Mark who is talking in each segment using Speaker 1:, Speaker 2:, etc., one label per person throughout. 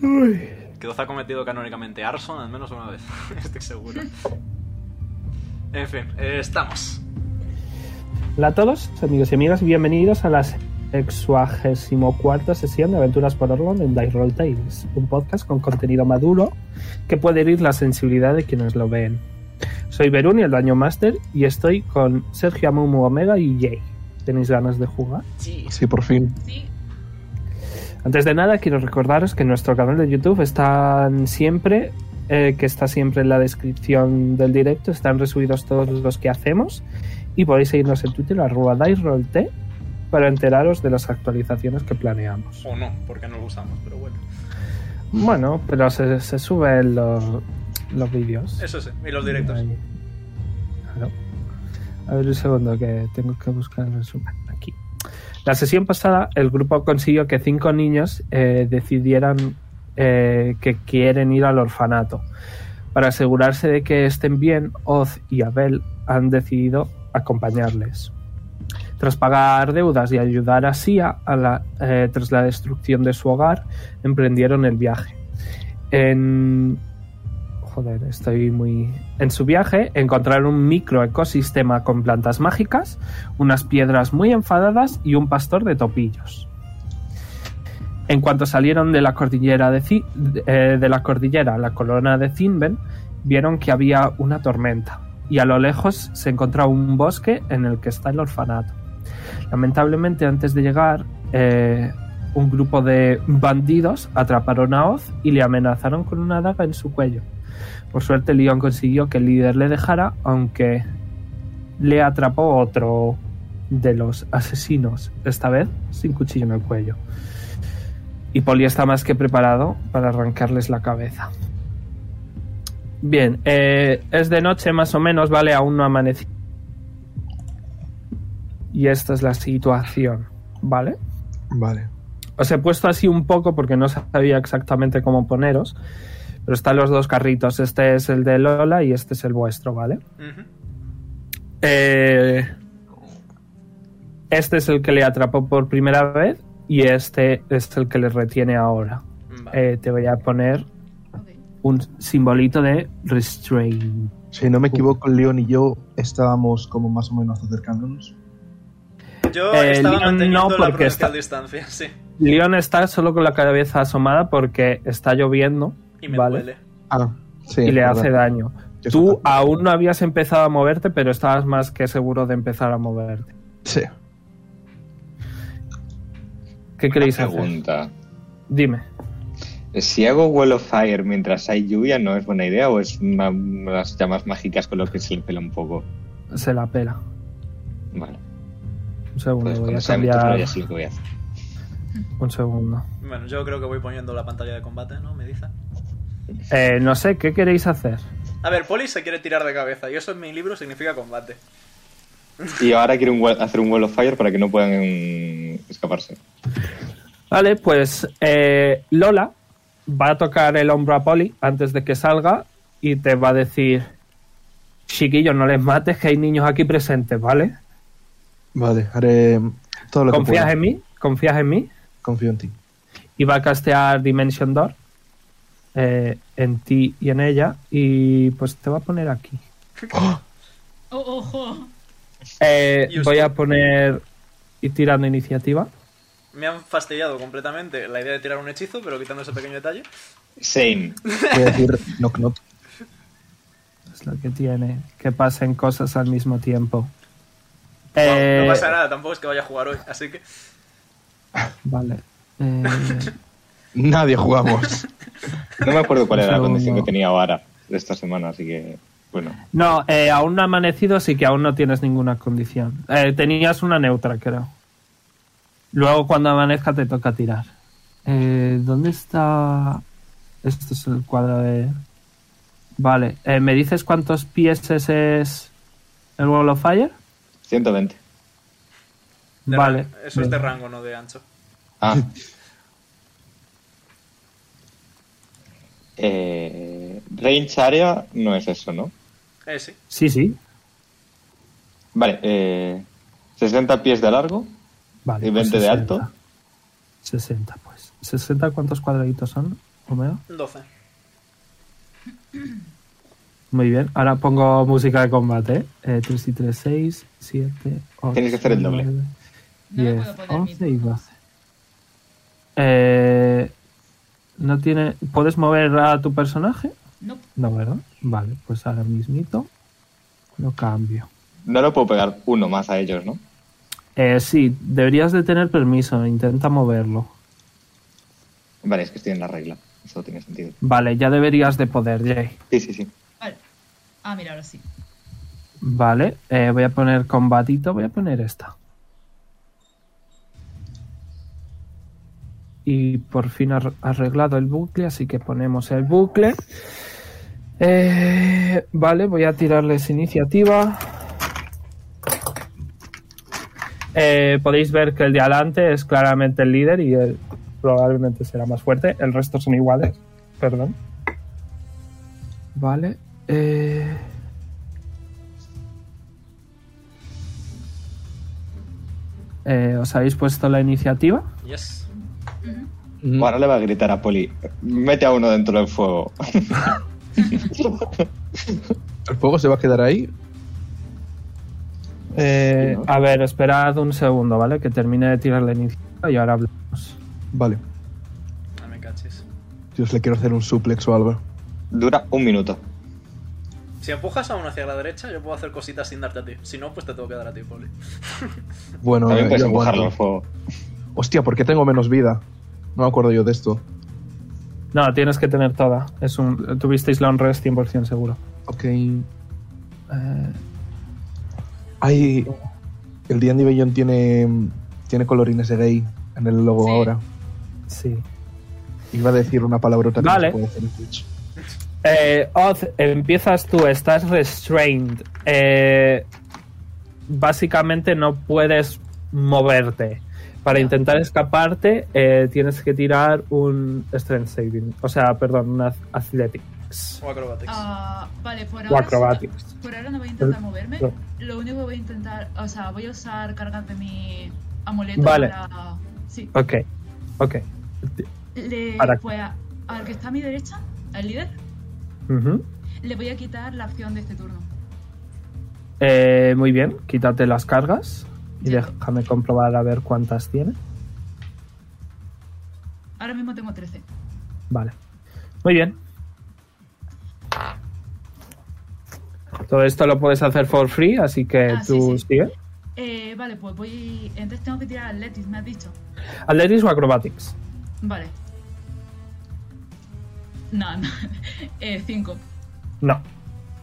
Speaker 1: Que Doz ha cometido canónicamente Arson al menos una vez. Estoy seguro. En fin, eh, estamos.
Speaker 2: Hola a todos, amigos y amigas, bienvenidos a la 64 sesión de Aventuras por Orlon en Dice Roll Tales, un podcast con contenido maduro que puede herir la sensibilidad de quienes lo ven. Soy Beruni, el Daño Master, y estoy con Sergio Amumu Omega y Jay. ¿Tenéis ganas de jugar?
Speaker 3: Sí.
Speaker 4: Sí, por fin.
Speaker 3: Sí.
Speaker 2: Antes de nada, quiero recordaros que en nuestro canal de YouTube están siempre, eh, que está siempre en la descripción del directo, están resubidos todos los que hacemos. Y podéis seguirnos en Twitter, arroba DiceRollT, para enteraros de las actualizaciones que planeamos.
Speaker 1: O no, porque no lo usamos, pero bueno.
Speaker 2: Bueno, pero se, se suben los, los vídeos.
Speaker 1: Eso sí, y los directos.
Speaker 2: Ahí. Claro. A ver un segundo que tengo que buscar el resumen aquí. La sesión pasada el grupo consiguió que cinco niños eh, decidieran eh, que quieren ir al orfanato. Para asegurarse de que estén bien, Oz y Abel han decidido acompañarles. Tras pagar deudas y ayudar a Sia a la- eh, tras la destrucción de su hogar, emprendieron el viaje. En joder, estoy muy... En su viaje encontraron un microecosistema con plantas mágicas, unas piedras muy enfadadas y un pastor de topillos. En cuanto salieron de la cordillera de, Ci- eh, de la cordillera, a la corona de Zinben, vieron que había una tormenta y a lo lejos se encontraba un bosque en el que está el orfanato. Lamentablemente, antes de llegar, eh, un grupo de bandidos atraparon a Oz y le amenazaron con una daga en su cuello. Por suerte, Leon consiguió que el líder le dejara, aunque le atrapó otro de los asesinos, esta vez sin cuchillo en el cuello. Y Polly está más que preparado para arrancarles la cabeza. Bien, eh, es de noche más o menos, ¿vale? Aún no amanecido. Y esta es la situación, ¿vale?
Speaker 4: Vale.
Speaker 2: Os he puesto así un poco porque no sabía exactamente cómo poneros. Pero están los dos carritos. Este es el de Lola y este es el vuestro, ¿vale?
Speaker 1: Ujú.
Speaker 2: Eh, este es el que le atrapó por primera vez y este es el que le retiene ahora.
Speaker 1: Vale.
Speaker 2: Eh, te voy a poner
Speaker 3: Ok.
Speaker 2: un simbolito de restrain.
Speaker 4: Si no me equivoco, León y yo estábamos como más o menos acercándonos.
Speaker 1: Yo
Speaker 2: eh,
Speaker 1: estaba
Speaker 2: Leon no,
Speaker 1: manteniendo la
Speaker 2: porque
Speaker 1: prudencial
Speaker 2: está-
Speaker 1: distancia, sí.
Speaker 2: Leon está solo con la cabeza asomada porque está lloviendo
Speaker 1: Y me
Speaker 2: Vale.
Speaker 1: duele.
Speaker 4: Ah, sí.
Speaker 2: y le
Speaker 4: es verdad.
Speaker 2: hace daño.
Speaker 4: Yo
Speaker 2: Tú
Speaker 4: soy tan-
Speaker 2: aún no habías empezado a moverte, pero estabas más que seguro de empezar a moverte.
Speaker 4: Sí.
Speaker 2: ¿Qué queréis hacer?
Speaker 5: Pregunta.
Speaker 2: Dime.
Speaker 5: Si hago Wall of Fire mientras hay lluvia, ¿no es buena idea o es ma- las llamas mágicas con lo que se le pela un poco?
Speaker 2: Se la pela.
Speaker 5: Vale.
Speaker 2: Un segundo,
Speaker 5: Pues
Speaker 2: voy
Speaker 5: cuando
Speaker 2: a
Speaker 5: sea mi turno ya
Speaker 2: cambiar.
Speaker 5: sé lo que voy a hacer.
Speaker 2: Un segundo.
Speaker 1: Bueno, yo creo que voy poniendo la pantalla de combate, ¿no? Me dice.
Speaker 2: Eh, no sé, ¿qué queréis hacer?
Speaker 1: A ver, Poli se quiere tirar de cabeza y eso en mi libro significa combate.
Speaker 5: Y ahora quiero un wall- hacer un Wall of Fire para que no puedan mm, escaparse.
Speaker 2: Vale, pues eh, Lola va a tocar el hombro a Polly antes de que salga y te va a decir, chiquillo, no les mates, que hay niños aquí presentes, ¿vale?
Speaker 4: Vale, haré todo lo
Speaker 2: ¿Confías
Speaker 4: que pueda.
Speaker 2: en mí? ¿Confías en mí?
Speaker 4: Confío en ti.
Speaker 2: Y va a castear Dimension Door eh, en ti y en ella y pues te va a poner aquí.
Speaker 3: Oh, ojo.
Speaker 2: Eh,
Speaker 1: Y usted-
Speaker 2: voy a poner y tirando iniciativa.
Speaker 1: Me han fastidiado completamente la idea de tirar un hechizo, pero quitando ese pequeño detalle.
Speaker 5: Same.
Speaker 4: Voy a decir knock knock.
Speaker 2: Es lo que tiene, que pasen cosas al mismo tiempo.
Speaker 1: Guau,
Speaker 2: Eh,
Speaker 1: no pasa nada, tampoco es que vaya a jugar hoy, así que.
Speaker 2: Vale. Eh,
Speaker 4: Nadie jugamos.
Speaker 5: No me acuerdo cuál
Speaker 2: Un
Speaker 5: era la condición que
Speaker 2: segundo.
Speaker 5: tenía ahora de esta semana, así que. Bueno.
Speaker 2: no, eh, aún no ha amanecido, así que aún no tienes ninguna condición. Eh, tenías una neutra, creo. Luego cuando amanezca te toca tirar. Eh, ¿Dónde está...? Esto es el cuadro de... Vale, eh, ¿me dices cuántos pies es el Wall of Fire?
Speaker 5: 120.
Speaker 1: de
Speaker 2: vale.
Speaker 1: rango. Eso es de rango, no de ancho.
Speaker 5: Ah. Eh, range area no es eso, ¿no?
Speaker 1: Eh, sí.
Speaker 2: Sí, sí.
Speaker 5: Vale, eh, 60 pies de largo.
Speaker 2: Vale,
Speaker 5: ¿Y
Speaker 2: pues
Speaker 5: 20 de
Speaker 2: 60.
Speaker 5: alto?
Speaker 2: 60, pues. ¿60 cuántos cuadraditos son? Omega.
Speaker 1: 12.
Speaker 2: Muy bien, ahora pongo música de combate. ¿eh? Eh, 3 y 3, 6, 7, 8.
Speaker 5: Tienes que hacer el doble.
Speaker 3: No le
Speaker 2: 10,
Speaker 3: puedo poner
Speaker 2: 11 y
Speaker 3: mis
Speaker 2: 12. Eh, ¿no tiene, ¿Puedes mover a tu personaje?
Speaker 3: No,
Speaker 2: No, ¿verdad? Vale, pues ahora mismito lo cambio.
Speaker 5: No lo puedo pegar uno más a ellos, ¿no?
Speaker 2: Eh, sí, deberías de tener permiso, intenta moverlo.
Speaker 5: Vale, es que estoy en la regla. Eso tiene sentido.
Speaker 2: Vale, ya deberías de poder, Jay.
Speaker 5: Sí, sí, sí.
Speaker 3: vale. Ah, mira, ahora sí.
Speaker 2: Vale, eh, voy a poner combatito, voy a poner esta. Y por fin ha arreglado el bucle, así que ponemos el bucle. Eh, vale, voy a tirarles iniciativa. Eh, podéis ver que el de adelante es claramente el líder y él probablemente será más fuerte. El resto son iguales, perdón. Vale. eh, Eh, ¿Os habéis puesto la iniciativa?
Speaker 1: Yes.
Speaker 4: Mm.
Speaker 5: Ahora le va a gritar a Poli: mete a uno dentro del fuego.
Speaker 4: ¿El fuego se va a quedar ahí?
Speaker 2: Eh,
Speaker 5: Sí, ¿no?
Speaker 2: A ver, esperad un segundo, ¿vale? Que termine de tirar la iniciativa y ahora hablamos.
Speaker 4: Vale.
Speaker 1: Ah, me cachis.
Speaker 4: Dios, le quiero hacer un suplex o algo.
Speaker 5: Dura un minuto.
Speaker 1: Si empujas aún hacia la derecha, yo puedo hacer cositas sin darte a ti. Si no, pues te tengo que dar a ti, Poli.
Speaker 4: Bueno,
Speaker 5: También
Speaker 4: eh,
Speaker 5: puedes
Speaker 4: yo aguanto.
Speaker 5: empujarlo al fuego.
Speaker 4: Hostia, ¿por qué tengo menos vida? No me acuerdo yo de esto.
Speaker 2: No, tienes que tener toda. Es un, tuvisteis la on-rest 100% seguro. Eh,
Speaker 4: Ok. Ay, el D&D Beyond tiene, tiene colorines de gay en el logo
Speaker 3: Sí.
Speaker 4: ahora.
Speaker 2: Sí.
Speaker 4: Iba a decir una palabrota que
Speaker 2: Vale.
Speaker 4: no se puede hacer en Twitch.
Speaker 2: Eh, Oz, empiezas tú, estás restrained. Eh, básicamente no puedes moverte. Para intentar escaparte, eh, tienes que tirar un Strength Saving. O sea, perdón, un ath- Athletics.
Speaker 1: O acrobatics.
Speaker 3: Ah, vale, por
Speaker 2: O
Speaker 3: ahora.
Speaker 2: Acrobatics.
Speaker 3: Por ahora no voy a intentar moverme.
Speaker 2: no.
Speaker 3: Lo único que voy a intentar. O sea, voy a usar cargas de mi amuleto
Speaker 2: Vale.
Speaker 3: para. Sí.
Speaker 2: Ok, ok.
Speaker 3: Le,
Speaker 2: Para-
Speaker 3: Pues a- al que está a mi derecha, al líder,
Speaker 2: Ujú.
Speaker 3: le voy a quitar la acción de este turno.
Speaker 2: Eh, muy bien, quítate las cargas y
Speaker 3: Ya.
Speaker 2: déjame comprobar a ver cuántas tiene.
Speaker 3: Ahora mismo tengo 13.
Speaker 2: Vale. Muy bien. Todo esto lo puedes hacer for free, así que
Speaker 3: Ah, sí,
Speaker 2: tú
Speaker 3: sí.
Speaker 2: sigue.
Speaker 3: Eh, vale, pues voy. Entonces tengo que tirar Athletics, me has dicho.
Speaker 2: Athletics o acrobatics.
Speaker 3: Vale. No, no. Eh, 5.
Speaker 2: No.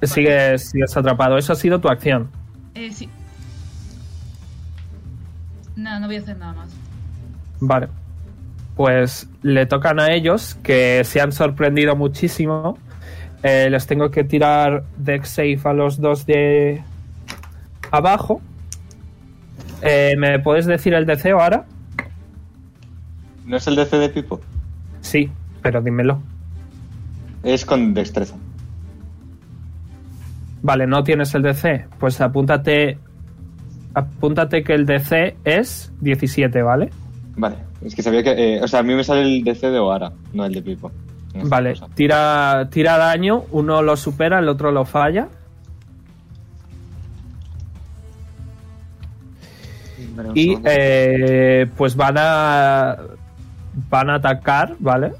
Speaker 2: Sigues, sigues atrapado. Eso ha sido tu acción.
Speaker 3: Eh, sí. No, no voy a hacer nada más.
Speaker 2: Vale. Pues le tocan a ellos, que se han sorprendido muchísimo. Eh, les tengo que tirar deck safe a los dos de abajo. Eh, ¿Me puedes decir el deseo ahora?
Speaker 5: ¿No es el DC de Pipo?
Speaker 2: Sí, pero dímelo.
Speaker 5: Es con destreza.
Speaker 2: Vale, no tienes el DC. Pues apúntate. Apúntate que el DC es 17, ¿vale?
Speaker 5: Vale, es que sabía que. eh, o sea, a mí me sale el DC de Oara, no el de Pipo. No sé
Speaker 2: Vale,
Speaker 5: qué cosa.
Speaker 2: tira, tira daño, uno lo supera, el otro lo falla.
Speaker 5: Vale, un
Speaker 2: Y
Speaker 5: segundo.
Speaker 2: eh, pues van a. Van a atacar, ¿vale?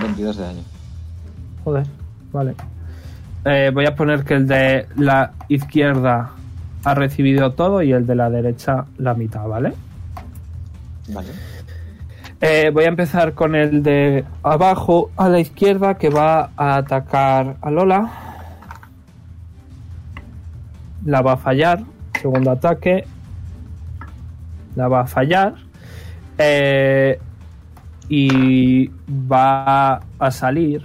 Speaker 5: 22 de daño.
Speaker 2: Joder, vale. Eh, voy a poner que el de la izquierda ha recibido todo y el de la derecha la mitad, ¿vale?
Speaker 5: Vale.
Speaker 2: Eh, voy a empezar con el de abajo a la izquierda que va a atacar a Lola. La va a fallar. Segundo ataque. La va a fallar. Eh, y va a salir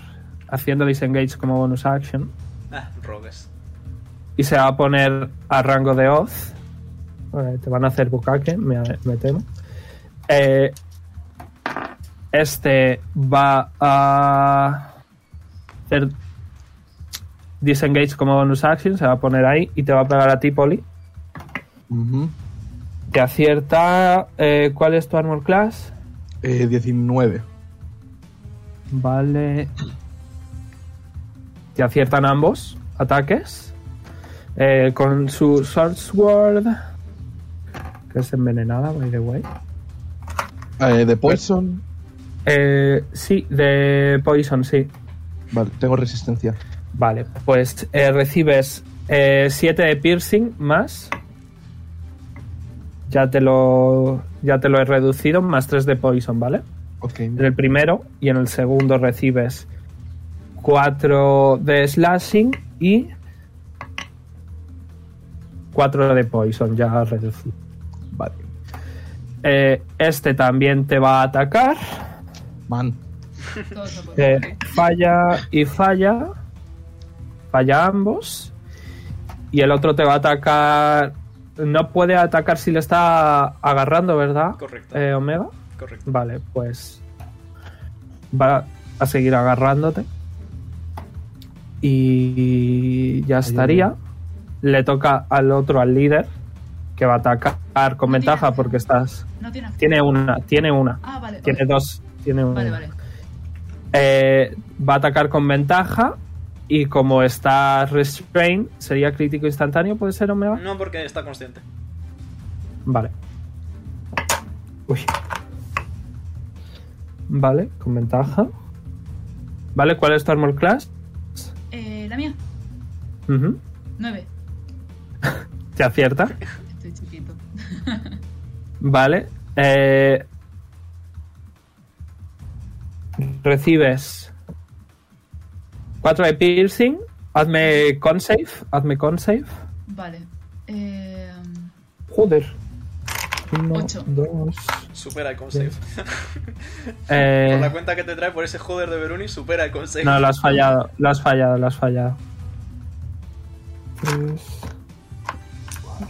Speaker 2: haciendo disengage como bonus action.
Speaker 1: Ah, rogues.
Speaker 2: Y se va a poner a rango de Oz. Eh, te van a hacer bucaque, me, me temo. Eh, este va a hacer disengage como bonus action, se va a poner ahí y te va a pegar a ti, Poli.
Speaker 4: Ujú.
Speaker 2: Te acierta. eh, ¿Cuál es tu armor class?
Speaker 4: Eh, 19.
Speaker 2: Vale. Te aciertan ambos ataques. Eh, con su Sword Sword. Que es envenenada, by the way.
Speaker 4: Eh, de
Speaker 2: Pues-
Speaker 4: Poison.
Speaker 2: Eh, sí, de Poison, sí.
Speaker 4: Vale, tengo resistencia.
Speaker 2: Vale, pues eh, recibes 7 de piercing más. Ya te lo. Ya te lo he reducido, más 3 de poison, ¿vale?
Speaker 4: Ok.
Speaker 2: En el primero y en el segundo recibes 4 de slashing y 4 de poison, ya reducido.
Speaker 4: Vale.
Speaker 2: Eh, este también te va a atacar.
Speaker 4: Man.
Speaker 3: Todos lo
Speaker 2: Eh,
Speaker 3: podemos.
Speaker 2: falla y falla. Falla ambos. Y el otro te va a atacar. No puede atacar si le está agarrando, ¿verdad?
Speaker 1: Correcto.
Speaker 2: Eh, Omega.
Speaker 1: Correcto.
Speaker 2: Vale, pues. Va a seguir agarrándote. Y ya estaría. Le toca al otro, al líder, que va a atacar con
Speaker 3: No tiene
Speaker 2: ventaja
Speaker 3: acción.
Speaker 2: porque estás.
Speaker 3: No tiene acción.
Speaker 2: Tiene una, tiene una.
Speaker 3: Ah, vale.
Speaker 2: Tiene
Speaker 3: vale.
Speaker 2: dos. Tiene una.
Speaker 3: Vale, vale.
Speaker 2: Eh, va a atacar con ventaja. Y como está restrained, sería crítico instantáneo, ¿puede ser Omega?
Speaker 1: No, porque está consciente.
Speaker 2: Vale. Uy. Vale, con ventaja. Vale, ¿cuál es tu armor class?
Speaker 3: Eh, la mía,
Speaker 2: Ujú,
Speaker 3: nueve.
Speaker 2: Te acierta.
Speaker 3: Estoy chiquito.
Speaker 2: Vale. eh, recibes 4 de piercing. Hazme con save. Hazme con save.
Speaker 3: Vale. Eh,
Speaker 2: Joder. Uno,
Speaker 3: Ocho.
Speaker 2: dos.
Speaker 1: Supera el consejo.
Speaker 2: Eh,
Speaker 1: Por la cuenta que te trae por ese joder de Beruni, supera el consejo.
Speaker 2: No, lo has fallado, lo has fallado, lo has fallado. Tres, cuatro.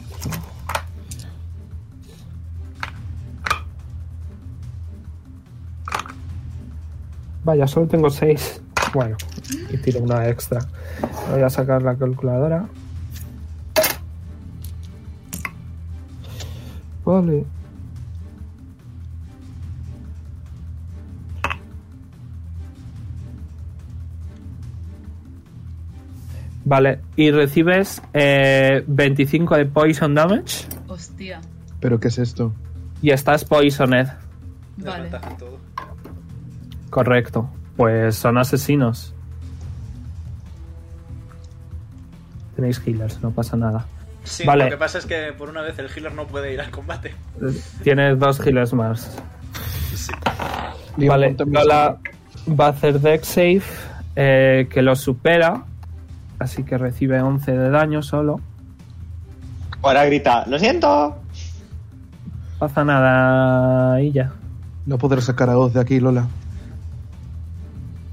Speaker 2: Vaya, solo tengo seis. Bueno, y tiro una extra. Voy a sacar la calculadora. Vale. Vale, y recibes eh, 25 de poison damage
Speaker 3: hostia.
Speaker 4: ¿Pero qué es esto?
Speaker 2: y estás poisoned.
Speaker 1: De
Speaker 3: Vale.
Speaker 1: ventaja y todo.
Speaker 2: Correcto. Pues son asesinos. Tenéis healers, no pasa nada.
Speaker 1: Sí,
Speaker 2: Vale.
Speaker 1: lo que pasa es que por una vez el healer no puede ir al combate.
Speaker 2: Eh, Tienes dos healers más.
Speaker 1: Sí.
Speaker 4: Liam,
Speaker 2: vale,
Speaker 4: ponte mis-
Speaker 2: Lola va a hacer deck safe, eh, que lo supera. Así que recibe 11 de daño solo.
Speaker 5: Ahora grita, ¡lo siento!
Speaker 2: Pasa nada y ya.
Speaker 4: No podré sacar a Oz de aquí, Lola.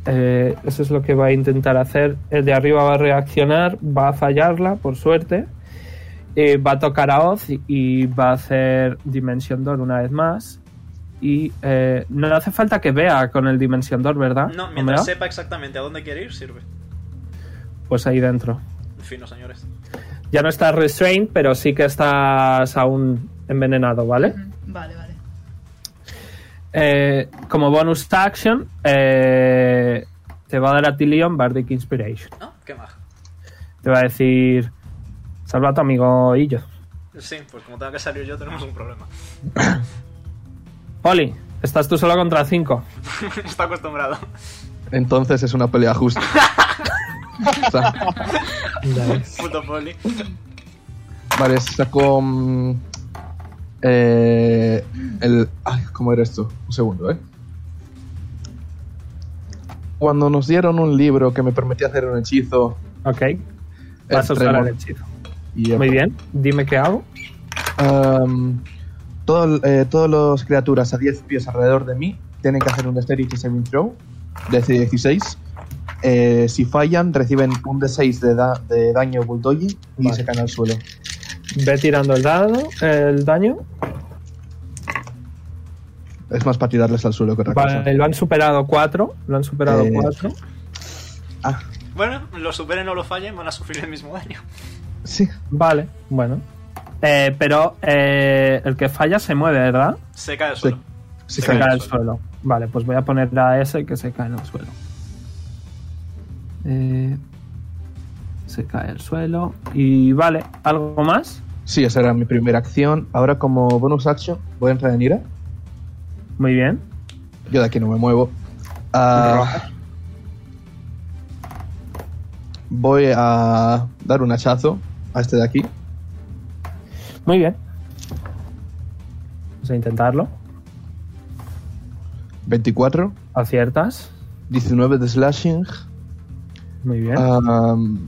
Speaker 2: Eh, eso es lo que va a intentar hacer. El de arriba va a reaccionar, va a fallarla, por suerte. Eh, va a tocar a Oz y- y va a hacer Dimension Door una vez más. Y eh, no hace falta que vea con el Dimension Door, ¿verdad?
Speaker 1: No,
Speaker 2: Homero?
Speaker 1: mientras sepa exactamente a dónde quiere ir, sirve.
Speaker 2: Pues ahí dentro.
Speaker 1: Fino, señores.
Speaker 2: Ya no estás restrained, pero sí que estás aún envenenado, ¿vale?
Speaker 3: Ujú, Vale, vale.
Speaker 2: Eh, como bonus action, eh, te va a dar a ti Leon Bardic Inspiration.
Speaker 1: ¿No? Qué maja.
Speaker 2: Te va a decir: Salva a tu amigo Illo.
Speaker 1: Sí, pues como tengo que salir yo, tenemos un problema.
Speaker 2: Poli, estás tú solo contra 5.
Speaker 1: Está acostumbrado.
Speaker 4: Entonces es una pelea justa. O sea,
Speaker 1: Puto poli.
Speaker 4: vale, saco. mm, eh, el. Ay, ¿cómo era esto? Un segundo, ¿eh? Cuando nos dieron un libro que me permitía hacer un hechizo.
Speaker 2: Ok, vas a usar
Speaker 4: extremo,
Speaker 2: el hechizo.
Speaker 4: y-
Speaker 2: Muy bien, dime qué hago.
Speaker 4: Um, todo, eh, todos los criaturas a 10 pies alrededor de mí tienen que hacer un Dexterity Saving Throw de C16. Eh, si fallan, reciben un D6 de, da- de daño bulldogging y
Speaker 2: Vale.
Speaker 4: se caen al suelo.
Speaker 2: Ve tirando el dado, el daño.
Speaker 4: Es más para tirarles al suelo que otra cosa.
Speaker 2: Vale, lo han superado 4. Lo han superado
Speaker 4: Eh,
Speaker 2: 4.
Speaker 4: Ah,
Speaker 1: Bueno, lo superen o lo fallen, van a sufrir el mismo daño.
Speaker 4: sí.
Speaker 2: Vale, bueno. Eh, pero eh, el que falla se mueve, ¿verdad?
Speaker 1: Se cae al
Speaker 4: Se,
Speaker 1: suelo.
Speaker 4: se
Speaker 1: Se
Speaker 2: Se
Speaker 4: caen.
Speaker 2: cae al suelo. Vale, pues voy a poner a ese que se cae en el suelo. Eh, se cae al suelo. Y vale, ¿algo más?
Speaker 4: Sí, esa era mi primera acción. Ahora, como bonus action, voy a entrar en ira.
Speaker 2: Muy bien.
Speaker 4: Yo de aquí no me muevo. Ah, voy a dar un hachazo a este de aquí.
Speaker 2: Muy bien. Vamos a intentarlo.
Speaker 4: 24,
Speaker 2: Aciertas.
Speaker 4: 19 de slashing.
Speaker 2: Muy bien.
Speaker 4: Ah. Am,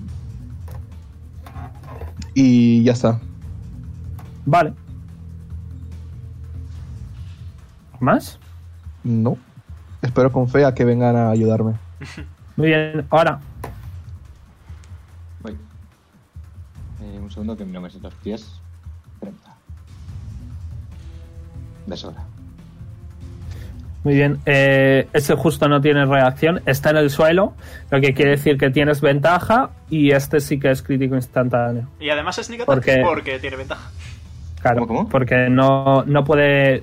Speaker 4: y ya está.
Speaker 2: Vale. ¿Más?
Speaker 4: No. Espero con fe a que vengan a ayudarme.
Speaker 2: Muy bien. Ahora,
Speaker 5: Voy. Eh, un segundo que no me sé los pies. 30. De sobra.
Speaker 2: Muy bien, eh, ese justo no tiene reacción, está en el suelo, lo que quiere decir que tienes ventaja y este sí que es crítico instantáneo.
Speaker 1: Y además es Sneak
Speaker 2: Porque-
Speaker 1: Attack porque tiene ventaja.
Speaker 2: Claro,
Speaker 5: ¿Cómo, cómo?
Speaker 2: porque no, no puede...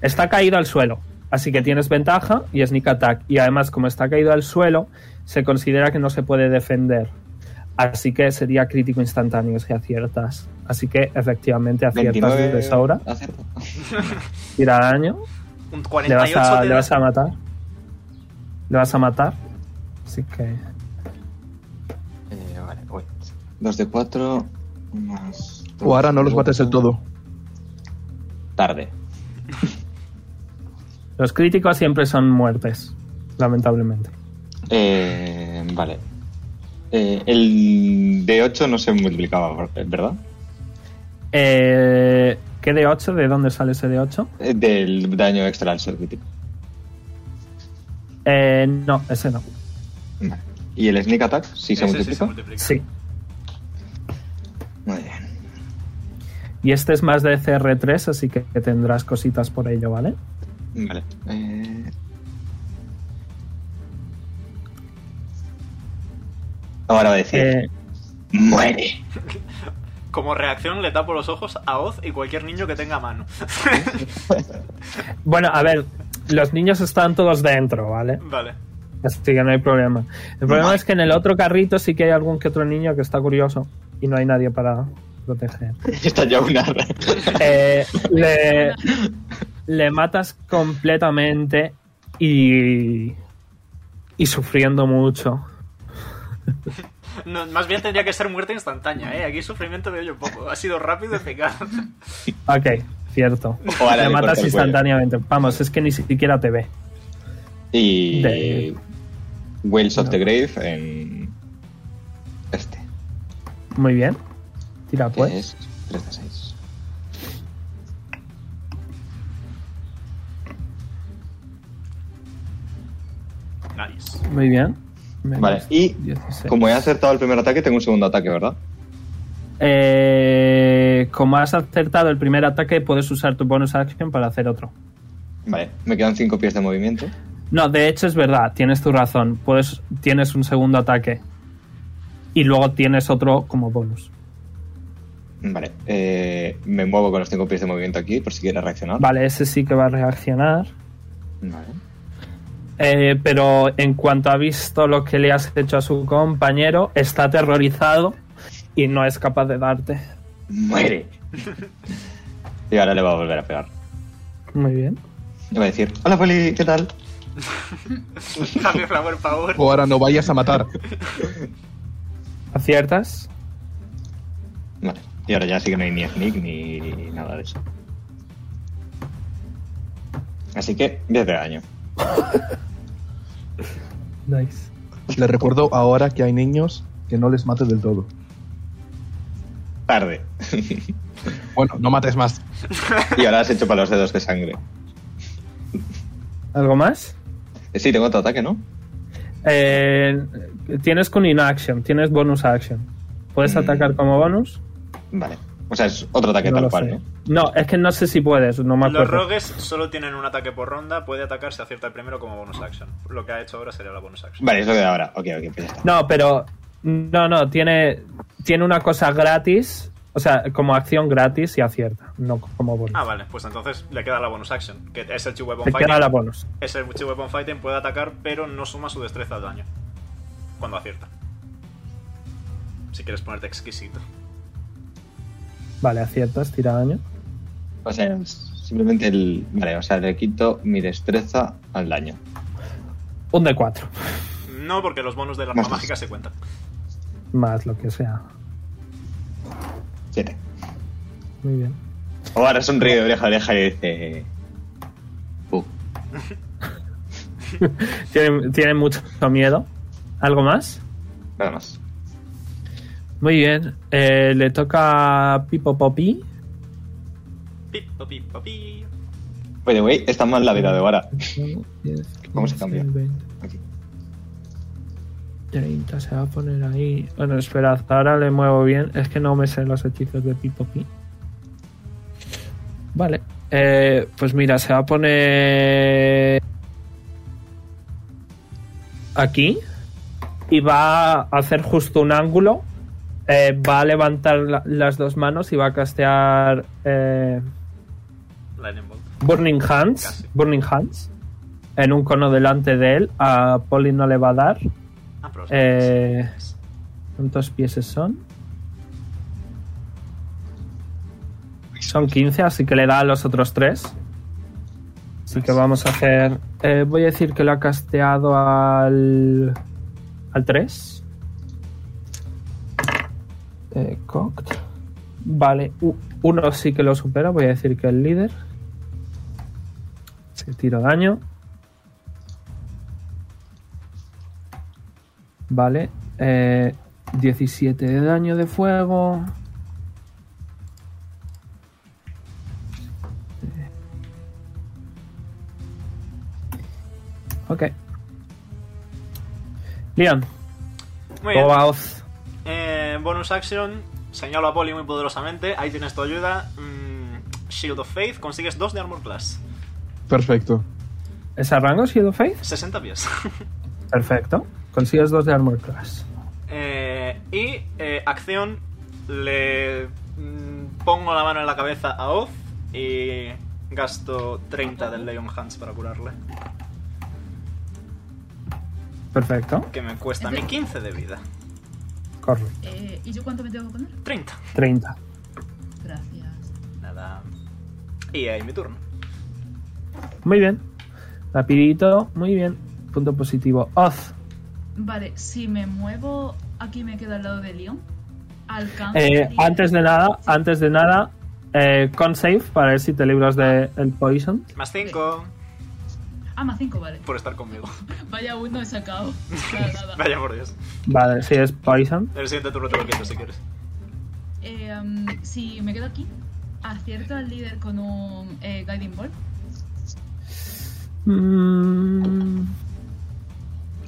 Speaker 2: Está caído al suelo, así que tienes ventaja y sneak attack. Y además, como está caído al suelo, se considera que no se puede defender. Así que sería crítico instantáneo si aciertas. Así que efectivamente aciertas de sobra.
Speaker 5: Acierto.
Speaker 2: Tira daño.
Speaker 1: Un
Speaker 2: Le
Speaker 1: 48
Speaker 2: vas, a,
Speaker 1: te
Speaker 2: le
Speaker 1: da-
Speaker 2: vas a matar. Le vas a matar. Así que.
Speaker 5: Eh, vale, voy. 2 de 4 más.
Speaker 4: O ahora no los mates del
Speaker 5: el
Speaker 4: todo.
Speaker 5: Tarde.
Speaker 2: Los críticos siempre son muertes. Lamentablemente.
Speaker 5: Eh, vale. Eh, el de 8 no se multiplicaba, ¿verdad?
Speaker 2: Eh, ¿Qué de 8? ¿De dónde sale ese de 8?
Speaker 5: Eh, Del daño extra al ser crítico.
Speaker 2: Eh, no, ese no.
Speaker 5: Vale. ¿Y el sneak attack? ¿Sí se
Speaker 1: Ese sí
Speaker 5: multiplica?
Speaker 1: multiplica.
Speaker 2: Sí.
Speaker 5: Muy bien.
Speaker 2: Y este es más de CR3, así que tendrás cositas por ello, ¿vale?
Speaker 5: Vale. Mm. Eh... Ahora va a decir:
Speaker 2: Eh,
Speaker 5: ¡Muere!
Speaker 1: Como reacción le tapo los ojos a Oz y cualquier niño que tenga mano.
Speaker 2: bueno, a ver, los niños están todos dentro, ¿vale?
Speaker 1: vale.
Speaker 2: Así que no hay problema. El problema es que en el otro carrito sí que hay algún que otro niño que está curioso y no hay nadie para proteger.
Speaker 5: Está ya una.
Speaker 2: Eh, le, le matas completamente y, y sufriendo mucho.
Speaker 1: No, más bien tendría que ser muerte instantánea, ¿eh? Aquí sufrimiento veo yo poco. Ha sido rápido y eficaz.
Speaker 2: Ok, cierto.
Speaker 5: Ojalá
Speaker 2: le
Speaker 5: le corte
Speaker 2: matas
Speaker 5: el
Speaker 2: instantáneamente. Vamos, es que ni siquiera te ve.
Speaker 5: Y.
Speaker 2: De-
Speaker 5: Whales of the Grave en. Este.
Speaker 2: Muy bien. Tira
Speaker 5: que
Speaker 2: pues.
Speaker 5: es 3 de 6.
Speaker 1: Nice.
Speaker 2: Muy bien. Menos
Speaker 5: Vale, y
Speaker 2: 16.
Speaker 5: como he acertado el primer ataque, tengo un segundo ataque, ¿verdad?
Speaker 2: Eh, como has acertado el primer ataque, puedes usar tu bonus action para hacer otro.
Speaker 5: Vale, me quedan 5 pies de movimiento.
Speaker 2: No, de hecho es verdad, tienes tu razón. Puedes, tienes un segundo ataque. Y luego tienes otro como bonus.
Speaker 5: Vale, eh, me muevo con los 5 pies de movimiento aquí por si quiere reaccionar.
Speaker 2: Vale, ese sí que va a reaccionar.
Speaker 5: Vale.
Speaker 2: Eh, pero en cuanto ha visto lo que le has hecho a su compañero, está aterrorizado y no es capaz de darte.
Speaker 5: ¡Muere! y ahora le va a volver a pegar.
Speaker 2: Muy bien.
Speaker 5: Le va a decir: Hola, Poli, ¿qué tal?
Speaker 1: Happy Flower Power.
Speaker 4: O ahora no vayas a matar.
Speaker 2: ¿Aciertas?
Speaker 5: Vale, y ahora ya sí que no hay ni sneak ni nada de eso. Así que, 10 de daño.
Speaker 2: Nice.
Speaker 4: Les recuerdo ahora que hay niños que no les mates del todo.
Speaker 5: Tarde.
Speaker 4: Bueno, no mates más.
Speaker 5: y ahora has hecho para los dedos de sangre.
Speaker 2: ¿Algo más?
Speaker 5: Eh, Sí, tengo otro ataque, ¿no?
Speaker 2: Eh, tienes con inaction, tienes bonus action. ¿Puedes
Speaker 5: Mm.
Speaker 2: atacar como bonus?
Speaker 5: Vale. O sea, es otro ataque
Speaker 2: no
Speaker 5: tal
Speaker 2: lo
Speaker 5: cual,
Speaker 2: sé.
Speaker 5: ¿no?
Speaker 2: No, es que no sé si puedes, no me
Speaker 1: Los
Speaker 2: acuerdo.
Speaker 1: rogues solo tienen un ataque por ronda, puede atacar si acierta el primero como bonus action. Lo que ha hecho ahora sería la bonus action.
Speaker 5: Vale, es lo de ahora. Ok, ok, pues ya está.
Speaker 2: No, pero. No, no, tiene, tiene una cosa gratis O sea, como acción gratis y acierta, no como bonus.
Speaker 1: Ah, vale, pues entonces le queda la bonus action, que es el Two Weapon
Speaker 2: Te queda
Speaker 1: Fighting.
Speaker 2: la bonus.
Speaker 1: Es el Two Weapon Fighting, puede atacar, pero no suma su destreza al daño. Cuando acierta. Si quieres ponerte exquisito.
Speaker 2: Vale, aciertas, tira daño.
Speaker 5: O sea, simplemente el. Vale, o sea, le quito mi destreza al daño.
Speaker 2: Un de 4,
Speaker 1: No, porque los bonus del arma
Speaker 5: Más dos.
Speaker 1: mágica se cuentan.
Speaker 2: más lo que sea.
Speaker 5: Siete.
Speaker 2: Muy bien.
Speaker 5: O ahora sonríe de oreja a oreja y dice. "Uh".
Speaker 2: Tiene, tiene mucho miedo. ¿Algo más?
Speaker 5: nada más.
Speaker 2: Muy bien. Eh, le toca a Pipo Popi.
Speaker 1: Pip, pa, pip, pa, pi.
Speaker 5: By the way, está mal la vida de ahora. ¿Cómo se cambia?
Speaker 2: 20,
Speaker 5: Aquí.
Speaker 2: 30 se va a poner ahí. Bueno, esperad, ahora le muevo bien. Es que no me sé los hechizos de Pipo Pi. Vale. Eh, pues mira, se va a poner. Aquí. Y va a hacer justo un ángulo. Eh, va a levantar la- las dos manos y va a castear. eh,
Speaker 1: Lightning Bolt.
Speaker 2: Burning Hands,
Speaker 1: Casi.
Speaker 2: Burning Hands, en un cono delante de él. A Polly no le va a dar.
Speaker 1: Ah, pero.
Speaker 2: Eh, ¿Cuántos pies son? Son 15, así que le da a los otros tres. Así que vamos a hacer. eh, voy a decir que lo ha casteado al. al 3. Eh, cocked. Vale, u- uno sí que lo supera. Voy a decir que el líder. Se tiro daño. Vale. eh, 17 de daño de fuego. Ok. Leon,
Speaker 1: Muy bien.
Speaker 2: Boba Oz.
Speaker 1: Eh, bonus action, señalo a Poli muy poderosamente. Ahí tienes tu ayuda. Mm, Shield of Faith, consigues 2 de Armor Class.
Speaker 4: Perfecto.
Speaker 2: ¿Es a rango, Shield of Faith?
Speaker 1: 60 pies.
Speaker 2: Perfecto. Consigues dos de Armor Class.
Speaker 1: Eh, y eh, acción, le mm, pongo la mano en la cabeza a Oz y gasto 30 del Leon Hands para curarle.
Speaker 2: Perfecto.
Speaker 1: Que me cuesta a mí 15 de vida.
Speaker 2: Corre.
Speaker 3: Eh, ¿Y yo cuánto me tengo que poner?
Speaker 1: 30.
Speaker 2: 30.
Speaker 3: Gracias.
Speaker 1: Nada. Y ahí mi turno.
Speaker 2: Muy bien. Rapidito. Muy bien. Punto positivo. Oz.
Speaker 3: Vale, si me muevo, aquí me quedo al lado de Leon. Alcanzo.
Speaker 2: Eh,
Speaker 3: el-
Speaker 2: antes de nada, antes de nada, eh, con save para ver si te libras del poison.
Speaker 1: Más 5
Speaker 3: Ah, más 5, vale.
Speaker 1: por estar conmigo.
Speaker 3: Vaya uno he sacado. Nada, nada.
Speaker 1: Vaya por Dios.
Speaker 2: Vale, si es poison.
Speaker 1: El siguiente turno te lo quito si quieres.
Speaker 3: Eh, mm, si me quedo aquí, acierto al líder con un eh, Guiding Ball.
Speaker 2: Mm,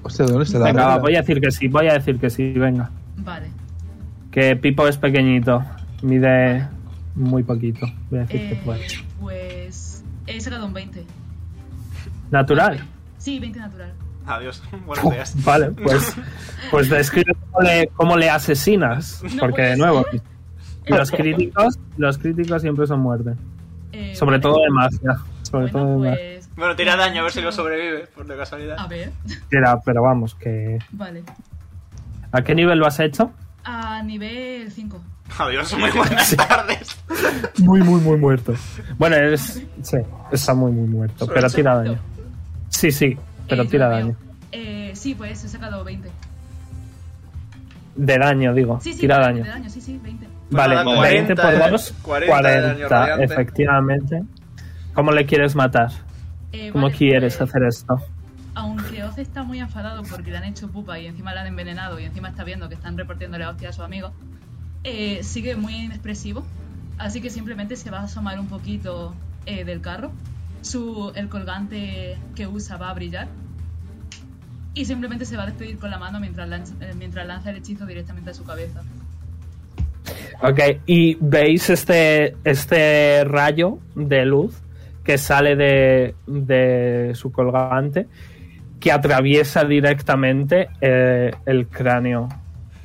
Speaker 4: Hostia, ¿dónde se da?
Speaker 2: venga, va, voy a decir que sí, voy a decir que sí, venga.
Speaker 3: Vale.
Speaker 2: Que Pipo es pequeñito, mide muy poquito. Voy a decir que
Speaker 3: Eh,
Speaker 2: puede.
Speaker 3: pues he sacado un 20.
Speaker 2: Natural.
Speaker 3: Sí, 20 natural.
Speaker 1: Adiós. Buenos días.
Speaker 2: Vale, pues, pues describe cómo le, cómo le asesinas.
Speaker 3: No
Speaker 2: porque de
Speaker 3: puede
Speaker 2: nuevo, los críticos, los críticos siempre son muerte.
Speaker 3: Eh,
Speaker 2: Sobre
Speaker 3: vale.
Speaker 2: todo de magia. Sobre
Speaker 3: Bueno,
Speaker 2: todo de magia.
Speaker 3: pues.
Speaker 1: Bueno, tira daño a ver si lo sobrevive, por de casualidad.
Speaker 3: A ver,
Speaker 2: Era, pero vamos, que.
Speaker 3: vale.
Speaker 2: ¿A qué nivel lo has hecho?
Speaker 3: A nivel 5.
Speaker 1: Adiós, muy buenas tardes.
Speaker 2: Muy, muy, muy muerto. Bueno, es. Sí, está muy, muy muerto. Pero tira daño. Sí, sí, pero tira daño.
Speaker 3: Eh, sí, pues he sacado 20.
Speaker 2: De daño, digo.
Speaker 3: Sí, sí,
Speaker 2: Tira
Speaker 3: de
Speaker 2: daño.
Speaker 3: daño. Sí, sí, 20.
Speaker 2: Vale,
Speaker 1: Nada,
Speaker 2: 20 por
Speaker 1: 40,
Speaker 2: 2,
Speaker 1: 40 de daño
Speaker 2: 40,
Speaker 1: radiante.
Speaker 2: efectivamente. ¿Cómo le quieres matar?
Speaker 3: Eh,
Speaker 2: ¿Cómo
Speaker 3: vale,
Speaker 2: quieres
Speaker 3: pues,
Speaker 2: hacer esto?
Speaker 3: Aunque Oz está muy enfadado porque le han hecho pupa y encima le han envenenado y encima está viendo que están repartiéndole hostia a sus amigos, eh, sigue muy inexpresivo. Así que simplemente se va a asomar un poquito eh, del carro. Su, el colgante que usa va a brillar. Y simplemente se va a despedir con la mano mientras lanza, eh, mientras lanza el hechizo directamente a su cabeza.
Speaker 2: Ok, y veis este, este rayo de luz que sale de, de su colgante que atraviesa directamente eh, el cráneo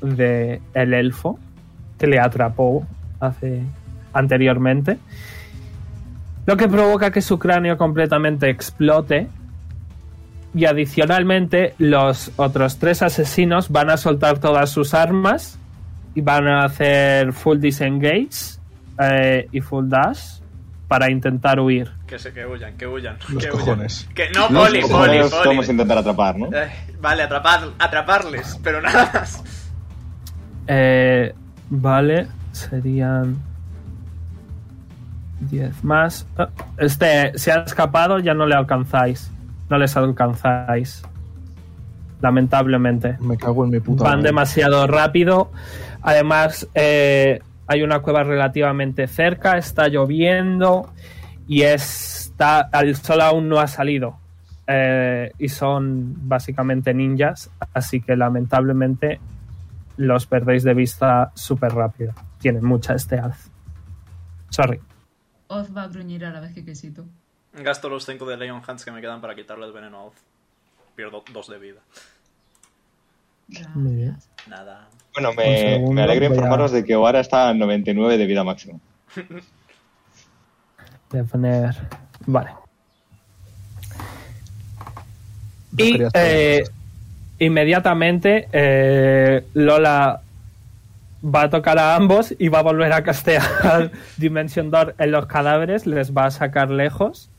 Speaker 2: del el elfo que le atrapó hace anteriormente. Lo que provoca que su cráneo completamente explote. Y adicionalmente, los otros tres asesinos van a soltar todas sus armas y van a hacer full disengage eh, y full dash para intentar huir.
Speaker 1: Que se que huyan, que huyan.
Speaker 4: Los
Speaker 1: que huyan.
Speaker 4: cojones.
Speaker 1: Que no,
Speaker 5: Los
Speaker 1: poli, poli,
Speaker 5: cojones
Speaker 1: poli.
Speaker 5: Vamos a intentar atrapar, ¿no?
Speaker 1: Ay, Eh, vale, atrapad, atraparles, pero nada más.
Speaker 2: Eh, vale, serían 10 más. Ah, Este se ha escapado, ya no le alcanzáis. No les alcanzáis. Lamentablemente.
Speaker 4: Me cago en mi puta.
Speaker 2: Van
Speaker 4: madre.
Speaker 2: demasiado rápido. Además, eh, hay una cueva relativamente cerca, está lloviendo y está, el sol aún no ha salido. Eh, y son básicamente ninjas, así que lamentablemente los perdéis de vista súper rápido. Tienen mucha este alz. Sorry.
Speaker 3: Oz va a gruñir a la vez que quesito.
Speaker 1: Gasto los 5 de Leon Hands que me quedan para quitarle el veneno a Oz. Pierdo 2 de vida.
Speaker 2: Muy bien.
Speaker 3: Gracias.
Speaker 1: Nada.
Speaker 5: Bueno,
Speaker 2: Un
Speaker 5: me,
Speaker 2: segundo,
Speaker 5: me alegra
Speaker 2: voy a-
Speaker 5: informaros de que Oara está a 99 de vida máxima.
Speaker 2: Voy a poner. Vale. Y
Speaker 4: Estarías
Speaker 2: eh, inmediatamente eh, Lola va a tocar a ambos y va a volver a castear Dimension Door en los cadáveres, les va a sacar lejos.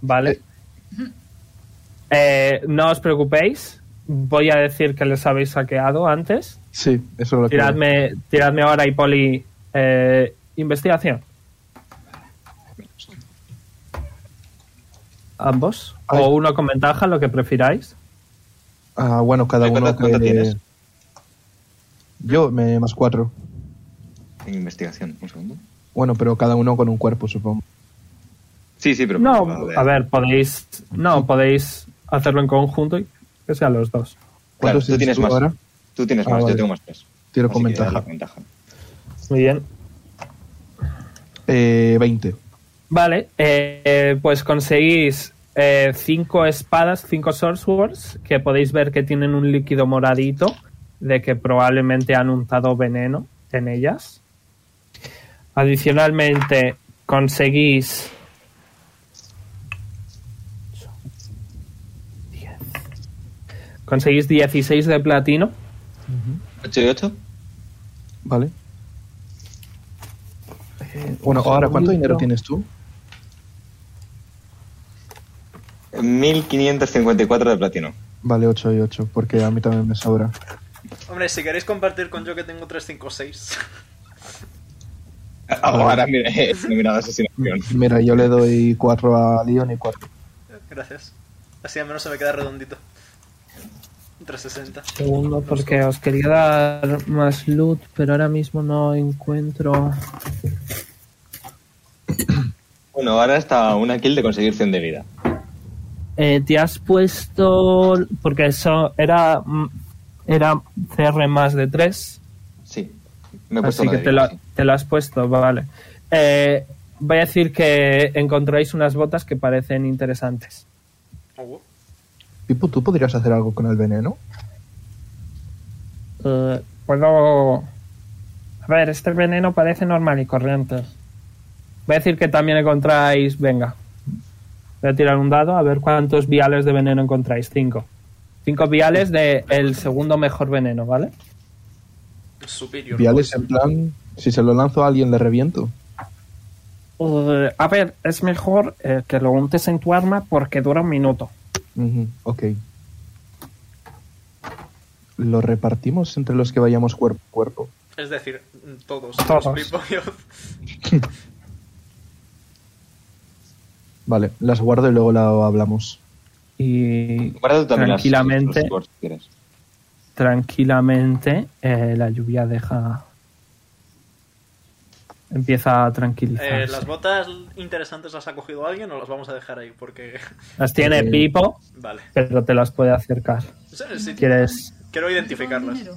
Speaker 2: Vale. Eh, no os preocupéis, voy a decir que les habéis saqueado antes.
Speaker 4: Sí, eso es lo que.
Speaker 2: Tiradme, tiradme ahora y poli eh, investigación. Ambos.
Speaker 4: Ay.
Speaker 2: O uno con ventaja, lo que prefiráis.
Speaker 4: Ah, bueno, cada
Speaker 5: ¿De
Speaker 4: uno.
Speaker 5: cuánto- cuánto
Speaker 4: que-
Speaker 5: tienes?
Speaker 4: Yo, me, más cuatro.
Speaker 5: En investigación, un segundo.
Speaker 4: Bueno, pero cada uno con un cuerpo, supongo.
Speaker 5: Sí, sí, pero.
Speaker 2: No,
Speaker 5: vale.
Speaker 2: a ver, podéis. No, podéis hacerlo en conjunto y que sean los dos.
Speaker 5: Claro,
Speaker 4: ¿Cuántos
Speaker 5: tú
Speaker 4: tienes
Speaker 5: tienes
Speaker 4: tú
Speaker 5: más.
Speaker 4: ahora?
Speaker 5: Tú tienes
Speaker 4: Ah,
Speaker 5: más,
Speaker 4: vale.
Speaker 5: yo tengo más tres.
Speaker 4: Tiro
Speaker 5: Así
Speaker 4: con
Speaker 5: que
Speaker 4: ventaja.
Speaker 5: dale ventaja.
Speaker 2: Muy bien.
Speaker 4: Eh, 20.
Speaker 2: Vale, eh, pues conseguís eh, cinco espadas, cinco swords, que podéis ver que tienen un líquido moradito, de que probablemente han untado veneno en ellas. Adicionalmente, conseguís... Conseguís 16 de platino.
Speaker 5: ¿8 y 8?
Speaker 4: Vale. Eh, Bueno, ahora, ¿cuánto dinero tienes tú?
Speaker 5: 1554 de platino.
Speaker 4: Vale, 8 y 8, porque a mí también me sobra.
Speaker 1: Hombre, si queréis compartir con yo que tengo 356.
Speaker 5: Ahora Ah, mira, no he mirado asesinación.
Speaker 4: Mira, yo le doy 4 a Leon y 4.
Speaker 1: Gracias. Así al menos se me queda redondito. 360.
Speaker 2: Segundo, porque os quería dar más loot, pero ahora mismo no encuentro...
Speaker 5: Bueno, ahora está una kill de conseguir 100 de vida.
Speaker 2: Eh, te has puesto. Porque eso era. mm, Era CR más de 3.
Speaker 5: Sí. Me he puesto
Speaker 2: Así
Speaker 5: una
Speaker 2: que
Speaker 5: de
Speaker 2: te lo,
Speaker 5: vida, sí.
Speaker 2: te lo has puesto, vale. Eh, voy a decir que encontráis unas botas que parecen interesantes.
Speaker 1: Oh, wow.
Speaker 4: Pipo, ¿tú podrías hacer algo con el veneno?
Speaker 2: Eh, puedo. A ver, este veneno parece normal y corriente. Voy a decir que también encontráis. Venga. Voy a tirar un dado a ver cuántos viales de veneno encontráis. Cinco. Cinco viales del el segundo mejor veneno, ¿vale?
Speaker 1: Superior.
Speaker 4: Viales en plan, si se lo lanzo a alguien le reviento.
Speaker 2: Uh, a ver, es mejor eh, que lo untes en tu arma porque dura un minuto.
Speaker 4: Ujú, ok. Lo repartimos entre los que vayamos cuerpo a cuerpo.
Speaker 1: Es decir, todos.
Speaker 2: Todos.
Speaker 1: los Eh, Pipo y Oz.
Speaker 4: Vale, las guardo y luego la hablamos.
Speaker 2: Y
Speaker 5: Guarda tú también las-
Speaker 2: tranquilamente,
Speaker 5: los scores, si quieres.
Speaker 2: tranquilamente, eh, la lluvia deja. Empieza a tranquilizarse.
Speaker 1: Eh, ¿Las
Speaker 2: las...
Speaker 1: botas interesantes las ha cogido alguien o las vamos a dejar ahí? Porque.
Speaker 2: tiene
Speaker 4: Eh,
Speaker 2: Pipo,
Speaker 1: Vale.
Speaker 2: pero te las puede acercar.
Speaker 1: Sí, sí,
Speaker 2: ¿Quieres?
Speaker 1: Quiero
Speaker 3: ¿No llevaban
Speaker 1: identificarlas.
Speaker 3: dinero?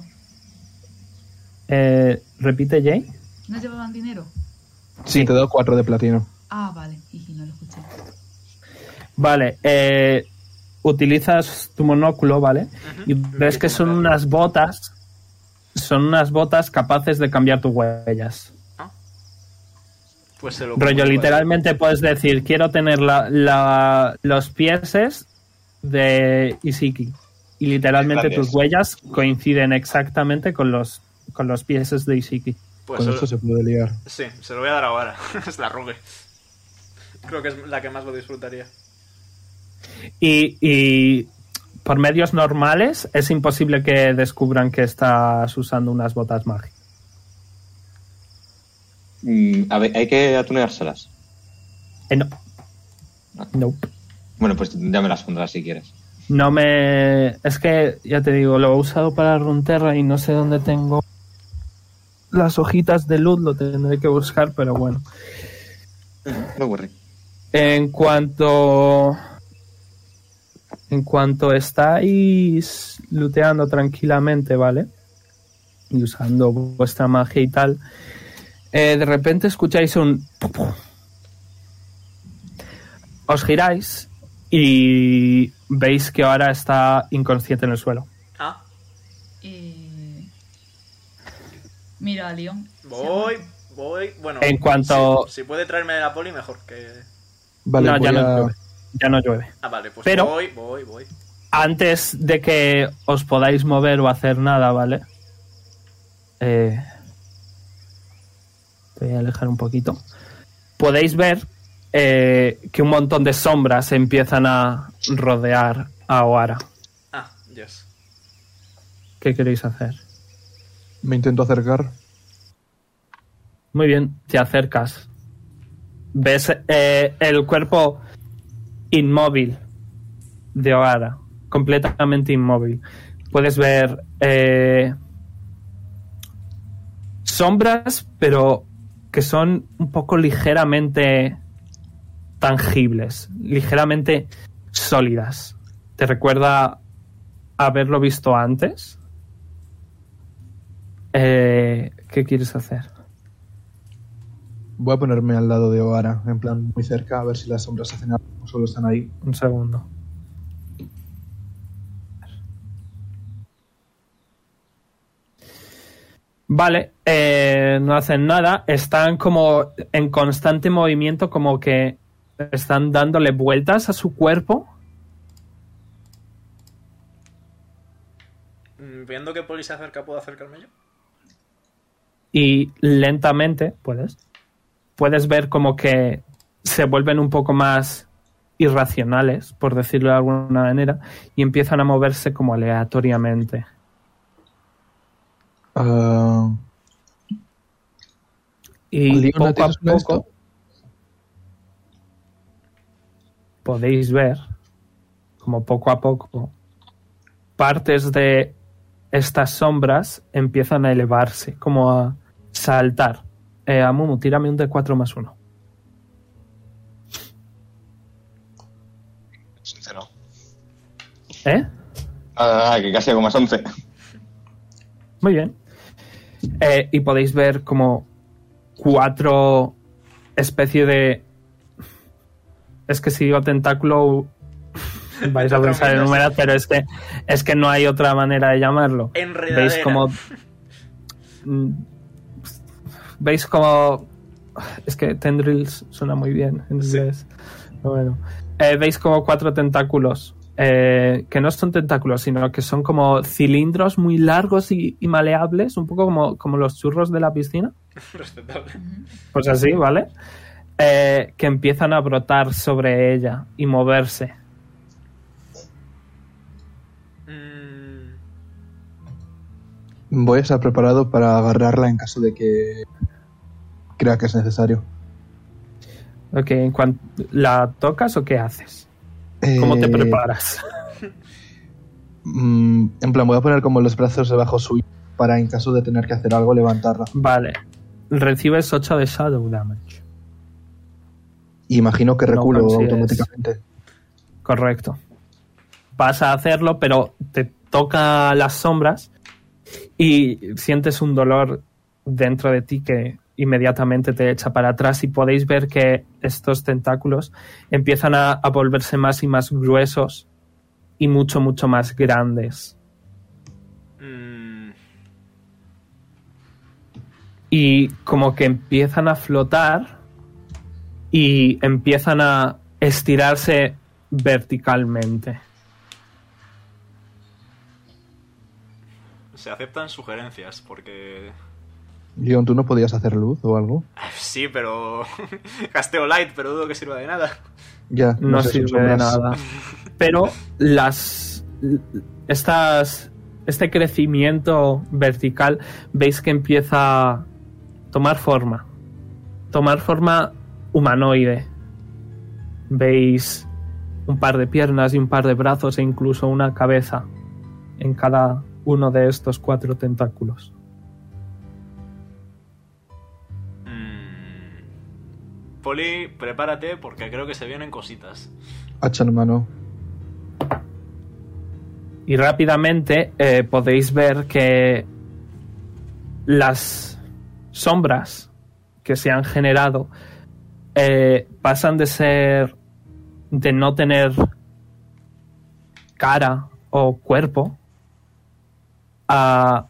Speaker 2: eh, ¿Repite, Jay?
Speaker 3: ¿No llevaban dinero?
Speaker 4: Sí, te doy 4 de platino.
Speaker 3: Ah, vale. Y no lo escuché.
Speaker 2: Vale, eh, utilizas tu monóculo, ¿vale? Y ves que son unas botas, son unas botas capaces de cambiar tus huellas.
Speaker 1: Ah. Pues se lo
Speaker 2: Rollo,
Speaker 1: ocupa.
Speaker 2: literalmente puedes decir, quiero tener la- la- los pieses de Isiki. Y literalmente
Speaker 5: Gracias.
Speaker 2: tus huellas coinciden exactamente con los, con los pieses de Isiki.
Speaker 1: Pues
Speaker 4: Con
Speaker 1: se lo-
Speaker 4: esto se puede liar.
Speaker 1: Sí, se lo voy a dar ahora. es la rugue. Creo que es la que más lo disfrutaría.
Speaker 2: Y, y por medios normales es imposible que descubran que estás usando unas botas mágicas.
Speaker 5: Mm, a ver, hay que atuneárselas.
Speaker 2: Eh, no. No.
Speaker 5: Bueno, pues ya me las pondrás si quieres.
Speaker 2: No me. Es que, ya te digo, lo he usado para Runterra y no sé dónde tengo las hojitas de luz, lo tendré que buscar, pero bueno.
Speaker 5: No worry.
Speaker 2: En cuanto. En cuanto estáis looteando tranquilamente, ¿vale? Y usando vuestra magia y tal. eh, de repente escucháis un. Os giráis y veis que ahora está inconsciente en el suelo.
Speaker 1: Ah,
Speaker 3: Eh, Miro a Leon.
Speaker 1: voy, voy. Bueno,
Speaker 2: En cuanto-
Speaker 1: Si, si puede traerme de la poli, mejor que.
Speaker 4: Vale,
Speaker 2: no, ya
Speaker 4: voy
Speaker 2: no
Speaker 4: a-
Speaker 2: llueve. Ya no llueve.
Speaker 1: Ah, vale, pues
Speaker 2: Pero-
Speaker 1: voy, voy, voy.
Speaker 2: antes de que os podáis mover o hacer nada, ¿vale? Eh, te voy a alejar un poquito. Podéis ver eh, que un montón de sombras empiezan a rodear a Oara.
Speaker 1: Ah, yes.
Speaker 2: ¿Qué queréis hacer?
Speaker 4: Me intento acercar.
Speaker 2: Muy bien, te acercas. Ves eh, el cuerpo inmóvil de Ogara, completamente inmóvil. Puedes ver eh, sombras, pero que son un poco ligeramente tangibles, ligeramente sólidas. ¿Te recuerda haberlo visto antes? Eh, ¿Qué quieres hacer?
Speaker 4: Voy a ponerme al lado de Oara, en plan muy cerca, a ver si las sombras hacen algo o solo están ahí.
Speaker 2: Un segundo. Vale, eh, no hacen nada. Están como en constante movimiento, como que están dándole vueltas a su cuerpo.
Speaker 1: Mm, Viendo que poli se acerca, ¿puedo acercarme yo?
Speaker 2: y lentamente puedes puedes ver como que se vuelven un poco más irracionales, por decirlo de alguna manera, y empiezan a moverse como aleatoriamente.
Speaker 4: Ah,
Speaker 2: Y
Speaker 4: Leon, ¿no
Speaker 2: poco a
Speaker 4: tienes una de
Speaker 2: poco podéis ver como poco a poco partes de estas sombras empiezan a elevarse, como a saltar. Eh, Amumu, tírame un D4 más uno.
Speaker 5: Sincero.
Speaker 2: ¿Eh?
Speaker 5: Ah, que casi hago más 11.
Speaker 2: Muy bien. Eh, y podéis ver como cuatro especie de... Es que si digo tentáculo vais a pensar en números, pero es que, es que no hay otra manera de llamarlo.
Speaker 1: Enredadera.
Speaker 2: Veis como... Mm, Veis como... Es que tendrils suena muy bien en inglés. Pero Bueno. Eh, veis como cuatro tentáculos. eh, que no son tentáculos, sino que son como cilindros muy largos y, y maleables, un poco como, como los churros de la piscina.
Speaker 1: Respetable.
Speaker 2: Pues así, ¿vale? Eh, que empiezan a brotar sobre ella y moverse.
Speaker 1: Mm,
Speaker 4: voy a estar preparado para agarrarla en caso de que crea que es necesario.
Speaker 2: Ok, en cuan- ¿La tocas o qué haces? ¿Cómo te
Speaker 4: Eh,
Speaker 2: preparas?
Speaker 4: mm, en plan, voy a poner como los brazos debajo suyo para en caso de tener que hacer algo levantarla.
Speaker 2: Vale. Recibes 8 de Shadow Damage.
Speaker 4: Imagino que
Speaker 2: No
Speaker 4: reculo
Speaker 2: consigues.
Speaker 4: automáticamente.
Speaker 2: Correcto. Vas a hacerlo, pero te toca las sombras y sientes un dolor dentro de ti que inmediatamente te echa para atrás y podéis ver que estos tentáculos empiezan a, a volverse más y más gruesos y mucho, mucho más grandes.
Speaker 1: mm,
Speaker 2: Y como que empiezan a flotar y empiezan a estirarse verticalmente.
Speaker 1: Se aceptan sugerencias porque...
Speaker 4: Leon, ¿tú no podías hacer luz o algo?
Speaker 1: Sí, pero... Casteo light, pero dudo que sirva de nada.
Speaker 4: Ya,
Speaker 2: No,
Speaker 4: sé si
Speaker 2: sirve de
Speaker 4: sombras.
Speaker 2: nada. Pero las estas este crecimiento vertical veis que empieza a tomar forma. Tomar forma humanoide. Veis un par de piernas y un par de brazos e incluso una cabeza en cada uno de estos cuatro tentáculos.
Speaker 1: Mm. Poli, prepárate porque creo que se vienen cositas.
Speaker 4: Hacha en mano.
Speaker 2: Y rápidamente eh, podéis ver que las sombras que se han generado eh, pasan de ser de no tener cara o cuerpo a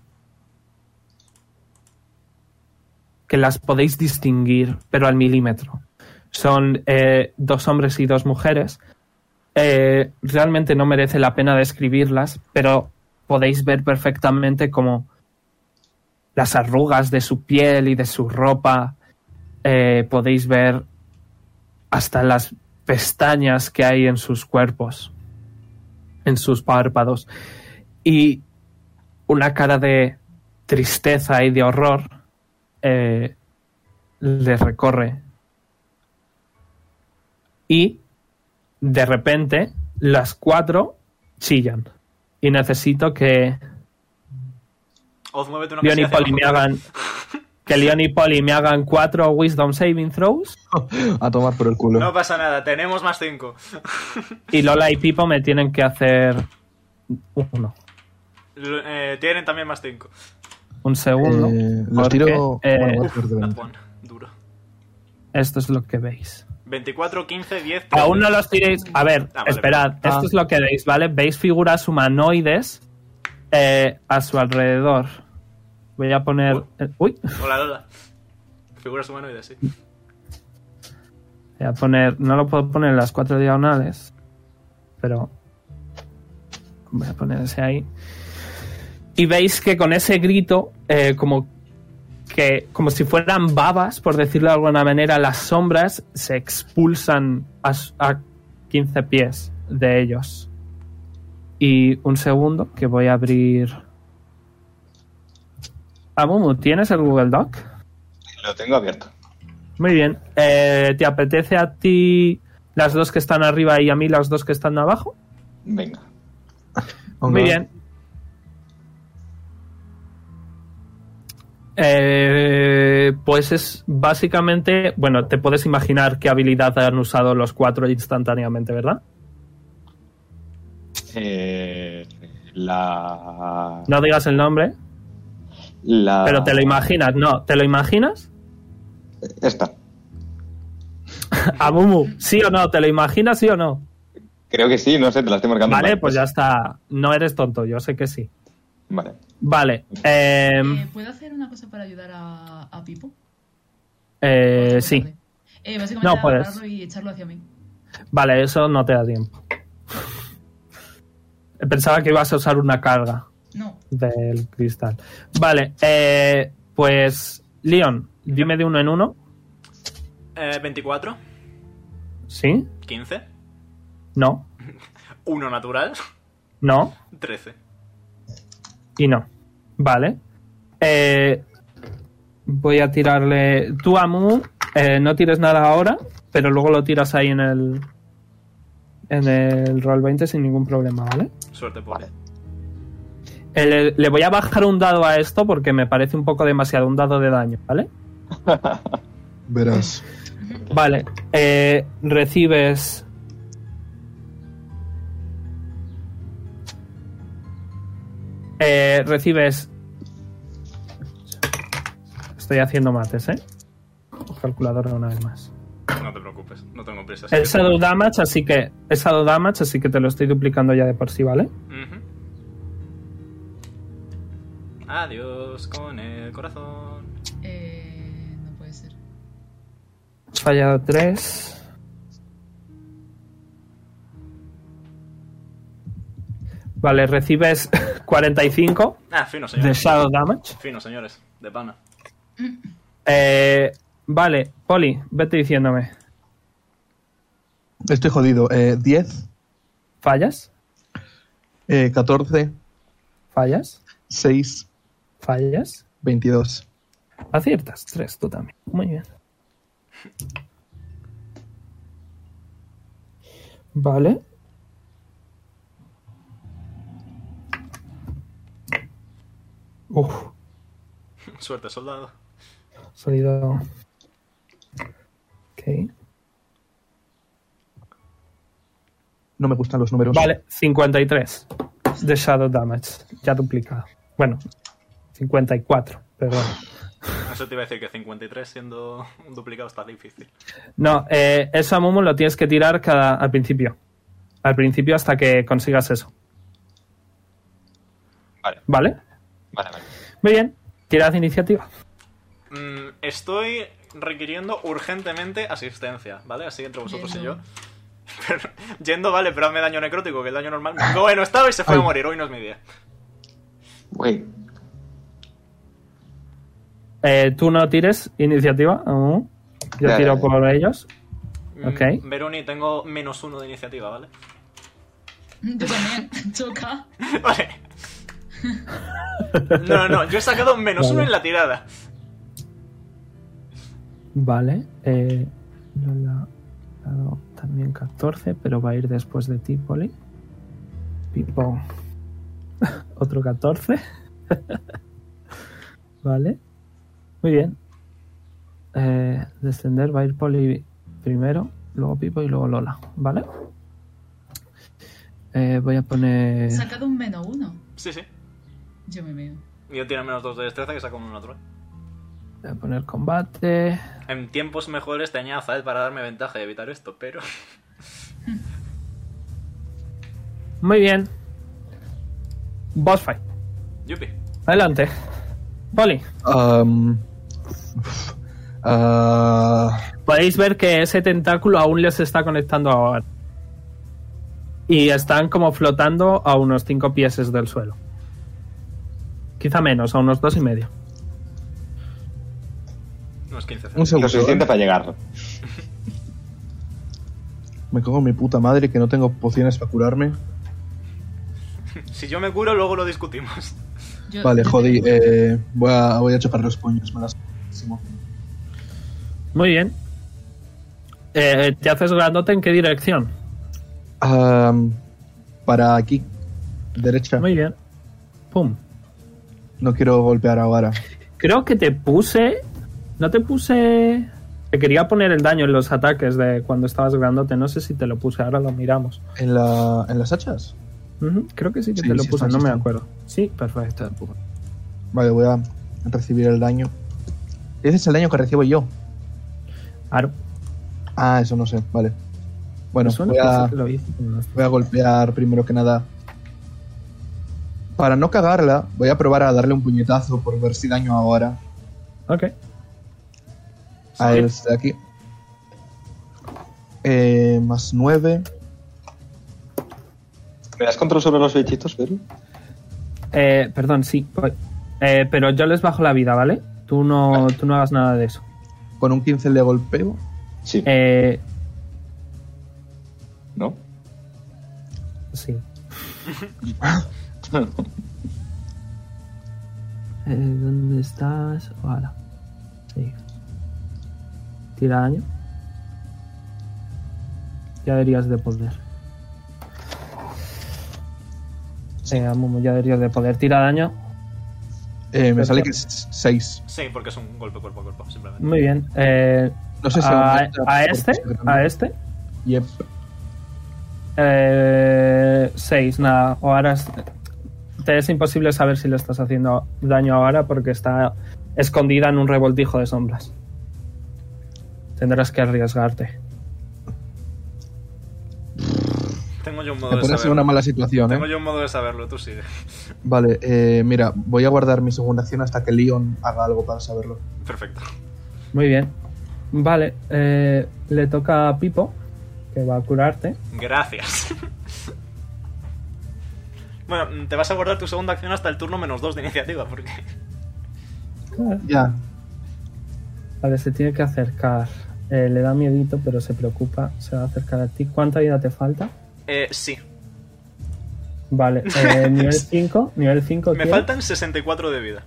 Speaker 2: que las podéis distinguir pero al milímetro son eh, dos hombres y dos mujeres eh, realmente no merece la pena describirlas, pero podéis ver perfectamente como las arrugas de su piel y de su ropa, eh, podéis ver hasta las pestañas que hay en sus cuerpos, en sus párpados, y una cara de tristeza y de horror eh, les recorre. Y de repente, las cuatro chillan. Y necesito que
Speaker 1: Oz, muévete una
Speaker 2: Leon y
Speaker 1: casilla hacia
Speaker 2: Polly me
Speaker 1: abajo.
Speaker 2: hagan. Que Leon y Polly me hagan cuatro Wisdom Saving Throws.
Speaker 4: A tomar por el culo.
Speaker 1: No pasa nada, tenemos más 5.
Speaker 2: Y Lola y Pipo me tienen que hacer. Uno.
Speaker 1: eh, tienen también más 5.
Speaker 2: Un segundo.
Speaker 4: Eh, los
Speaker 2: porque,
Speaker 4: tiro.
Speaker 2: eh,
Speaker 4: bueno, voy a hacer de veinte.
Speaker 1: Duro.
Speaker 2: Esto es lo que veis.
Speaker 1: 24, 15, 10. 13.
Speaker 2: Aún no los tiréis. A ver,
Speaker 1: Ah, vale,
Speaker 2: esperad.
Speaker 4: vale.
Speaker 2: Esto
Speaker 4: Ah.
Speaker 2: es lo que veis, ¿vale? Veis figuras humanoides eh, a su alrededor. Voy a poner. eh, Uy.
Speaker 1: Hola, Lola. Figuras humanoides, sí.
Speaker 2: Voy a poner. No lo puedo poner en las cuatro diagonales. Pero. Voy a poner ese ahí. Y veis que con ese grito, eh, como que. como si fueran babas, por decirlo de alguna manera, las sombras se expulsan a, s- a 15 pies de ellos. Y un segundo, que voy a abrir. Amumu, ¿tienes el Google Doc?
Speaker 5: Lo tengo abierto.
Speaker 2: Muy bien. Eh, ¿Te apetece a ti las dos que están arriba y a mí las dos que están abajo?
Speaker 5: Venga.
Speaker 4: Venga.
Speaker 2: Muy bien. Eh, pues es básicamente, bueno, te puedes imaginar qué habilidad han usado los cuatro instantáneamente, ¿verdad?
Speaker 5: Eh, la.
Speaker 2: No digas el nombre,
Speaker 5: la-
Speaker 2: pero te lo imaginas, no, ¿te lo imaginas?
Speaker 5: Esta.
Speaker 2: Amumu, ¿sí o no? ¿Te lo imaginas, sí o no?
Speaker 5: Creo que sí, no sé, te la estoy marcando.
Speaker 2: Vale, pues ya está. No eres tonto, yo sé que sí.
Speaker 5: Vale.
Speaker 2: Vale. em,
Speaker 3: Eh, ¿Puedo hacer una cosa para ayudar a, a Pipo?
Speaker 2: eh, sí.
Speaker 3: Eh, básicamente
Speaker 2: No puedes.
Speaker 3: agarrarlo y echarlo hacia mí.
Speaker 2: Vale, eso no te da tiempo. Pensaba que ibas a usar una carga
Speaker 3: No,
Speaker 2: del cristal. Vale, eh, pues Leon, dime de uno en uno.
Speaker 1: Eh, 24,
Speaker 2: ¿Sí?
Speaker 1: 15,
Speaker 2: No,
Speaker 1: 1 natural,
Speaker 2: no
Speaker 1: 13.
Speaker 2: y no. Vale. Eh, voy a tirarle... Tú, Amu, eh, no tires nada ahora, pero luego lo tiras ahí en el... En el roll 20 sin ningún problema, ¿vale?
Speaker 1: Suerte, Poli.
Speaker 2: Eh, Le, le voy a bajar un dado a esto porque me parece un poco demasiado un dado de daño, ¿vale?
Speaker 4: Verás.
Speaker 2: Vale, eh, recibes... Eh, recibes... Estoy haciendo mates, ¿eh? Calculadora una vez más.
Speaker 1: No te preocupes, no tengo prisa. así
Speaker 2: El
Speaker 1: que-
Speaker 2: shadow damage, así que... El shadow damage, así que te lo estoy duplicando ya de por sí, ¿vale?
Speaker 1: Ujú. Adiós con el corazón.
Speaker 3: eh, no puede ser.
Speaker 2: Has fallado 3. Vale, recibes 45
Speaker 1: Ah, fino,
Speaker 2: de
Speaker 1: señores.
Speaker 2: Shadow Damage.
Speaker 1: Fino, señores. De pana.
Speaker 2: Eh, vale, Poli, vete diciéndome.
Speaker 4: Estoy jodido. Eh, 10,
Speaker 2: ¿Fallas?
Speaker 4: eh, 14,
Speaker 2: ¿Fallas?
Speaker 4: 6,
Speaker 2: ¿Fallas?
Speaker 4: 22.
Speaker 2: Aciertas. 3, tú también. Muy bien. Vale. Uf.
Speaker 1: Suerte, soldado.
Speaker 2: Sonido. Ok.
Speaker 4: No me gustan los números.
Speaker 2: Vale, 53 de Shadow Damage. Ya duplicado. Bueno, 54, perdón.
Speaker 1: Eso te iba a decir que 53 siendo un duplicado está difícil.
Speaker 2: No, eh, eso a Momo lo tienes que tirar cada, al principio. Al principio hasta que consigas eso.
Speaker 5: Vale,
Speaker 2: ¿Vale?
Speaker 5: vale, vale.
Speaker 2: Muy bien. Tirad iniciativa.
Speaker 1: Mm, estoy requiriendo urgentemente asistencia, ¿vale? Así entre vosotros y yo.
Speaker 3: Yendo.
Speaker 1: Pero- yendo, vale, pero hazme daño necrótico, que el daño normal. No, bueno, estaba y se fue a
Speaker 4: Ay.
Speaker 1: morir, hoy no es mi día.
Speaker 5: Güey,
Speaker 2: Eh, Tú no tires iniciativa a Momo. Yo
Speaker 5: Dale,
Speaker 2: tiro
Speaker 5: dale.
Speaker 2: por ellos.
Speaker 1: Mm,
Speaker 2: Ok.
Speaker 1: Veroni, tengo menos uno de iniciativa, ¿vale?
Speaker 3: Yo también. Choca.
Speaker 1: Vale. No, no, no, yo he sacado menos
Speaker 2: Vale.
Speaker 1: uno en la tirada.
Speaker 2: Vale. Eh, Lola ha dado también 14, pero va a ir después de ti, Poli. Pipo. Otro 14. vale. Muy bien. Eh, descender va a ir Poli primero, luego Pipo y luego Lola. ¿Vale? Eh, voy a poner...
Speaker 3: He sacado un menos uno.
Speaker 1: Sí, sí.
Speaker 3: Yo me veo.
Speaker 1: Yo tiene menos dos de destreza que saco un otro.
Speaker 2: Voy a poner combate.
Speaker 1: En tiempos mejores tenía a Zael para darme ventaja y evitar esto, pero.
Speaker 2: Muy bien. Boss fight.
Speaker 1: Yupi.
Speaker 2: Adelante. Poli.
Speaker 4: Am, ah,
Speaker 2: Podéis ver que ese tentáculo aún les está conectando ahora. Y están como flotando a unos 5 pies del suelo. Quizá menos, a unos dos y medio.
Speaker 1: No es 15
Speaker 4: un
Speaker 5: lo
Speaker 4: segundo.
Speaker 5: suficiente para llegar.
Speaker 4: Me cago en mi puta madre que no tengo pociones para curarme.
Speaker 1: Si yo me curo, luego lo discutimos.
Speaker 3: Yo-
Speaker 4: Vale,
Speaker 3: yo
Speaker 4: jodí.
Speaker 3: tengo-
Speaker 4: eh, voy, a, voy a chocar los puños. Me las...
Speaker 2: Muy bien. Eh, ¿Te haces grandote en qué dirección?
Speaker 4: Am, para aquí. Derecha.
Speaker 2: Muy bien. Pum.
Speaker 4: No quiero golpear ahora.
Speaker 2: Creo que te puse. No te puse. Te quería poner el daño en los ataques de cuando estabas grandote. No sé si te lo puse, ahora lo miramos.
Speaker 4: ¿En, la, en las hachas?
Speaker 2: Ujú, Creo que sí que
Speaker 4: Sí,
Speaker 2: te lo
Speaker 4: sí
Speaker 2: puse,
Speaker 4: está,
Speaker 2: no
Speaker 4: sí
Speaker 2: me
Speaker 4: está.
Speaker 2: acuerdo. Sí, perfecto.
Speaker 4: Vale, voy a recibir el daño. Ese es el daño que recibo yo.
Speaker 2: Aro.
Speaker 4: Ah, eso no sé. Vale. Bueno,
Speaker 2: Me suena
Speaker 4: voy
Speaker 2: que
Speaker 4: a,
Speaker 2: sí que lo hice, pero no estoy-
Speaker 4: voy a golpear primero que nada. Para no cagarla, voy a probar a darle un puñetazo por ver si daño ahora
Speaker 2: Ok.
Speaker 4: a
Speaker 2: Sí.
Speaker 4: este de aquí. Eh, más 9.
Speaker 5: ¿Me das control sobre los bichitos, Vero?
Speaker 2: Eh, perdón, sí. voy. Eh, pero yo les bajo la vida, ¿vale? Tú no, tú no hagas nada de eso.
Speaker 4: Con un 15 le golpeo.
Speaker 5: Sí.
Speaker 2: Eh,
Speaker 5: ¿No?
Speaker 2: sí. Eh, ¿Dónde estás? Hola. Sí. Tira daño. Ya deberías de poder. Venga, Momo, ya deberías de poder. Tira daño.
Speaker 4: Eh, me sale que es 6.
Speaker 1: Sí, porque es un golpe cuerpo a cuerpo, simplemente.
Speaker 2: Muy bien. Eh,
Speaker 4: No sé si
Speaker 2: a,
Speaker 4: aumenta
Speaker 2: a
Speaker 4: por
Speaker 2: este,
Speaker 4: ser grande.
Speaker 2: a este.
Speaker 4: Yep.
Speaker 2: 6, eh, nada. O ahora es- te es imposible saber si le estás haciendo daño ahora porque está escondida en un revoltijo de sombras. Tendrás que arriesgarte.
Speaker 1: Tengo yo un modo
Speaker 4: Me
Speaker 1: de
Speaker 4: pone en
Speaker 1: saberlo.
Speaker 4: una mala situación,
Speaker 1: Tengo
Speaker 4: ¿eh?
Speaker 1: yo un modo de saberlo, tú sigue.
Speaker 4: Vale, eh, mira, voy a guardar mi segunda acción hasta que Leon haga algo para saberlo.
Speaker 1: Perfecto.
Speaker 2: Muy bien. Vale, eh, le toca a Pipo, que va a curarte.
Speaker 1: Gracias. bueno, te vas a guardar tu segunda acción hasta el turno menos dos de iniciativa, porque.
Speaker 4: Ya.
Speaker 2: Vale, se tiene que acercar. Eh, le da miedito, pero se preocupa. Se va a acercar a ti. ¿Cuánta vida te falta?
Speaker 1: Eh, sí.
Speaker 2: Vale, eh, nivel 5. Nivel 5.
Speaker 1: Me faltan 64 de vida.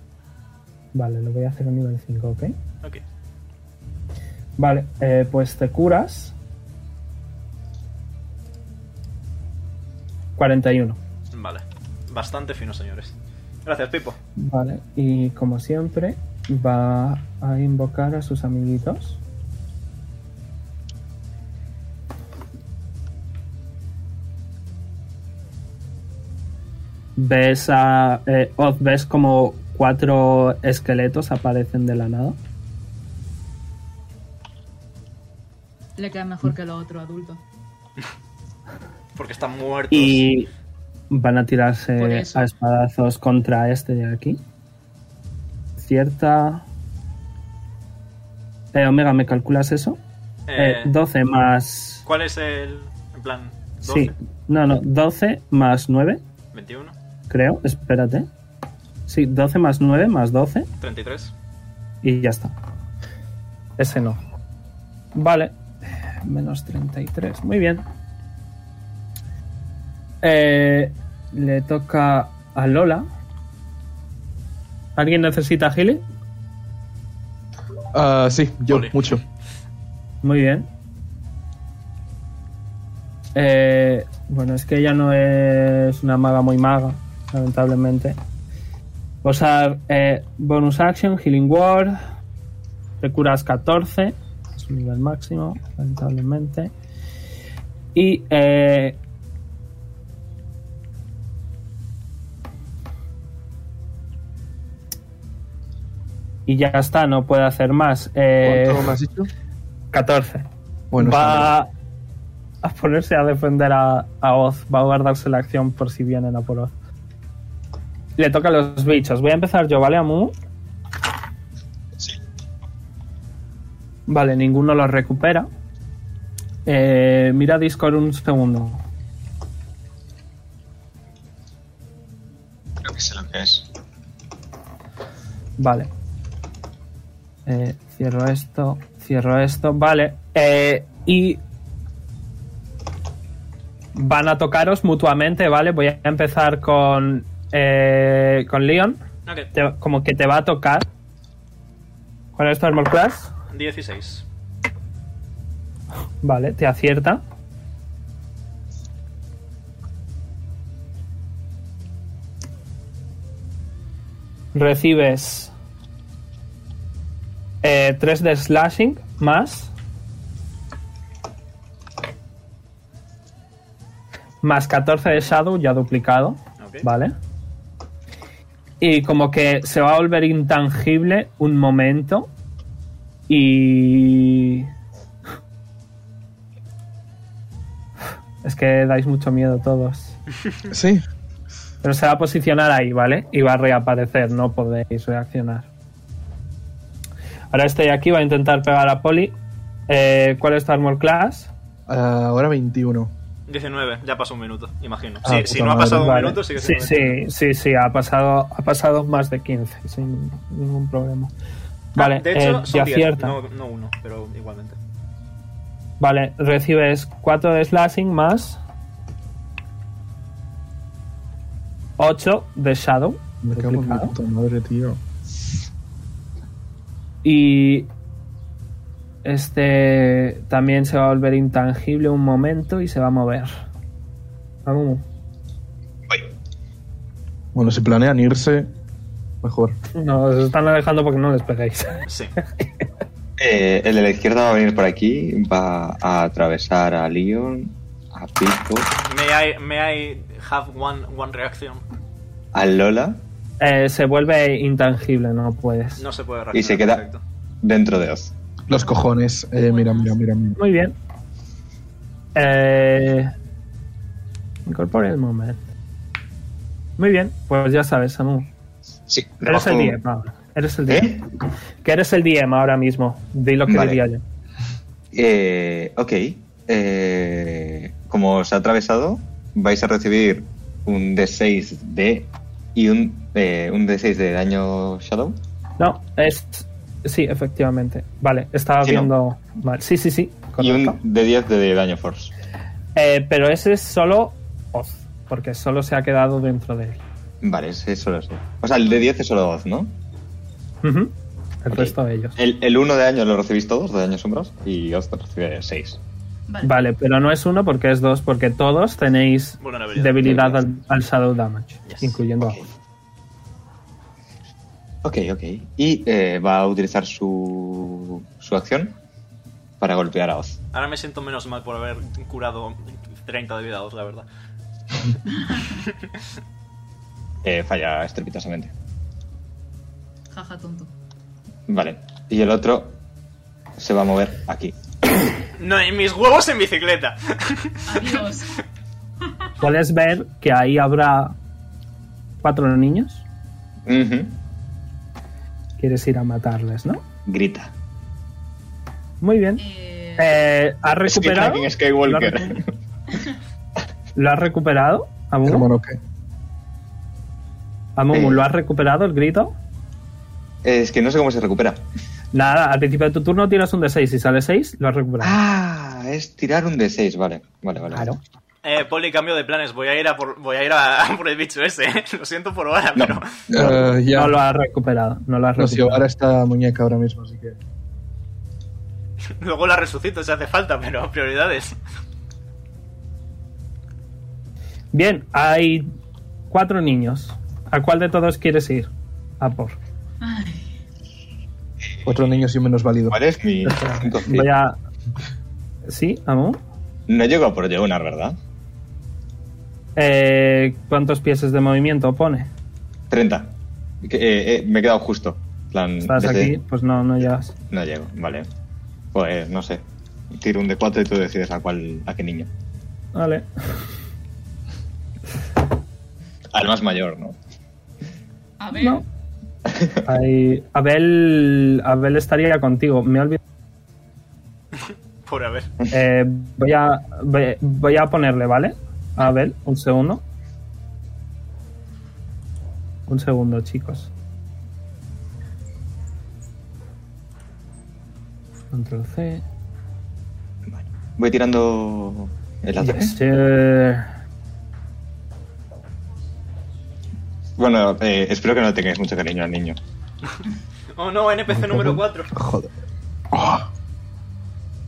Speaker 2: Vale, lo voy a hacer a nivel 5, ¿ok?
Speaker 1: Ok.
Speaker 2: Vale, eh, pues te curas. 41.
Speaker 1: Vale. Bastante fino, señores. Gracias, Pipo.
Speaker 2: Vale, y como siempre, va a invocar a sus amiguitos. Ves a. eh, Oz, ves como cuatro esqueletos aparecen de la nada.
Speaker 3: Le queda mejor que los otros adultos.
Speaker 1: Porque están muertos. Eh,
Speaker 2: Y van a
Speaker 3: Por
Speaker 2: tirarse
Speaker 3: eso.
Speaker 2: a espadazos contra este de aquí. Cierta. Eh, Omega, ¿me calculas eso?
Speaker 1: Eh,
Speaker 2: Eh, 12 más.
Speaker 1: ¿Cuál es el. En plan. 12,
Speaker 2: Sí, no, no, 12 más 9,
Speaker 1: 21,
Speaker 2: creo, espérate. Sí, 12 más 9 más 12
Speaker 1: 33.
Speaker 2: y ya está. Ese no. Vale, menos 33, muy bien. Eh, le toca a Lola. ¿Alguien necesita Gili?
Speaker 4: Ah, sí, yo,
Speaker 1: Ole.
Speaker 4: mucho.
Speaker 2: Muy bien. Eh, bueno, es que ella no es una maga muy maga, lamentablemente. Va a Usar eh, bonus action, healing word. Te curas 14, es un nivel máximo, lamentablemente. Y eh, y ya está, no puede hacer más. Eh,
Speaker 4: ¿Cuánto me has dicho?
Speaker 2: 14
Speaker 4: Bueno, está
Speaker 2: va a ponerse a defender a, a Oz. Va a guardarse la acción por si vienen a por Oz. Le toca a los bichos. Voy a empezar yo, ¿vale, Amu? Vale, ninguno los recupera. Eh, mira Discord un segundo.
Speaker 5: Creo que sé lo que es.
Speaker 2: Vale. Eh, cierro esto, cierro esto. Vale. eh, y van a tocaros mutuamente, ¿vale? Voy a empezar con, eh, con Leon.
Speaker 1: Ok.
Speaker 2: Te- como que te va a tocar. ¿Cuál es tu armor class?
Speaker 1: 16.
Speaker 2: Vale, te acierta. Recibes 3 de slashing más. Más 14 de shadow ya duplicado.
Speaker 1: Ok.
Speaker 2: Vale. Y como que se va a volver intangible un momento. Y. Es que dais mucho miedo todos.
Speaker 4: bien. Sí.
Speaker 2: Pero se va a posicionar ahí, ¿vale? Y va a reaparecer, no podéis reaccionar. Ahora este de aquí va a intentar pegar a Poli. Eh, ¿Cuál es tu armor class?
Speaker 4: Ah, ahora 21.
Speaker 1: 19, ya pasó un minuto, imagino.
Speaker 4: Ah,
Speaker 1: Sí,
Speaker 4: puta
Speaker 1: si no ha
Speaker 4: madre,
Speaker 1: pasado un
Speaker 2: Vale.
Speaker 1: minuto, sigue
Speaker 2: sí,
Speaker 1: siendo
Speaker 2: sí, sí, sí, ha pasado, ha pasado más de 15, sin ningún problema. Vale,
Speaker 1: Ah, de hecho,
Speaker 2: eh,
Speaker 1: son
Speaker 2: y
Speaker 1: 10,
Speaker 2: acierta.
Speaker 1: No, no uno, pero igualmente.
Speaker 2: Vale, recibes 4 de slashing más 8 de shadow.
Speaker 4: Me cago en mi
Speaker 2: duplicado.
Speaker 4: puta madre, tío.
Speaker 2: Y este también se va a volver intangible un momento y se va a mover. Vamos.
Speaker 4: Bueno, si planean irse, mejor.
Speaker 2: No, os están alejando porque no les pegáis.
Speaker 1: Sí.
Speaker 5: Eh, el de la izquierda va a venir por aquí, va a atravesar a Leon, a Pico,
Speaker 1: May I, may I have one, one reacción?
Speaker 5: a Lola
Speaker 2: Eh, se vuelve intangible, no puedes.
Speaker 1: No se puede reaccionar.
Speaker 5: y se queda
Speaker 1: perfecto.
Speaker 5: dentro de Oz.
Speaker 4: Los cojones. Eh, mira, mira, mira, mira.
Speaker 2: Muy bien. Eh, incorpore el momento. Muy bien, pues ya sabes, Samu.
Speaker 5: Sí,
Speaker 2: Eres
Speaker 5: bajo-
Speaker 2: el DM ahora. Eres el DM.
Speaker 5: ¿Eh?
Speaker 2: Que eres el DM ahora mismo. Di lo que
Speaker 5: Vale.
Speaker 2: diría yo.
Speaker 5: Eh, ok. Eh, como os ha atravesado, vais a recibir un D6 de. y un, eh, un D6 de daño Shadow.
Speaker 2: No, es. Sí, efectivamente. Vale, estaba
Speaker 5: Sí, ¿no?
Speaker 2: viendo mal. Sí, sí, sí.
Speaker 5: Y
Speaker 2: Correcto.
Speaker 5: un D10 de daño Force.
Speaker 2: Eh, pero ese es solo Oz, porque solo se ha quedado dentro de él.
Speaker 5: Vale, ese es solo eso. O sea, el D10 es solo 2, ¿no?
Speaker 2: Ujú. El
Speaker 5: Ok.
Speaker 2: resto de ellos.
Speaker 5: El, el 1 de daño lo recibís todos, de daño sombras, y os recibe 6.
Speaker 3: Vale.
Speaker 2: Vale, pero no es uno porque es dos, porque todos tenéis
Speaker 1: Vulnerabilidad.
Speaker 2: debilidad al, al Shadow Damage,
Speaker 1: Yes.
Speaker 2: incluyendo a
Speaker 5: Ok.
Speaker 2: Oz.
Speaker 5: Ok, ok. Y eh, va a utilizar su, su acción para golpear a Oz.
Speaker 1: Ahora me siento menos mal por haber curado 30 de vida a Oz, la verdad.
Speaker 5: Eh, falla estrepitosamente.
Speaker 3: Jaja, tonto.
Speaker 5: Vale. Y el otro se va a mover aquí.
Speaker 1: No, y mis huevos en bicicleta.
Speaker 3: Adiós.
Speaker 2: Puedes ver que ahí habrá cuatro niños.
Speaker 5: Ujú.
Speaker 2: Quieres ir a matarles, ¿no?
Speaker 5: Grita.
Speaker 2: Muy bien.
Speaker 3: Eh,
Speaker 2: Eh, ¿Has
Speaker 5: Es que
Speaker 2: recuperado?
Speaker 5: Hacking Skywalker.
Speaker 2: Lo ha recu- ¿Lo has recuperado? Amumu?
Speaker 4: Hermano, ¿qué?
Speaker 2: Amumu,
Speaker 5: Sí.
Speaker 2: ¿lo has recuperado el grito?
Speaker 5: Es que no sé cómo se recupera.
Speaker 2: Nada, al principio de tu turno tiras un D6. Si sale 6, lo has recuperado.
Speaker 5: Ah, es tirar un D6, vale. Vale, vale.
Speaker 2: Claro.
Speaker 1: Eh, Poli, cambio de planes. Voy a ir a por, voy a ir a, a por el bicho ese. eh. Lo siento por ahora,
Speaker 5: No.
Speaker 1: pero.
Speaker 4: Eh, ya.
Speaker 2: No lo has recuperado. No lo has
Speaker 4: No, si
Speaker 2: recuperado.
Speaker 4: ahora está muñeca ahora mismo, así que.
Speaker 1: Luego la resucito si hace falta, pero prioridades.
Speaker 2: Bien, hay cuatro niños. ¿A cuál de todos quieres ir? A por.
Speaker 3: ay,
Speaker 4: Otro niño sí menos válido.
Speaker 5: ¿Cuál es mi.?
Speaker 2: Voy a. ¿Sí, Amu?
Speaker 5: No llego a por llegar, ¿verdad?
Speaker 2: Eh, ¿Cuántos pies de movimiento pone?
Speaker 5: 30. Que, eh, eh, me he quedado justo. Plan,
Speaker 2: Estás
Speaker 5: desde-
Speaker 2: aquí, pues no, no llegas.
Speaker 5: No llego, vale. Pues no sé. Tiro un de 4 y tú decides a cuál, a qué niño.
Speaker 2: Vale.
Speaker 5: Al más mayor, ¿no?
Speaker 3: a ver.
Speaker 2: No. Ahí- Abel, Abel estaría contigo. Me he olvidado.
Speaker 1: Por haber.
Speaker 2: Eh, voy, a, voy, voy a ponerle, ¿vale? A Abel, un segundo. Un segundo, chicos. Control C.
Speaker 5: Voy tirando el ataque.
Speaker 2: Yes, Eh, sir.
Speaker 5: Bueno, eh, espero que no tengáis mucho cariño al niño.
Speaker 1: Oh no, NPC número 4.
Speaker 4: Joder.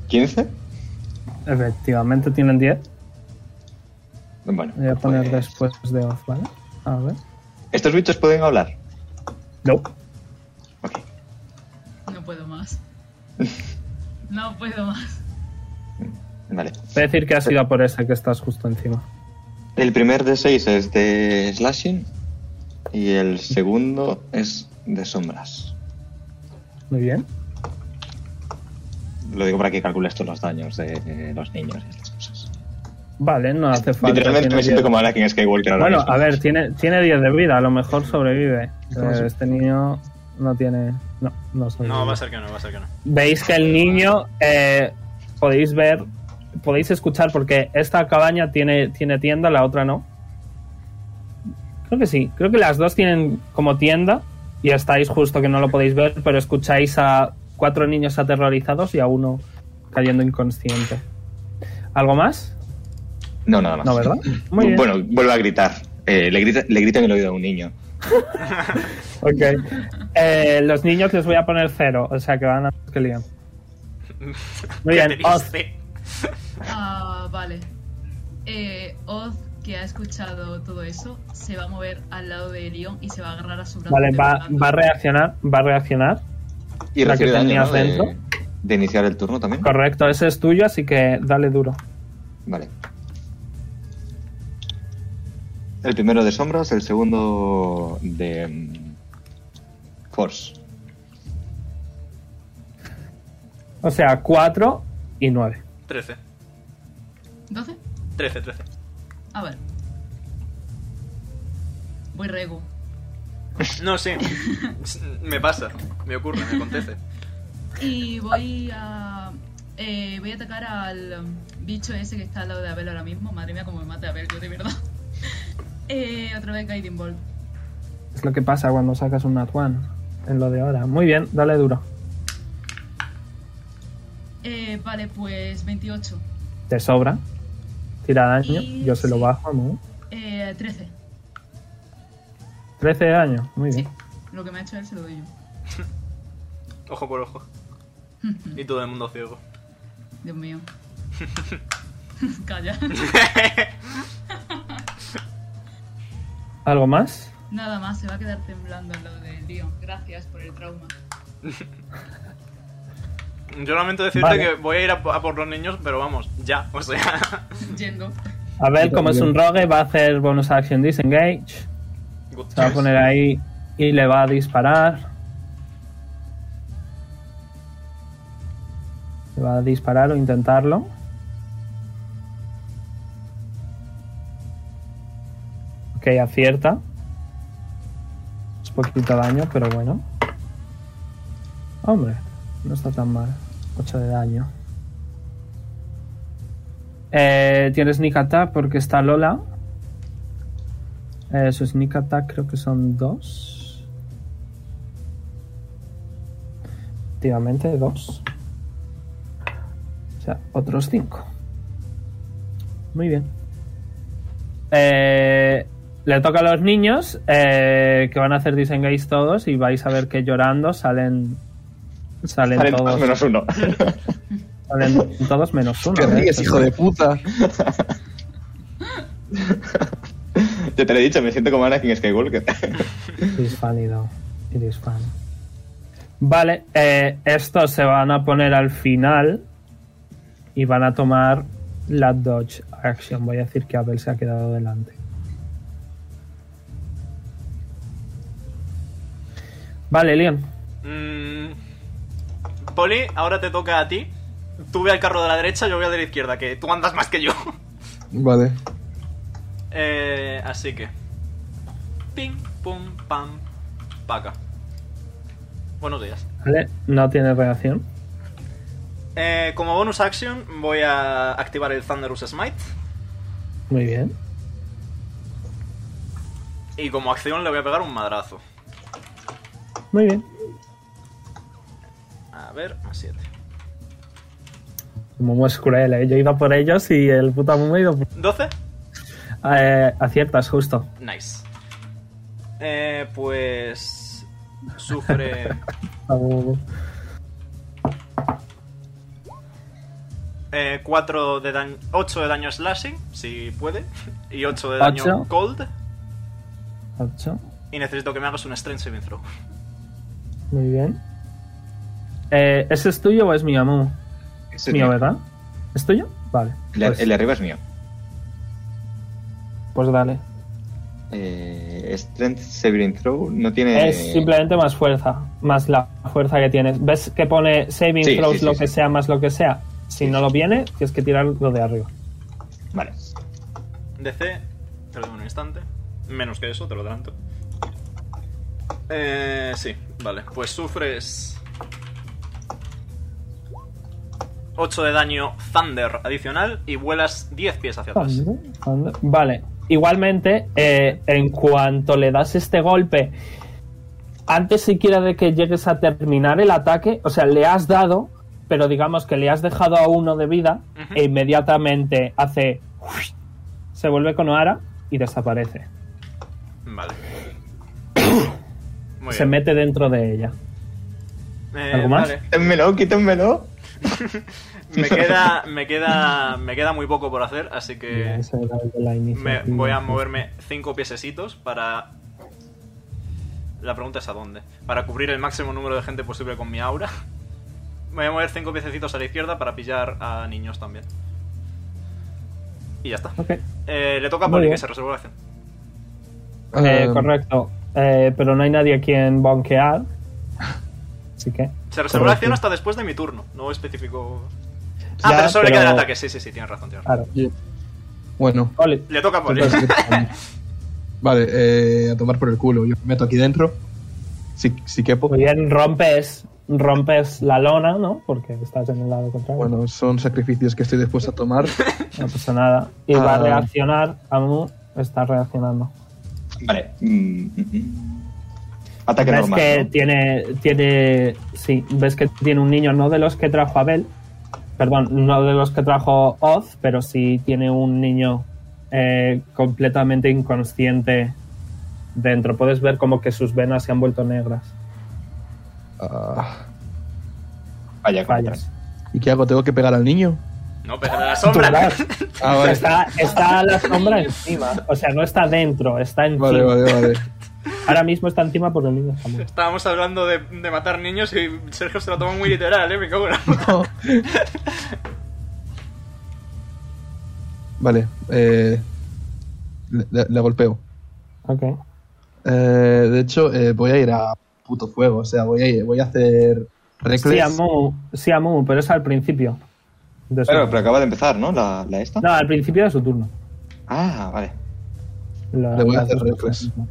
Speaker 5: ¿15?
Speaker 2: Efectivamente tienen 10.
Speaker 5: Bueno.
Speaker 2: Voy a poner
Speaker 5: pues-
Speaker 2: después de Oz, ¿vale? A ver.
Speaker 5: ¿Estos bichos pueden hablar?
Speaker 2: No.
Speaker 5: Ok.
Speaker 3: No puedo más. No puedo más.
Speaker 5: Vale.
Speaker 2: Voy a decir que ha sido por esa que estás justo encima.
Speaker 5: El primer de 6 es de slashing y el segundo es de sombras.
Speaker 2: Muy bien.
Speaker 5: Lo digo para que calcules todos los daños de eh, los niños y estas cosas.
Speaker 2: Vale, no hace falta.
Speaker 5: Literalmente
Speaker 2: tiene
Speaker 5: me siento
Speaker 2: 10.
Speaker 5: como Anakin Skywalker ahora
Speaker 2: Bueno,
Speaker 5: mismo.
Speaker 2: a ver, tiene, tiene 10 de vida, a lo mejor sobrevive. Pero
Speaker 4: se-
Speaker 2: este niño no tiene. No, no sobrevive.
Speaker 1: No, va a ser que no, va a ser que no.
Speaker 2: Veis que el niño. eh, podéis ver, podéis escuchar, porque esta cabaña tiene, tiene tienda, la otra no. Creo que sí, creo que las dos tienen como tienda y estáis justo que no lo podéis ver, pero escucháis a cuatro niños aterrorizados y a uno cayendo inconsciente. ¿Algo más?
Speaker 5: No, nada más.
Speaker 2: No, ¿verdad? Muy bien.
Speaker 5: Bueno, vuelve a gritar. Eh, le, grita, le grita en el oído a un niño.
Speaker 2: Ok. Eh, los niños les voy a poner cero, o sea que van a... que lían. Muy
Speaker 1: Qué
Speaker 2: bien, Oz,
Speaker 1: triste.
Speaker 3: Ah, vale. Eh, Oz, que ha escuchado todo eso, se va a mover al lado de Leon y se va a agarrar a su brazo.
Speaker 2: vale, va,
Speaker 3: temblando.
Speaker 2: va a reaccionar, va a reaccionar.
Speaker 5: Y
Speaker 2: La que
Speaker 5: recibe daño,
Speaker 2: tenías
Speaker 5: ¿no? De,
Speaker 2: dentro.
Speaker 5: de iniciar el turno también.
Speaker 2: Correcto, ese es tuyo, así que dale duro.
Speaker 5: Vale. El primero de sombras, el segundo de mm, force.
Speaker 2: O sea, 4 y 9.
Speaker 1: 13.
Speaker 3: 12.
Speaker 1: 13, 13.
Speaker 3: Ah, vale. Voy rego.
Speaker 1: No, sí. Me pasa. Me ocurre, me acontece.
Speaker 3: Y voy a Eh, voy a atacar al bicho ese que está al lado de Abel ahora mismo. Madre mía, como me mate Abel, yo de verdad. Eh, otra vez Guiding Bolt.
Speaker 2: Es lo que pasa cuando sacas un Nat One. En lo de ahora. Muy bien, dale duro.
Speaker 3: Eh, vale, pues 28.
Speaker 2: Te sobra. Tira daño.
Speaker 3: Y-
Speaker 2: Yo se lo
Speaker 3: sí.
Speaker 2: bajo, ¿no?
Speaker 3: Eh, 13.
Speaker 2: 13 de daño. Muy bien.
Speaker 3: Sí, lo que me ha hecho él se lo doy yo.
Speaker 1: Ojo por ojo. Y todo el mundo ciego.
Speaker 3: Dios mío. Calla.
Speaker 2: ¿Algo más?
Speaker 3: Nada más, se va a quedar temblando al lado del Dion. Gracias por el trauma.
Speaker 1: Yo lamento decirte
Speaker 2: Vale.
Speaker 1: que voy a ir a, a por los niños, pero vamos, ya. O sea,
Speaker 3: Yendo.
Speaker 2: A ver,
Speaker 4: Yo
Speaker 2: como es un
Speaker 4: también.
Speaker 2: rogue, va a hacer bonus action disengage.
Speaker 1: good
Speaker 2: Se va a
Speaker 1: times.
Speaker 2: poner ahí y le va a disparar. Le va a disparar o intentarlo. Ok, acierta. Es poquito daño, pero bueno. Hombre, no está tan mal. 8 de daño. Eh, Tienes sneak attack porque está Lola. Eh, su sneak attack creo que son dos. Efectivamente, dos. O sea, otros cinco. Muy bien. Eh, le toca a los niños eh, que van a hacer disengage todos y vais a ver que llorando salen. Salen,
Speaker 5: Vale,
Speaker 2: todos.
Speaker 5: menos uno.
Speaker 2: Salen todos menos uno.
Speaker 4: Te
Speaker 2: ¿eh?
Speaker 4: ríes, hijo de puta.
Speaker 5: Yo te lo he dicho, me siento como Anakin Skywalker.
Speaker 2: Eres válido. Eres fan. Vale, eh, estos se van a poner al final y van a tomar la dodge action. Voy a decir que Abel se ha quedado delante. Vale, Leon.
Speaker 1: Mm, Poli, ahora te toca a ti. Tú ve al carro de la derecha, yo voy al de la izquierda, que tú andas más que yo.
Speaker 4: Vale.
Speaker 1: Eh, así que. Ping, pum, pam, paca. Buenos días.
Speaker 2: Vale, no tiene reacción.
Speaker 1: Eh, como bonus action, voy a activar el Thunderous Smite.
Speaker 2: Muy bien.
Speaker 1: Y como acción, le voy a pegar un madrazo.
Speaker 2: Muy bien.
Speaker 1: A ver, más 7.
Speaker 2: Momo es cruel, ¿eh? Yo iba por ellos y el puto Momo ha ido por-
Speaker 1: 12.
Speaker 2: Eh, aciertas, justo.
Speaker 1: Nice. Eh, pues. Sufre.
Speaker 2: Oh,
Speaker 1: 4 eh, de daño. 8 de daño slashing, si puede. Y 8 de daño
Speaker 2: Ocho.
Speaker 1: cold.
Speaker 2: ocho.
Speaker 1: Y necesito que me hagas un strength saving throw.
Speaker 2: Muy bien. Eh, ¿Ese es tuyo o es mío, Momo?
Speaker 5: Es
Speaker 2: Es mío, ¿verdad? ¿Es tuyo? Vale.
Speaker 5: El,
Speaker 2: Pues,
Speaker 5: el de arriba es mío.
Speaker 2: pues dale.
Speaker 5: Eh, Strength Saving Throw no tiene.
Speaker 2: Es simplemente más fuerza, más la fuerza que tienes. ¿Ves que pone saving
Speaker 5: Sí,
Speaker 2: throws
Speaker 5: sí, sí,
Speaker 2: lo
Speaker 5: sí.
Speaker 2: que sea más lo que sea? Si no lo viene, tienes que tirar lo de arriba.
Speaker 5: Vale.
Speaker 1: DC, te lo doy en un instante. Menos que eso, te lo adelanto. Eh, sí, vale. Pues sufres 8 de daño Thunder adicional y vuelas 10 pies hacia atrás.
Speaker 2: Anda, anda. Vale. Igualmente, eh, en cuanto le das este golpe, antes siquiera de que llegues a terminar el ataque, o sea, le has dado, pero digamos que le has dejado a uno de vida,
Speaker 1: Ujú.
Speaker 2: e inmediatamente hace. Se vuelve con Oara y desaparece.
Speaker 1: Vale. Muy
Speaker 2: Se
Speaker 1: bien.
Speaker 2: mete dentro de ella.
Speaker 1: Eh,
Speaker 2: ¿Algo más?
Speaker 1: vale.
Speaker 5: Quítenmelo, quítenmelo.
Speaker 1: Me queda, me queda, me queda muy poco por hacer, así
Speaker 2: Mira,
Speaker 1: que
Speaker 2: esa era de la
Speaker 1: Eh, me,
Speaker 2: iniciativa.
Speaker 1: voy a moverme 5 piececitos para. La pregunta es a dónde. Para cubrir el máximo número de gente posible con mi aura. Me voy a mover 5 piececitos a la izquierda para pillar a niños también. Y ya está.
Speaker 2: Ok.
Speaker 1: Eh, le toca a
Speaker 2: Muy
Speaker 1: Poli
Speaker 2: bien.
Speaker 1: que se resuelva la acción.
Speaker 2: Eh,
Speaker 4: Um,
Speaker 2: correcto. Eh, pero no hay nadie a quien bonquear. Así que.
Speaker 1: Se resuelve la acción
Speaker 4: Correcto.
Speaker 1: hasta después de mi turno. No especifico.
Speaker 4: Ya,
Speaker 1: Ah, pero solo le
Speaker 2: pero-
Speaker 1: queda el ataque. Sí, sí, sí, tienes razón, tienes razón.
Speaker 2: Claro.
Speaker 4: Bueno.
Speaker 2: Oli,
Speaker 1: Le toca a Poli.
Speaker 4: Entonces, vale, eh, a tomar por el culo. Yo me meto aquí dentro. Si, si quepo.
Speaker 2: muy bien, rompes rompes la lona, ¿no? Porque estás en el lado contrario.
Speaker 4: Bueno, son sacrificios que estoy dispuesto a tomar.
Speaker 2: No pasa nada. Y va a
Speaker 4: Ah.
Speaker 2: reaccionar. Amu está reaccionando.
Speaker 5: Vale. Mm, mm, mm. Ataque
Speaker 2: Ves
Speaker 5: normal.
Speaker 2: que
Speaker 5: ¿no?
Speaker 2: tiene, tiene. Sí, ves que tiene un niño, no de los que trajo Abel. Perdón, no de los que trajo Oz, pero sí tiene un niño eh, completamente inconsciente dentro. Puedes ver como que sus venas se han vuelto negras.
Speaker 4: Ah,
Speaker 5: Vaya, con
Speaker 2: Fallas.
Speaker 5: atrás.
Speaker 4: ¿Y qué hago? ¿Tengo que pegar al niño?
Speaker 1: No, pero de la
Speaker 2: Tú
Speaker 1: sombra.
Speaker 2: verás.
Speaker 4: Ah, vale.
Speaker 2: Está, está la sombra encima. O sea, no está dentro, está encima.
Speaker 4: Vale, vale, vale.
Speaker 2: Ahora mismo está encima porque el niño está muerto.
Speaker 1: Estábamos hablando de, de matar niños y Sergio se lo tomó muy literal, ¿eh? Me cago en la puta.
Speaker 4: No. Vale, eh, le, le- le golpeo.
Speaker 2: Ok.
Speaker 4: Eh, de hecho, eh, voy a ir a puto fuego. O sea, voy a, ir- voy a hacer
Speaker 2: Sí,
Speaker 4: reckless.
Speaker 2: Amu, sí, Amu, pero es al principio. de su-
Speaker 5: Claro, pero acaba de empezar, ¿no? La, la esta.
Speaker 2: No, al principio de su turno.
Speaker 5: Ah, vale.
Speaker 2: La-
Speaker 4: Le voy a
Speaker 2: las
Speaker 4: hacer
Speaker 2: dos
Speaker 4: refresh.
Speaker 2: cosas.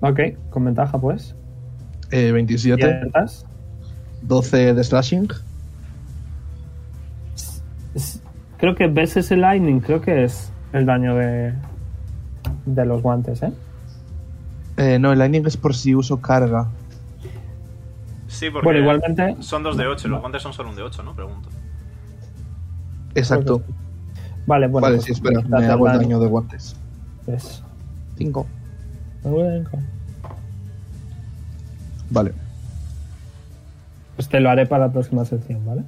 Speaker 2: Ok, con ventaja pues.
Speaker 4: Eh, 27,
Speaker 2: ¿Aciertas?
Speaker 4: 12 de slashing.
Speaker 2: Es- Creo que ves ese lightning, creo que es el daño de, de los guantes, ¿eh?
Speaker 4: Eh, no, el lightning es por si uso carga.
Speaker 1: Sí, porque
Speaker 2: Bueno, igualmente...
Speaker 1: son dos de 8, los guantes son solo un de 8, ¿no? Pregunto.
Speaker 4: Exacto.
Speaker 2: Vale, bueno.
Speaker 4: vale,
Speaker 2: pues,
Speaker 4: sí, espera,
Speaker 2: quítate
Speaker 4: me
Speaker 2: el
Speaker 4: hago el daño de guantes.
Speaker 2: Pues,
Speaker 4: 5. Vale.
Speaker 2: pues te lo haré para la próxima sección, ¿vale?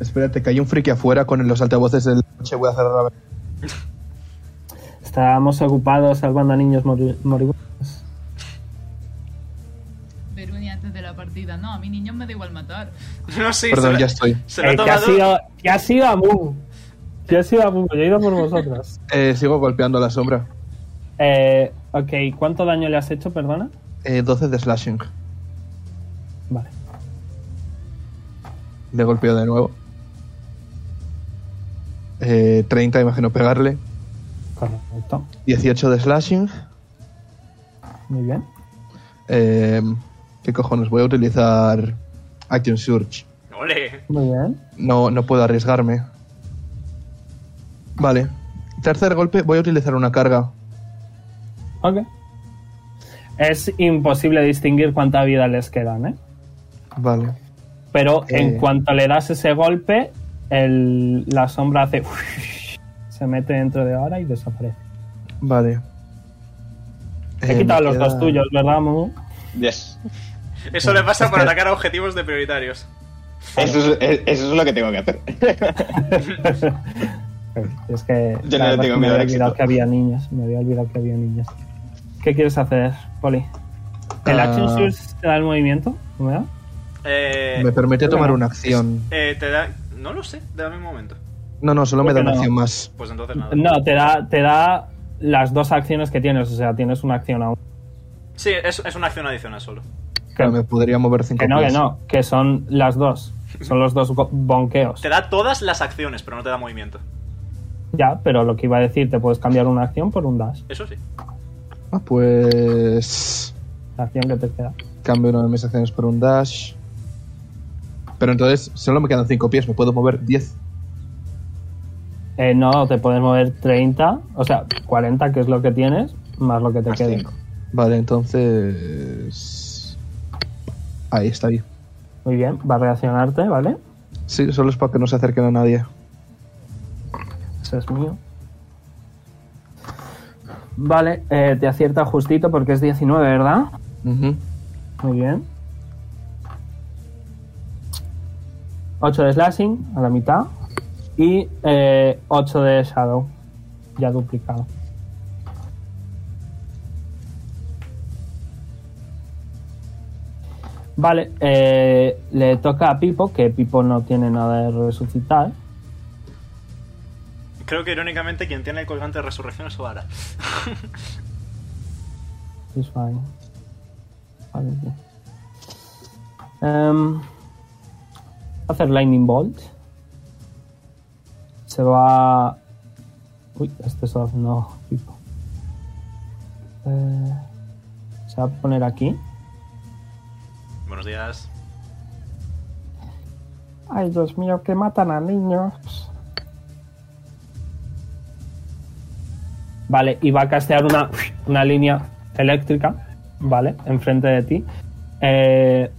Speaker 4: Espérate, que hay un friki afuera con los altavoces del coche. Voy a cerrar la
Speaker 2: Estábamos ocupados salvando a niños mori- moribundos.
Speaker 3: Verunia antes de la partida. No, a mí niños me da igual matar.
Speaker 1: No, sí, se
Speaker 4: Perdón,
Speaker 1: lo-
Speaker 4: ya estoy.
Speaker 1: Se lo ha
Speaker 2: Eh, que, ha
Speaker 1: tomado.
Speaker 2: sido, que ha sido Amu. Que ha sido Amu. Yo he ido por vosotras.
Speaker 4: Eh, sigo golpeando a la sombra.
Speaker 2: Eh, ok, ¿cuánto daño le has hecho, perdona?
Speaker 4: Eh, 12 de slashing.
Speaker 2: Vale.
Speaker 4: Le golpeo de nuevo. Eh, 30, imagino pegarle.
Speaker 2: Correcto.
Speaker 4: 18 de slashing.
Speaker 2: Muy bien.
Speaker 4: Eh, ¿Qué cojones? Voy a utilizar Action Surge.
Speaker 1: Ole.
Speaker 2: Muy bien.
Speaker 4: No, no puedo arriesgarme. Vale. Tercer golpe, voy a utilizar una carga.
Speaker 2: Ok. Es imposible distinguir cuánta vida les quedan, ¿eh?
Speaker 4: Vale.
Speaker 2: Pero en
Speaker 4: Eh.
Speaker 2: cuanto le das ese golpe, el- la sombra hace. Se mete dentro de ahora y desaparece.
Speaker 4: Vale.
Speaker 2: He
Speaker 4: Eh,
Speaker 2: quitado
Speaker 4: me
Speaker 2: los
Speaker 4: queda-
Speaker 2: dos tuyos, ¿verdad, Mumu?
Speaker 5: Yes.
Speaker 1: Eso le pasa
Speaker 4: Es
Speaker 1: por
Speaker 4: que-
Speaker 1: atacar a objetivos de prioritarios.
Speaker 5: Eso es, eh, eso es lo que tengo que hacer.
Speaker 2: Es que.
Speaker 5: Yo
Speaker 2: la
Speaker 5: no le
Speaker 2: verdad
Speaker 5: tengo
Speaker 2: que me
Speaker 5: miedo al
Speaker 2: había olvidado
Speaker 5: éxito.
Speaker 2: que había niños. Me había olvidado que había niños. ¿Qué quieres hacer, Poli? ¿El
Speaker 4: Ah.
Speaker 2: Action Surge te da el movimiento? ¿Me da?
Speaker 1: Eh,
Speaker 4: Me permite
Speaker 2: Bueno,
Speaker 4: tomar una acción.
Speaker 1: eh, te da. No lo sé, te da mismo momento.
Speaker 4: No, no, solo me
Speaker 2: ¿por
Speaker 4: da
Speaker 2: qué
Speaker 4: una
Speaker 2: no?
Speaker 4: acción más.
Speaker 1: Pues entonces nada.
Speaker 2: No, te da, te da las dos acciones que tienes. O sea, tienes una acción aún.
Speaker 1: Sí, es, es una acción adicional solo.
Speaker 2: Que,
Speaker 4: Pero me podría mover 5
Speaker 2: que no, que no. Que son las dos. Son los dos go- bonqueos.
Speaker 1: Te da todas las acciones, pero no te da movimiento.
Speaker 2: Ya, pero lo que iba a decir, te puedes cambiar una acción por un dash.
Speaker 1: Eso sí.
Speaker 4: Ah, pues.
Speaker 2: La acción que te queda.
Speaker 4: Cambio una de mis acciones por un dash. Pero entonces solo me quedan 5 pies, me puedo mover 10.
Speaker 2: Eh, no, te puedes mover 30, o sea, 40, que es lo que tienes, más lo que te
Speaker 5: Más
Speaker 2: quede.
Speaker 5: cinco.
Speaker 4: Vale, entonces. Ahí está bien.
Speaker 2: Muy bien, va a reaccionarte, ¿vale?
Speaker 4: Sí, solo es para que no se acerquen a nadie.
Speaker 2: Eso es mío. Vale, eh, te acierta justito porque es 19, ¿verdad?
Speaker 4: Ujú.
Speaker 2: Muy bien. 8 de slashing a la mitad. Y 8 de shadow. Ya duplicado. Vale, eh, le toca a Pipo, que Pipo no tiene nada de resucitar.
Speaker 1: Creo que irónicamente quien tiene el colgante de resurrección es Odara.
Speaker 2: It's fine. Vale, bien. Em, va a hacer Lightning Bolt. Se va. Uy, este es off, no, pico. Eh,
Speaker 6: Se va a poner aquí.
Speaker 1: Buenos días.
Speaker 6: Ay, Dios mío, que matan a niños.
Speaker 2: Vale, y va a castear una, una línea eléctrica, ¿vale? Enfrente de ti. Eh,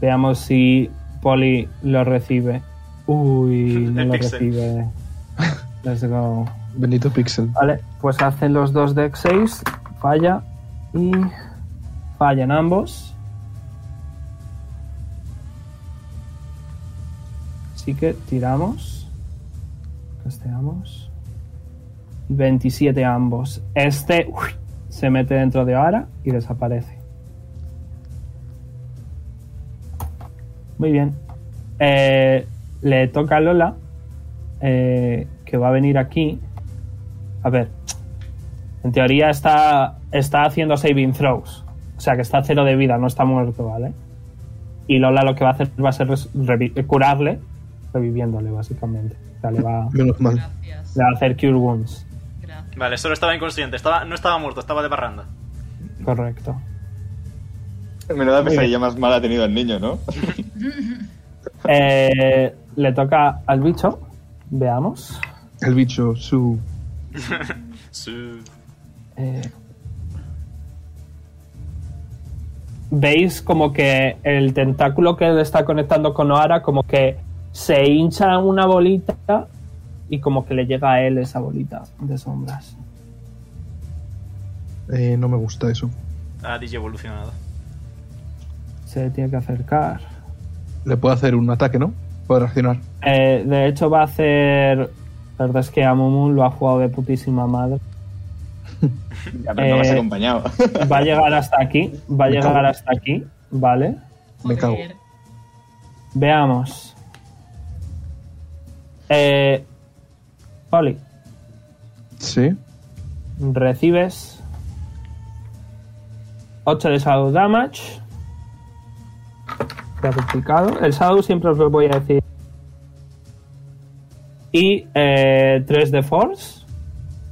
Speaker 2: veamos si Poli lo recibe. Uy, no
Speaker 1: El
Speaker 2: lo
Speaker 1: pixel.
Speaker 2: recibe. Let's go.
Speaker 4: Bendito Pixel.
Speaker 2: Vale, pues hacen los dos deck 6, falla y fallan ambos. Así que tiramos, casteamos. 27 ambos. Este uy, se mete dentro de ahora y desaparece. Muy bien. Eh, le toca a Lola, eh, que va a venir aquí a ver. En teoría está, está haciendo saving throws. O sea que está a cero de vida, no está muerto, ¿vale? Y Lola lo que va a hacer va a ser res- revi- curarle, reviviéndole, básicamente. O sea, le va,
Speaker 4: Menos mal.
Speaker 3: Gracias.
Speaker 2: le va a hacer cure wounds.
Speaker 3: Gracias.
Speaker 1: Vale, solo estaba inconsciente. Estaba, no estaba muerto, estaba de barranda.
Speaker 2: Correcto.
Speaker 5: Menuda pesadilla más mala ha tenido el niño, ¿no?
Speaker 2: Eh, le toca al bicho. Veamos.
Speaker 4: El bicho, su.
Speaker 1: Sí.
Speaker 2: Eh, Veis como que el tentáculo que le está conectando con Oara como que se hincha en una bolita y como que le llega a él esa bolita de sombras.
Speaker 4: Eh, no me gusta eso.
Speaker 1: Ha DJ evolucionado.
Speaker 2: Se tiene que acercar.
Speaker 4: Le puedo hacer un ataque, ¿no? Puedo reaccionar.
Speaker 2: Eh, de hecho va a hacer... La verdad es que Amumu lo ha jugado de putísima madre.
Speaker 5: Ya, pero no vas
Speaker 2: Eh.
Speaker 5: acompañado.
Speaker 2: Va a llegar hasta aquí. Va a
Speaker 4: Me
Speaker 2: llegar
Speaker 4: cago.
Speaker 2: hasta aquí. Vale.
Speaker 4: Me cago.
Speaker 3: Joder.
Speaker 2: Veamos. Eh, Poli.
Speaker 4: Sí.
Speaker 2: Recibes 8 de Shadow Damage. Ya duplicado. El Shadow siempre os lo voy a decir. Y 3 de Force.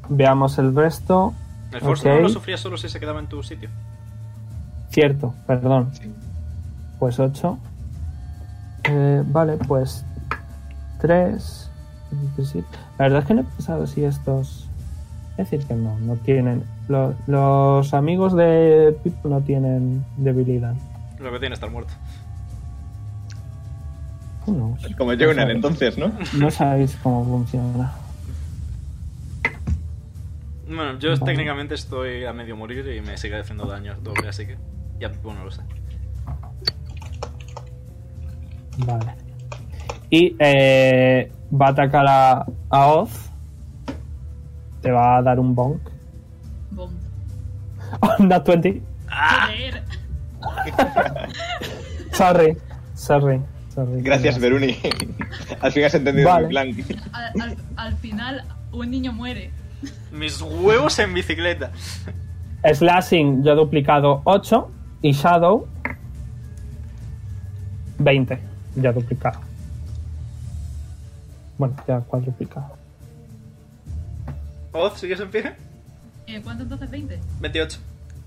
Speaker 2: Veamos el resto.
Speaker 1: El Force
Speaker 2: Ok.
Speaker 1: no lo sufría solo si se quedaba en tu sitio.
Speaker 2: Cierto, perdón.
Speaker 4: Sí.
Speaker 2: Pues 8. vale, pues 3. La verdad es que no he pensado si estos. Es decir, que no, no tienen. lo- los amigos de Pip no tienen debilidad.
Speaker 1: Lo que tiene estar muerto.
Speaker 2: Who knows?
Speaker 5: Como
Speaker 2: No
Speaker 5: Jonan,
Speaker 2: sabéis-
Speaker 5: entonces, ¿no?
Speaker 2: No sabéis cómo funciona.
Speaker 1: Bueno, yo
Speaker 2: Vale.
Speaker 1: técnicamente estoy a medio morir y me sigue haciendo daño doble, así que. Ya, bueno, lo sé.
Speaker 2: Vale. Y eh, va a atacar a, a Oz. Te va a dar un bonk. Oh,
Speaker 3: Bom.
Speaker 2: Onda 20.
Speaker 1: Ah.
Speaker 3: Joder.
Speaker 2: Sorry, sorry, sorry.
Speaker 5: Gracias, Beruni. Al fin has entendido
Speaker 2: Vale.
Speaker 5: mi plan.
Speaker 3: Al, al- al final, un niño muere.
Speaker 1: Mis huevos en bicicleta.
Speaker 2: Slashing, yo he duplicado 8 y Shadow 20, ya duplicado. Bueno, ya cuadruplicado.
Speaker 1: Oz, ¿sigues en pie?
Speaker 3: Eh, ¿Cuánto entonces? ¿20?
Speaker 1: 28.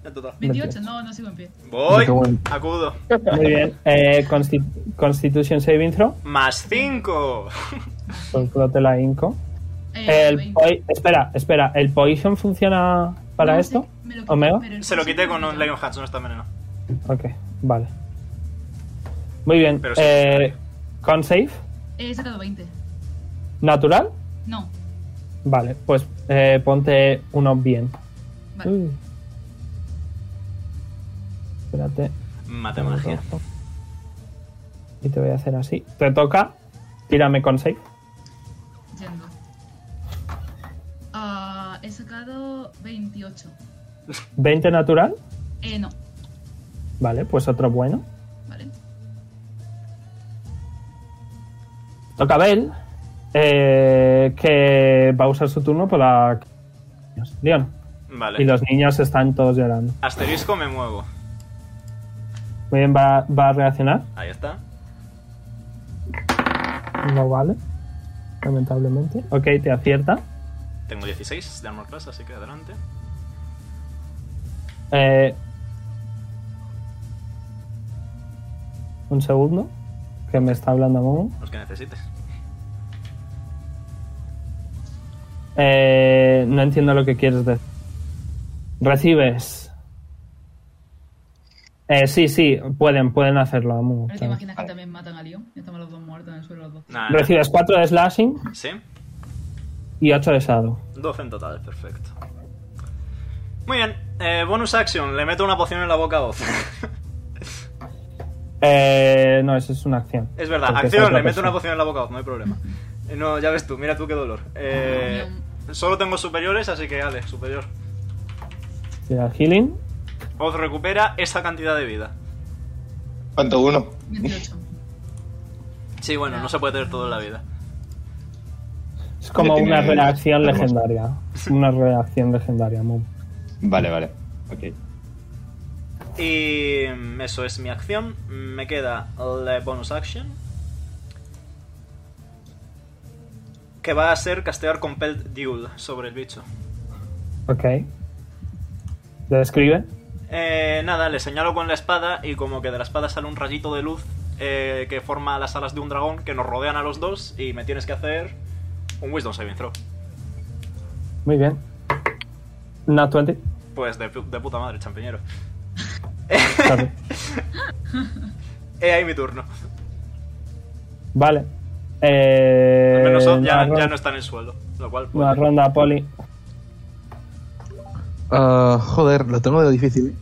Speaker 1: En total.
Speaker 3: 28. No, no sigo en pie.
Speaker 1: Voy.
Speaker 4: Me cago en-
Speaker 1: Acudo.
Speaker 2: Muy bien, eh, Consti- Constitution Saving Throw,
Speaker 1: Más 5.
Speaker 2: solo te la inco.
Speaker 3: Eh,
Speaker 2: El
Speaker 3: 20.
Speaker 2: poi- espera, espera, ¿el Poison funciona para
Speaker 3: No,
Speaker 2: esto?
Speaker 3: sí, me lo quité,
Speaker 2: ¿Omega?
Speaker 3: pero el
Speaker 1: Se lo
Speaker 3: coche
Speaker 1: quité
Speaker 3: no
Speaker 1: con
Speaker 3: me
Speaker 1: un
Speaker 3: quitó.
Speaker 1: Lion Hatch, no está envenenado.
Speaker 2: Ok, vale. Muy bien,
Speaker 1: Pero sí,
Speaker 2: eh, con save,
Speaker 3: Eh, He sacado 20.
Speaker 2: natural,
Speaker 3: No.
Speaker 2: vale, pues eh, ponte uno bien.
Speaker 3: Vale.
Speaker 2: Uy. Espérate.
Speaker 1: Mate magia.
Speaker 2: Y te voy a hacer así. Te toca. Tírame con 6.
Speaker 3: Yendo. Ah, he sacado 28.
Speaker 2: 20 natural.
Speaker 3: Eh, no.
Speaker 2: Vale, pues otro bueno.
Speaker 3: Vale.
Speaker 2: Toca Bell. eh, que va a usar su turno para. León. Y
Speaker 1: Vale.
Speaker 2: los niños están todos llorando.
Speaker 1: Asterisco me muevo.
Speaker 2: Muy bien, va, va a reaccionar.
Speaker 1: Ahí está.
Speaker 2: No vale. Lamentablemente. Ok, te acierta.
Speaker 1: Tengo 16 de armor class, así que adelante.
Speaker 2: Eh, un segundo, que me está hablando Momo.
Speaker 1: Los que necesites.
Speaker 2: Eh, no entiendo lo que quieres decir. Recibes. Eh, sí, sí, pueden, pueden hacerlo. Momo,
Speaker 3: ¿Pero te
Speaker 2: claro.
Speaker 3: imaginas que también matan a Leon? Estamos los dos muertos en el suelo los dos.
Speaker 1: Nah, nah.
Speaker 2: Recibes 4 de slashing
Speaker 1: ¿Sí?
Speaker 2: y 8 de shadow.
Speaker 1: 12 en total, perfecto. Muy bien, eh, bonus action, le meto una poción en la boca a Oz.
Speaker 2: Eh, no, eso es una acción.
Speaker 1: es verdad,
Speaker 2: Porque esa es
Speaker 1: acción,
Speaker 2: la
Speaker 1: le meto una
Speaker 2: cosa.
Speaker 1: poción en la boca a Oz, no hay problema. Eh, No, ya ves tú, mira tú qué dolor. Eh, solo tengo superiores, así que Ale, superior.
Speaker 2: Tira healing.
Speaker 1: Oz recupera esa cantidad de vida.
Speaker 5: ¿Cuánto uno?
Speaker 3: 28.
Speaker 1: Sí, bueno, no se puede tener todo en la vida.
Speaker 2: Es como
Speaker 5: Tiene-
Speaker 2: una reacción
Speaker 5: hermoso.
Speaker 2: legendaria. Una reacción legendaria, Momo.
Speaker 5: Vale, vale. Ok.
Speaker 1: Y mm, eso es mi acción. Mm, Me queda la bonus action. Que va a ser castear Compelled Duel sobre el bicho.
Speaker 2: Ok. ¿Lo describe?
Speaker 1: Eh, nada, le señalo con la espada y como que de la espada sale un rayito de luz eh, que forma las alas de un dragón que nos rodean a los dos y me tienes que hacer un Wisdom Saving Throw.
Speaker 2: Muy bien. Not 20.
Speaker 1: Pues de, pu- de puta madre, champiñero.
Speaker 2: Claro.
Speaker 1: Eh, ahí mi turno.
Speaker 2: vale. Eh,
Speaker 1: Al menos Oz
Speaker 2: una
Speaker 1: ya,
Speaker 2: ro-
Speaker 1: ya no está en el suelo. Lo cual... pues,
Speaker 2: Una ronda poli.
Speaker 4: Ah, joder, lo tengo de difícil.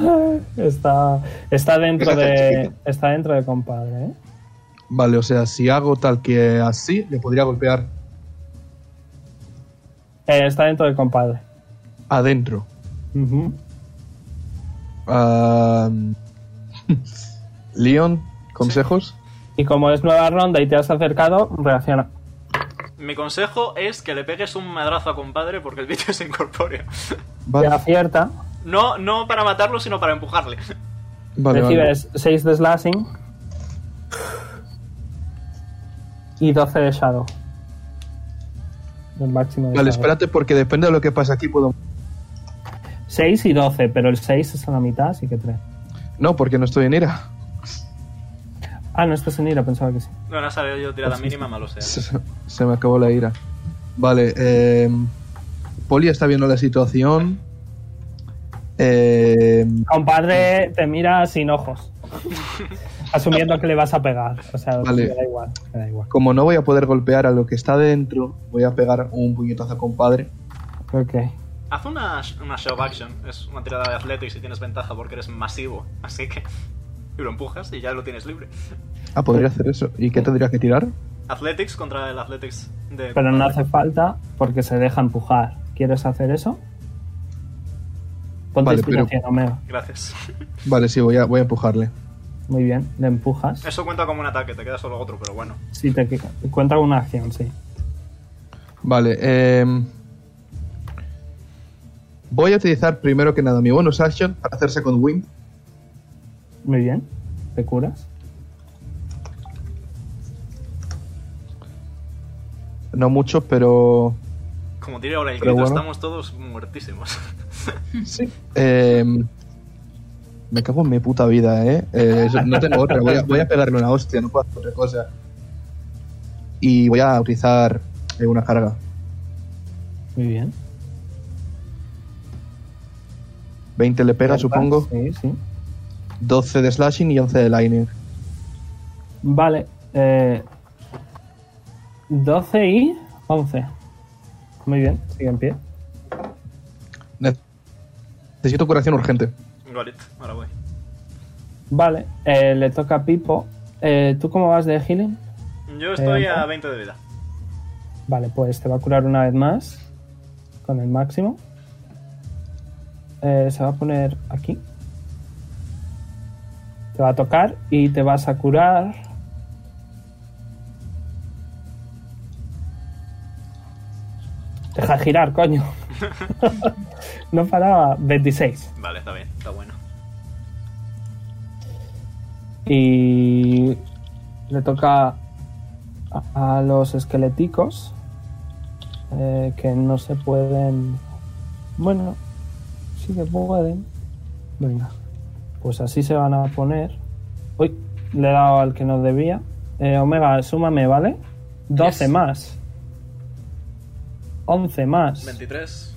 Speaker 4: ¿eh?
Speaker 2: Está, está dentro
Speaker 5: Ese es el
Speaker 2: de.
Speaker 5: chiquito.
Speaker 2: Está dentro de compadre, ¿eh?
Speaker 4: Vale, o sea, si hago tal que así, le podría golpear
Speaker 2: Eh, está dentro de compadre.
Speaker 4: adentro.
Speaker 2: Ujú.
Speaker 4: Ah, Leon, consejos.
Speaker 2: Y como es nueva ronda y te has acercado, reacciona.
Speaker 1: Mi consejo es que le pegues un madrazo a compadre porque el bicho es incorpóreo.
Speaker 2: Te
Speaker 4: Vale,
Speaker 2: acierta.
Speaker 1: No, no para matarlo, sino para empujarle.
Speaker 4: vale, vale.
Speaker 2: recibes 6 de slashing. Y 12 de shadow. El máximo de
Speaker 4: Vale,
Speaker 2: shadow.
Speaker 4: espérate porque depende de lo que pasa aquí puedo...
Speaker 2: 6 y 12, pero el 6 es a la mitad, así que 3.
Speaker 4: No, porque no estoy en ira.
Speaker 2: Ah, no, estás en ira, pensaba que sí.
Speaker 1: No, no ha salido yo tirada mínima, malo sea.
Speaker 4: Se, se me acabó la ira. Vale, eh, Poli está viendo la situación. Eh,
Speaker 2: Compadre, te mira sin ojos. Asumiendo que le vas a pegar. O sea,
Speaker 4: Vale.
Speaker 2: me da igual, me da igual.
Speaker 4: como no voy a poder golpear a lo que está dentro, voy a pegar un puñetazo a compadre.
Speaker 2: Ok.
Speaker 1: Haz una, una show action. Es una tirada de athletics y tienes ventaja porque eres masivo. Así que. Y lo empujas y ya lo tienes libre.
Speaker 4: Ah, podría hacer eso. ¿Y qué tendría que tirar?
Speaker 1: Athletics contra el athletics de.
Speaker 2: Pero no hace falta porque se deja empujar. ¿Quieres hacer eso? Ponte
Speaker 4: Vale, pero-
Speaker 2: inspiración, Omega.
Speaker 1: Gracias.
Speaker 4: Vale, sí, voy a, voy a empujarle.
Speaker 2: Muy bien, le empujas.
Speaker 1: Eso cuenta como un ataque, te queda solo otro, pero bueno.
Speaker 2: Sí, te te cuenta una acción, sí.
Speaker 4: Vale, eh, voy a utilizar primero que nada mi bonus action para hacer second wind.
Speaker 2: Muy bien. ¿Te curas?
Speaker 4: No mucho, pero
Speaker 1: Como tire ahora el
Speaker 4: Pero
Speaker 1: grito,
Speaker 4: bueno.
Speaker 1: estamos todos muertísimos.
Speaker 4: Sí. em, me cago en mi puta vida, ¿eh? Eh, yo no tengo otra. Voy a, voy a pegarle una hostia, no puedo hacer otra cosa. Y voy a utilizar eh, una carga.
Speaker 2: Muy bien.
Speaker 4: 20 le pega,
Speaker 2: Cortas,
Speaker 4: supongo.
Speaker 2: Sí, sí.
Speaker 4: 12 de slashing y 11 de lightning.
Speaker 2: Vale. eh, 12 y 11. Muy bien, sigue en pie.
Speaker 4: Ne- Necesito curación urgente.
Speaker 1: Got it, ahora voy.
Speaker 2: Vale, eh, le toca a Pipo. Eh, ¿Tú cómo vas de healing?
Speaker 1: Yo estoy
Speaker 2: Eh,
Speaker 1: a
Speaker 2: ¿no?
Speaker 1: 20 de vida.
Speaker 2: Vale, pues te va a curar una vez más. Con el máximo. Eh, se va a poner aquí. Te va a tocar y te vas a curar. Deja de girar, coño. no paraba. 26.
Speaker 1: Vale, está bien, está bueno.
Speaker 2: Y le toca a, a los esqueleticos eh, que no se pueden. Bueno, sí que pueden. Venga. Pues así se van a poner. Uy, le he dado al que nos debía. Eh, Omega, súmame, ¿vale? 12
Speaker 1: Yes.
Speaker 2: más. 11 más.
Speaker 1: 23.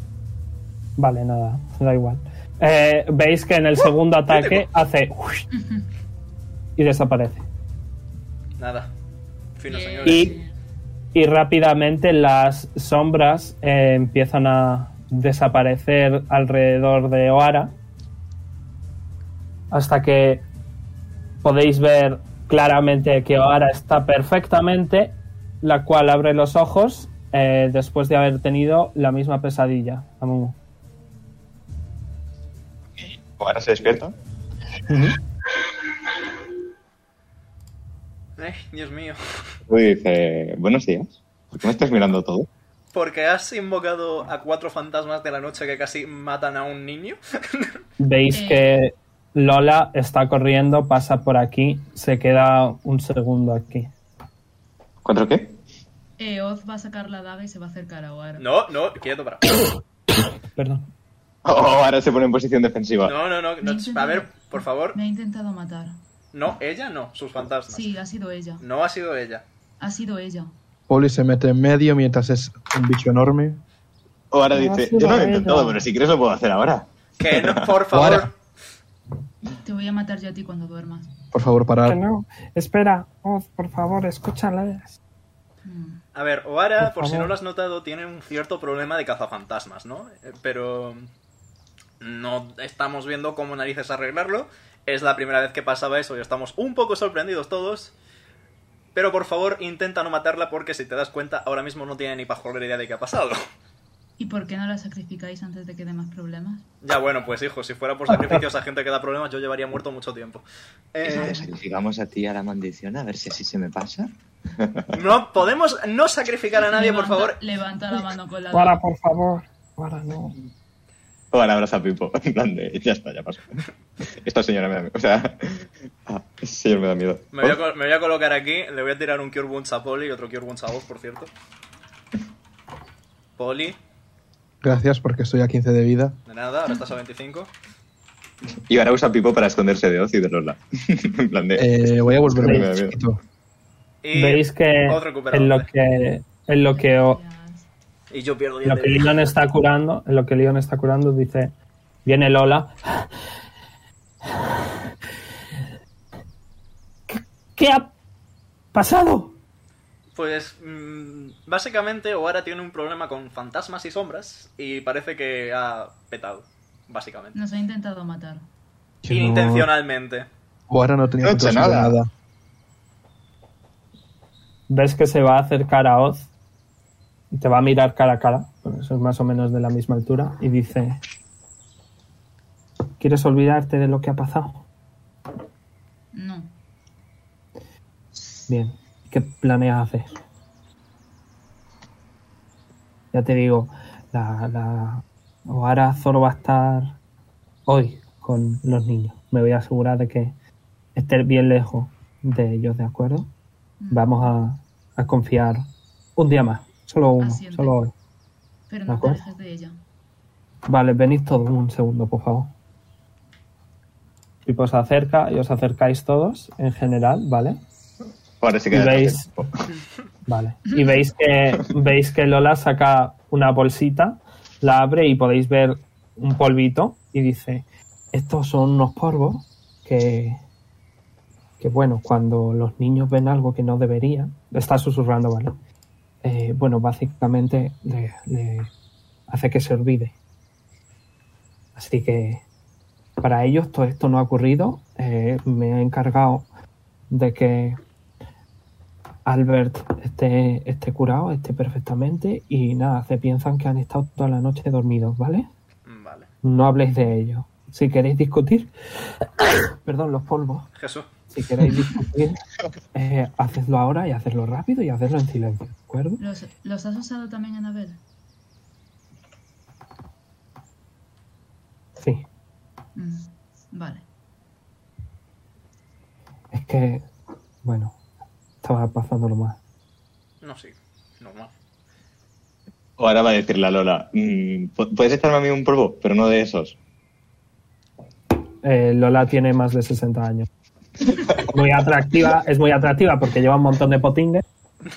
Speaker 2: Vale, nada, da igual. Eh, Veis que en el segundo ataque hace. y desaparece.
Speaker 1: Nada. Fino,
Speaker 3: Bien.
Speaker 1: señores.
Speaker 2: Y, y rápidamente las sombras eh, empiezan a desaparecer alrededor de Oara. Hasta que podéis ver claramente que Oara está perfectamente, la cual abre los ojos eh, después de haber tenido la misma pesadilla. Amumu.
Speaker 5: Ahora se despierta.
Speaker 1: Eh, Dios mío.
Speaker 5: Y dice, buenos días. ¿Por qué me estás mirando todo?
Speaker 1: Porque has invocado a cuatro fantasmas de la noche que casi matan a un niño.
Speaker 2: Veis
Speaker 3: Eh.
Speaker 2: que Lola está corriendo, pasa por aquí, se queda un segundo aquí.
Speaker 5: ¿Cuatro qué?
Speaker 3: Eh, Oz va a sacar la daga y se va a acercar a Oara.
Speaker 1: No, no, quieto para.
Speaker 2: Perdón.
Speaker 5: Oh, ahora se pone en posición defensiva.
Speaker 1: No, no, no. no. A ver, por favor.
Speaker 3: Me ha intentado matar.
Speaker 1: No, ella no, sus fantasmas.
Speaker 3: Sí, ha sido ella.
Speaker 1: No ha sido ella.
Speaker 3: Ha sido ella.
Speaker 4: Poli se mete en medio mientras es un bicho enorme.
Speaker 5: O ahora
Speaker 2: No, ha
Speaker 5: dice,
Speaker 2: sido
Speaker 5: yo no lo he
Speaker 2: ella.
Speaker 5: intentado, pero si quieres lo puedo hacer ahora.
Speaker 1: Que no, por favor.
Speaker 4: Ahora.
Speaker 3: Te voy a matar yo a ti cuando duermas.
Speaker 4: Por favor,
Speaker 7: Que
Speaker 4: parad.
Speaker 7: no. Espera, Oz, por favor, escúchales.
Speaker 3: Mm.
Speaker 1: A ver, Oara, por,
Speaker 7: Por
Speaker 1: si no
Speaker 7: favor.
Speaker 1: lo has notado, tiene un cierto problema de cazafantasmas, ¿no? Eh, Pero no estamos viendo cómo narices arreglarlo. Es la primera vez que pasaba eso y estamos un poco sorprendidos todos. Pero por favor, intenta no matarla porque si te das cuenta, ahora mismo no tiene ni pajolera idea de qué ha pasado.
Speaker 3: ¿Y por qué no la sacrificáis antes de que dé más problemas?
Speaker 1: Ya bueno, pues hijo, si fuera por sacrificios a gente que da problemas, yo llevaría muerto mucho tiempo. Eh,
Speaker 5: ¿Te sacrificamos Pues a ti a la maldición a ver si así se me pasa?
Speaker 1: no podemos no sacrificar a nadie, por
Speaker 3: Levanta-
Speaker 1: favor.
Speaker 3: Levanta la mano con la
Speaker 7: Ahora,
Speaker 3: daga.
Speaker 7: por favor. Ahora no.
Speaker 5: O ahora abraza a Pipo. En plan de, ya está, ya pasó. Esta señora me da miedo. O sea, ah, este señor me da miedo.
Speaker 1: Me voy, a, col- me voy a colocar aquí, le voy a tirar un Cure Wounds a Poli y otro Cure Wounds a vos, por cierto. Poli,
Speaker 4: Gracias porque estoy a 15 de vida.
Speaker 1: de nada, ahora estás a 25.
Speaker 5: Y ahora usa Pipo para esconderse de Oz y de Lola. en plan de,
Speaker 4: Eh, voy a volverme
Speaker 5: Sí, me da miedo.
Speaker 4: chiquito.
Speaker 1: Y,
Speaker 2: Veis que
Speaker 1: Oz recupera
Speaker 2: en lo
Speaker 1: once.
Speaker 2: que en lo que o-
Speaker 3: Gracias.
Speaker 1: y yo pierdo 10
Speaker 2: lo
Speaker 1: de
Speaker 2: que
Speaker 1: vida.
Speaker 2: Leon está curando, en lo que Leon está curando dice, viene Lola. ¿Qué, qué ha pasado?
Speaker 1: Pues mm, básicamente Oara tiene un problema con fantasmas y sombras y parece que ha petado, básicamente.
Speaker 3: Nos ha intentado matar.
Speaker 4: Que no-
Speaker 1: Intencionalmente.
Speaker 4: O ahora no tenía
Speaker 5: No he hecho
Speaker 4: control sobre
Speaker 5: nada.
Speaker 2: Ves que se va a acercar a Oz y te va a mirar cara a cara, bueno, eso es más o menos de la misma altura y dice, ¿quieres olvidarte de lo que ha pasado?
Speaker 3: No.
Speaker 2: Bien, ¿qué planeas hacer? Ya te digo, la, la... Ahora Zoro va a estar hoy con los niños. Me voy a asegurar de que esté bien lejos de ellos, ¿de acuerdo?
Speaker 3: Mm.
Speaker 2: Vamos a, a confiar un día más, solo uno,
Speaker 3: Asiente.
Speaker 2: solo hoy.
Speaker 3: Pero
Speaker 2: ¿De
Speaker 3: no te
Speaker 2: acuerdo?
Speaker 3: alejes de ella.
Speaker 2: Vale, venid todos un segundo, por favor. Pipo se acerca y os acercáis todos en general, ¿vale?
Speaker 5: ahora se
Speaker 2: Y
Speaker 5: queda.
Speaker 2: veis, vale. y veis que veis que Lola saca una bolsita, la abre y podéis ver un polvito y dice, estos son unos polvos que, que bueno, cuando los niños ven algo que no deberían, está susurrando, ¿vale? Eh, bueno, básicamente le, le hace que se olvide. Así que para ellos todo esto no ha ocurrido. Eh, me he encargado de que Albert esté, esté curado, esté perfectamente y nada, se piensan que han estado toda la noche dormidos, ¿vale?
Speaker 1: Mm, Vale.
Speaker 2: No habléis de ello. Si queréis discutir, perdón, los polvos,
Speaker 1: Jesús.
Speaker 2: si queréis discutir, eh, hacedlo ahora y hacedlo rápido y hacedlo en silencio, ¿de acuerdo?
Speaker 3: ¿Los, los has usado también, Anabel?
Speaker 2: Sí,
Speaker 3: Mm. Vale.
Speaker 2: es que, bueno, estaba pasándolo mal.
Speaker 1: No, sí. Normal.
Speaker 5: O ahora va a decirle a Lola, mm, pu- ¿puedes echarme a mí un polvo? Pero no de esos.
Speaker 2: eh, Lola tiene más de 60 años. Muy atractiva, es muy atractiva porque lleva un montón de potingue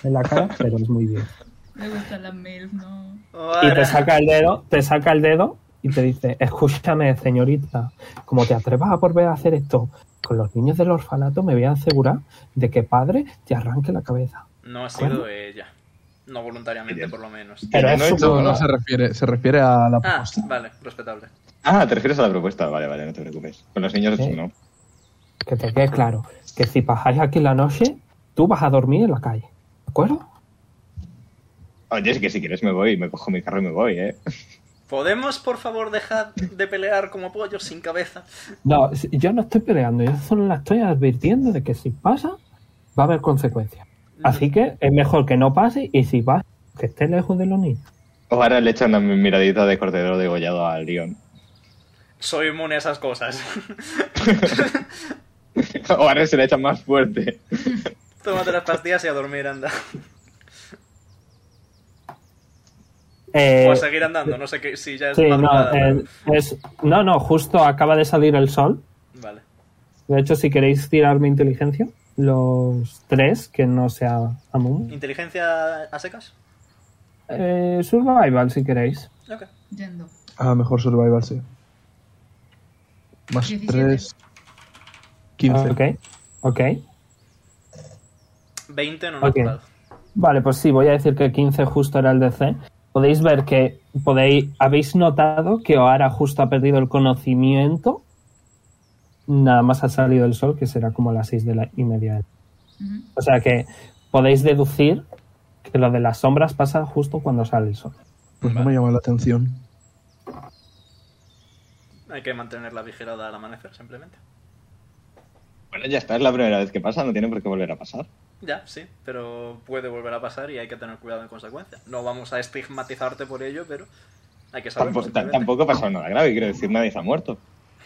Speaker 2: en la cara, pero es muy bien.
Speaker 3: Me gustan las MILF, no.
Speaker 2: Y te saca el dedo, te saca el dedo y te dice, escúchame, señorita, como te atrevas a volver a hacer esto con los niños del orfanato, me voy a asegurar de que padre te arranque la cabeza.
Speaker 1: No ha sido ella. No voluntariamente, por lo menos.
Speaker 2: Pero
Speaker 5: no
Speaker 2: es
Speaker 5: he
Speaker 2: su
Speaker 5: hecho
Speaker 4: No, no
Speaker 5: nada.
Speaker 2: boda.
Speaker 4: se refiere, se refiere a la
Speaker 1: Ah,
Speaker 4: propuesta.
Speaker 1: vale, respetable.
Speaker 5: Ah, te refieres a la propuesta. Vale, vale, no te preocupes. Con los niños
Speaker 2: Sí.
Speaker 5: no.
Speaker 2: Que te quede claro, que si pasáis aquí la noche, tú vas a dormir en la calle. ¿De acuerdo?
Speaker 5: Oye, es que si quieres me voy, me cojo mi carro y me voy, ¿eh?
Speaker 1: ¿Podemos, por favor, dejar de pelear como pollos sin cabeza?
Speaker 2: No, si- yo no estoy peleando, yo solo la estoy advirtiendo de que si pasa, va a haber consecuencias. Así que es mejor que no pase y si pasa, que esté lejos de los niños.
Speaker 5: O ahora le echa una miradita de cordero degollado al guión.
Speaker 1: Soy inmune a esas cosas.
Speaker 5: O ahora se le echa más fuerte.
Speaker 1: Tómate las pastillas y a dormir, anda.
Speaker 2: Eh,
Speaker 1: O a seguir andando, no sé qué, si ya es
Speaker 2: sí, no,
Speaker 1: madrugada,
Speaker 2: eh, es- no, no, justo acaba de salir el sol.
Speaker 1: pero- Vale.
Speaker 2: De hecho, si queréis tirarme inteligencia, los tres, que no sea Amun.
Speaker 1: ¿Inteligencia a secas?
Speaker 2: Eh, survival, si queréis.
Speaker 1: Ok.
Speaker 3: Yendo.
Speaker 4: Ah, mejor Survival, sí. Más
Speaker 3: 17.
Speaker 4: 3. 15.
Speaker 2: Ah, ok, ok.
Speaker 1: 20 no, no
Speaker 2: Ok.
Speaker 1: natural.
Speaker 2: Vale, pues sí, voy a decir que 15 justo era el DC. Podéis ver que podéis, habéis notado que Oara justo ha perdido el conocimiento. Nada más ha salido el sol, que será como las 6 de la y media.
Speaker 3: Ujú.
Speaker 2: O sea que podéis deducir que lo de las sombras pasa justo cuando sale el sol.
Speaker 4: Pues no me llama la atención.
Speaker 1: Hay que mantenerla vigilada al amanecer, simplemente.
Speaker 5: Bueno, ya está, es la primera vez que pasa, no tiene por qué volver a pasar.
Speaker 1: Ya, sí, pero puede volver a pasar y hay que tener cuidado en consecuencia. No vamos a estigmatizarte por ello, pero hay que saberlo.
Speaker 5: Tampoco, Pues, ta-
Speaker 1: simplemente.
Speaker 5: tampoco ha pasado nada grave, quiero decir, nadie se ha muerto.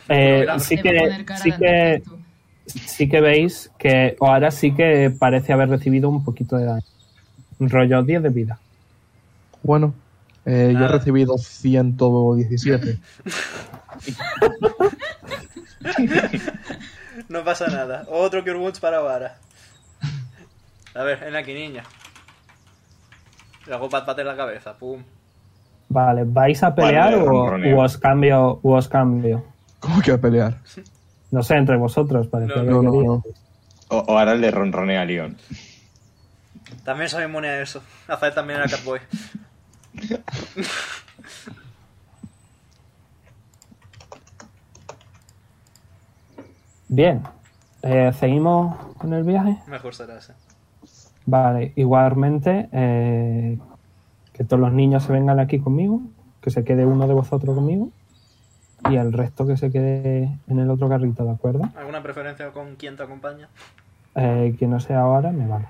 Speaker 2: Eh,
Speaker 1: claro,
Speaker 2: sí
Speaker 3: Le voy a
Speaker 2: que,
Speaker 3: poner cara
Speaker 2: sí
Speaker 3: de
Speaker 2: que,
Speaker 3: arquitecto.
Speaker 2: sí que veis que Oara sí que parece haber recibido un poquito de daño. Un rollo 10 de vida.
Speaker 4: Bueno, eh, yo he
Speaker 1: Nada.
Speaker 4: recibido 117.
Speaker 1: No pasa nada. Otro Cure Wounds para Vara. A ver, en aquí, niña. Le hago pat pat en la cabeza, pum.
Speaker 2: Vale, ¿vais a pelear
Speaker 5: Vale,
Speaker 2: o,
Speaker 5: ronroneo.
Speaker 2: o os cambio, o os cambio?
Speaker 4: ¿Cómo que a pelear?
Speaker 2: No sé, entre vosotros,
Speaker 1: No,
Speaker 2: parecía
Speaker 4: no,
Speaker 2: que
Speaker 4: no,
Speaker 2: queríais.
Speaker 5: O, o ahora le ronronea a León.
Speaker 1: También soy inmune a eso. Azael también era Catboy.
Speaker 2: Bien, eh, seguimos con el viaje.
Speaker 1: Mejor será ese.
Speaker 2: Vale, igualmente, eh, que todos los niños se vengan aquí conmigo, que se quede uno de vosotros conmigo y el resto que se quede en el otro carrito, ¿de acuerdo?
Speaker 1: ¿Alguna preferencia con quién te acompaña?
Speaker 2: Eh, que no sea ahora, me vale.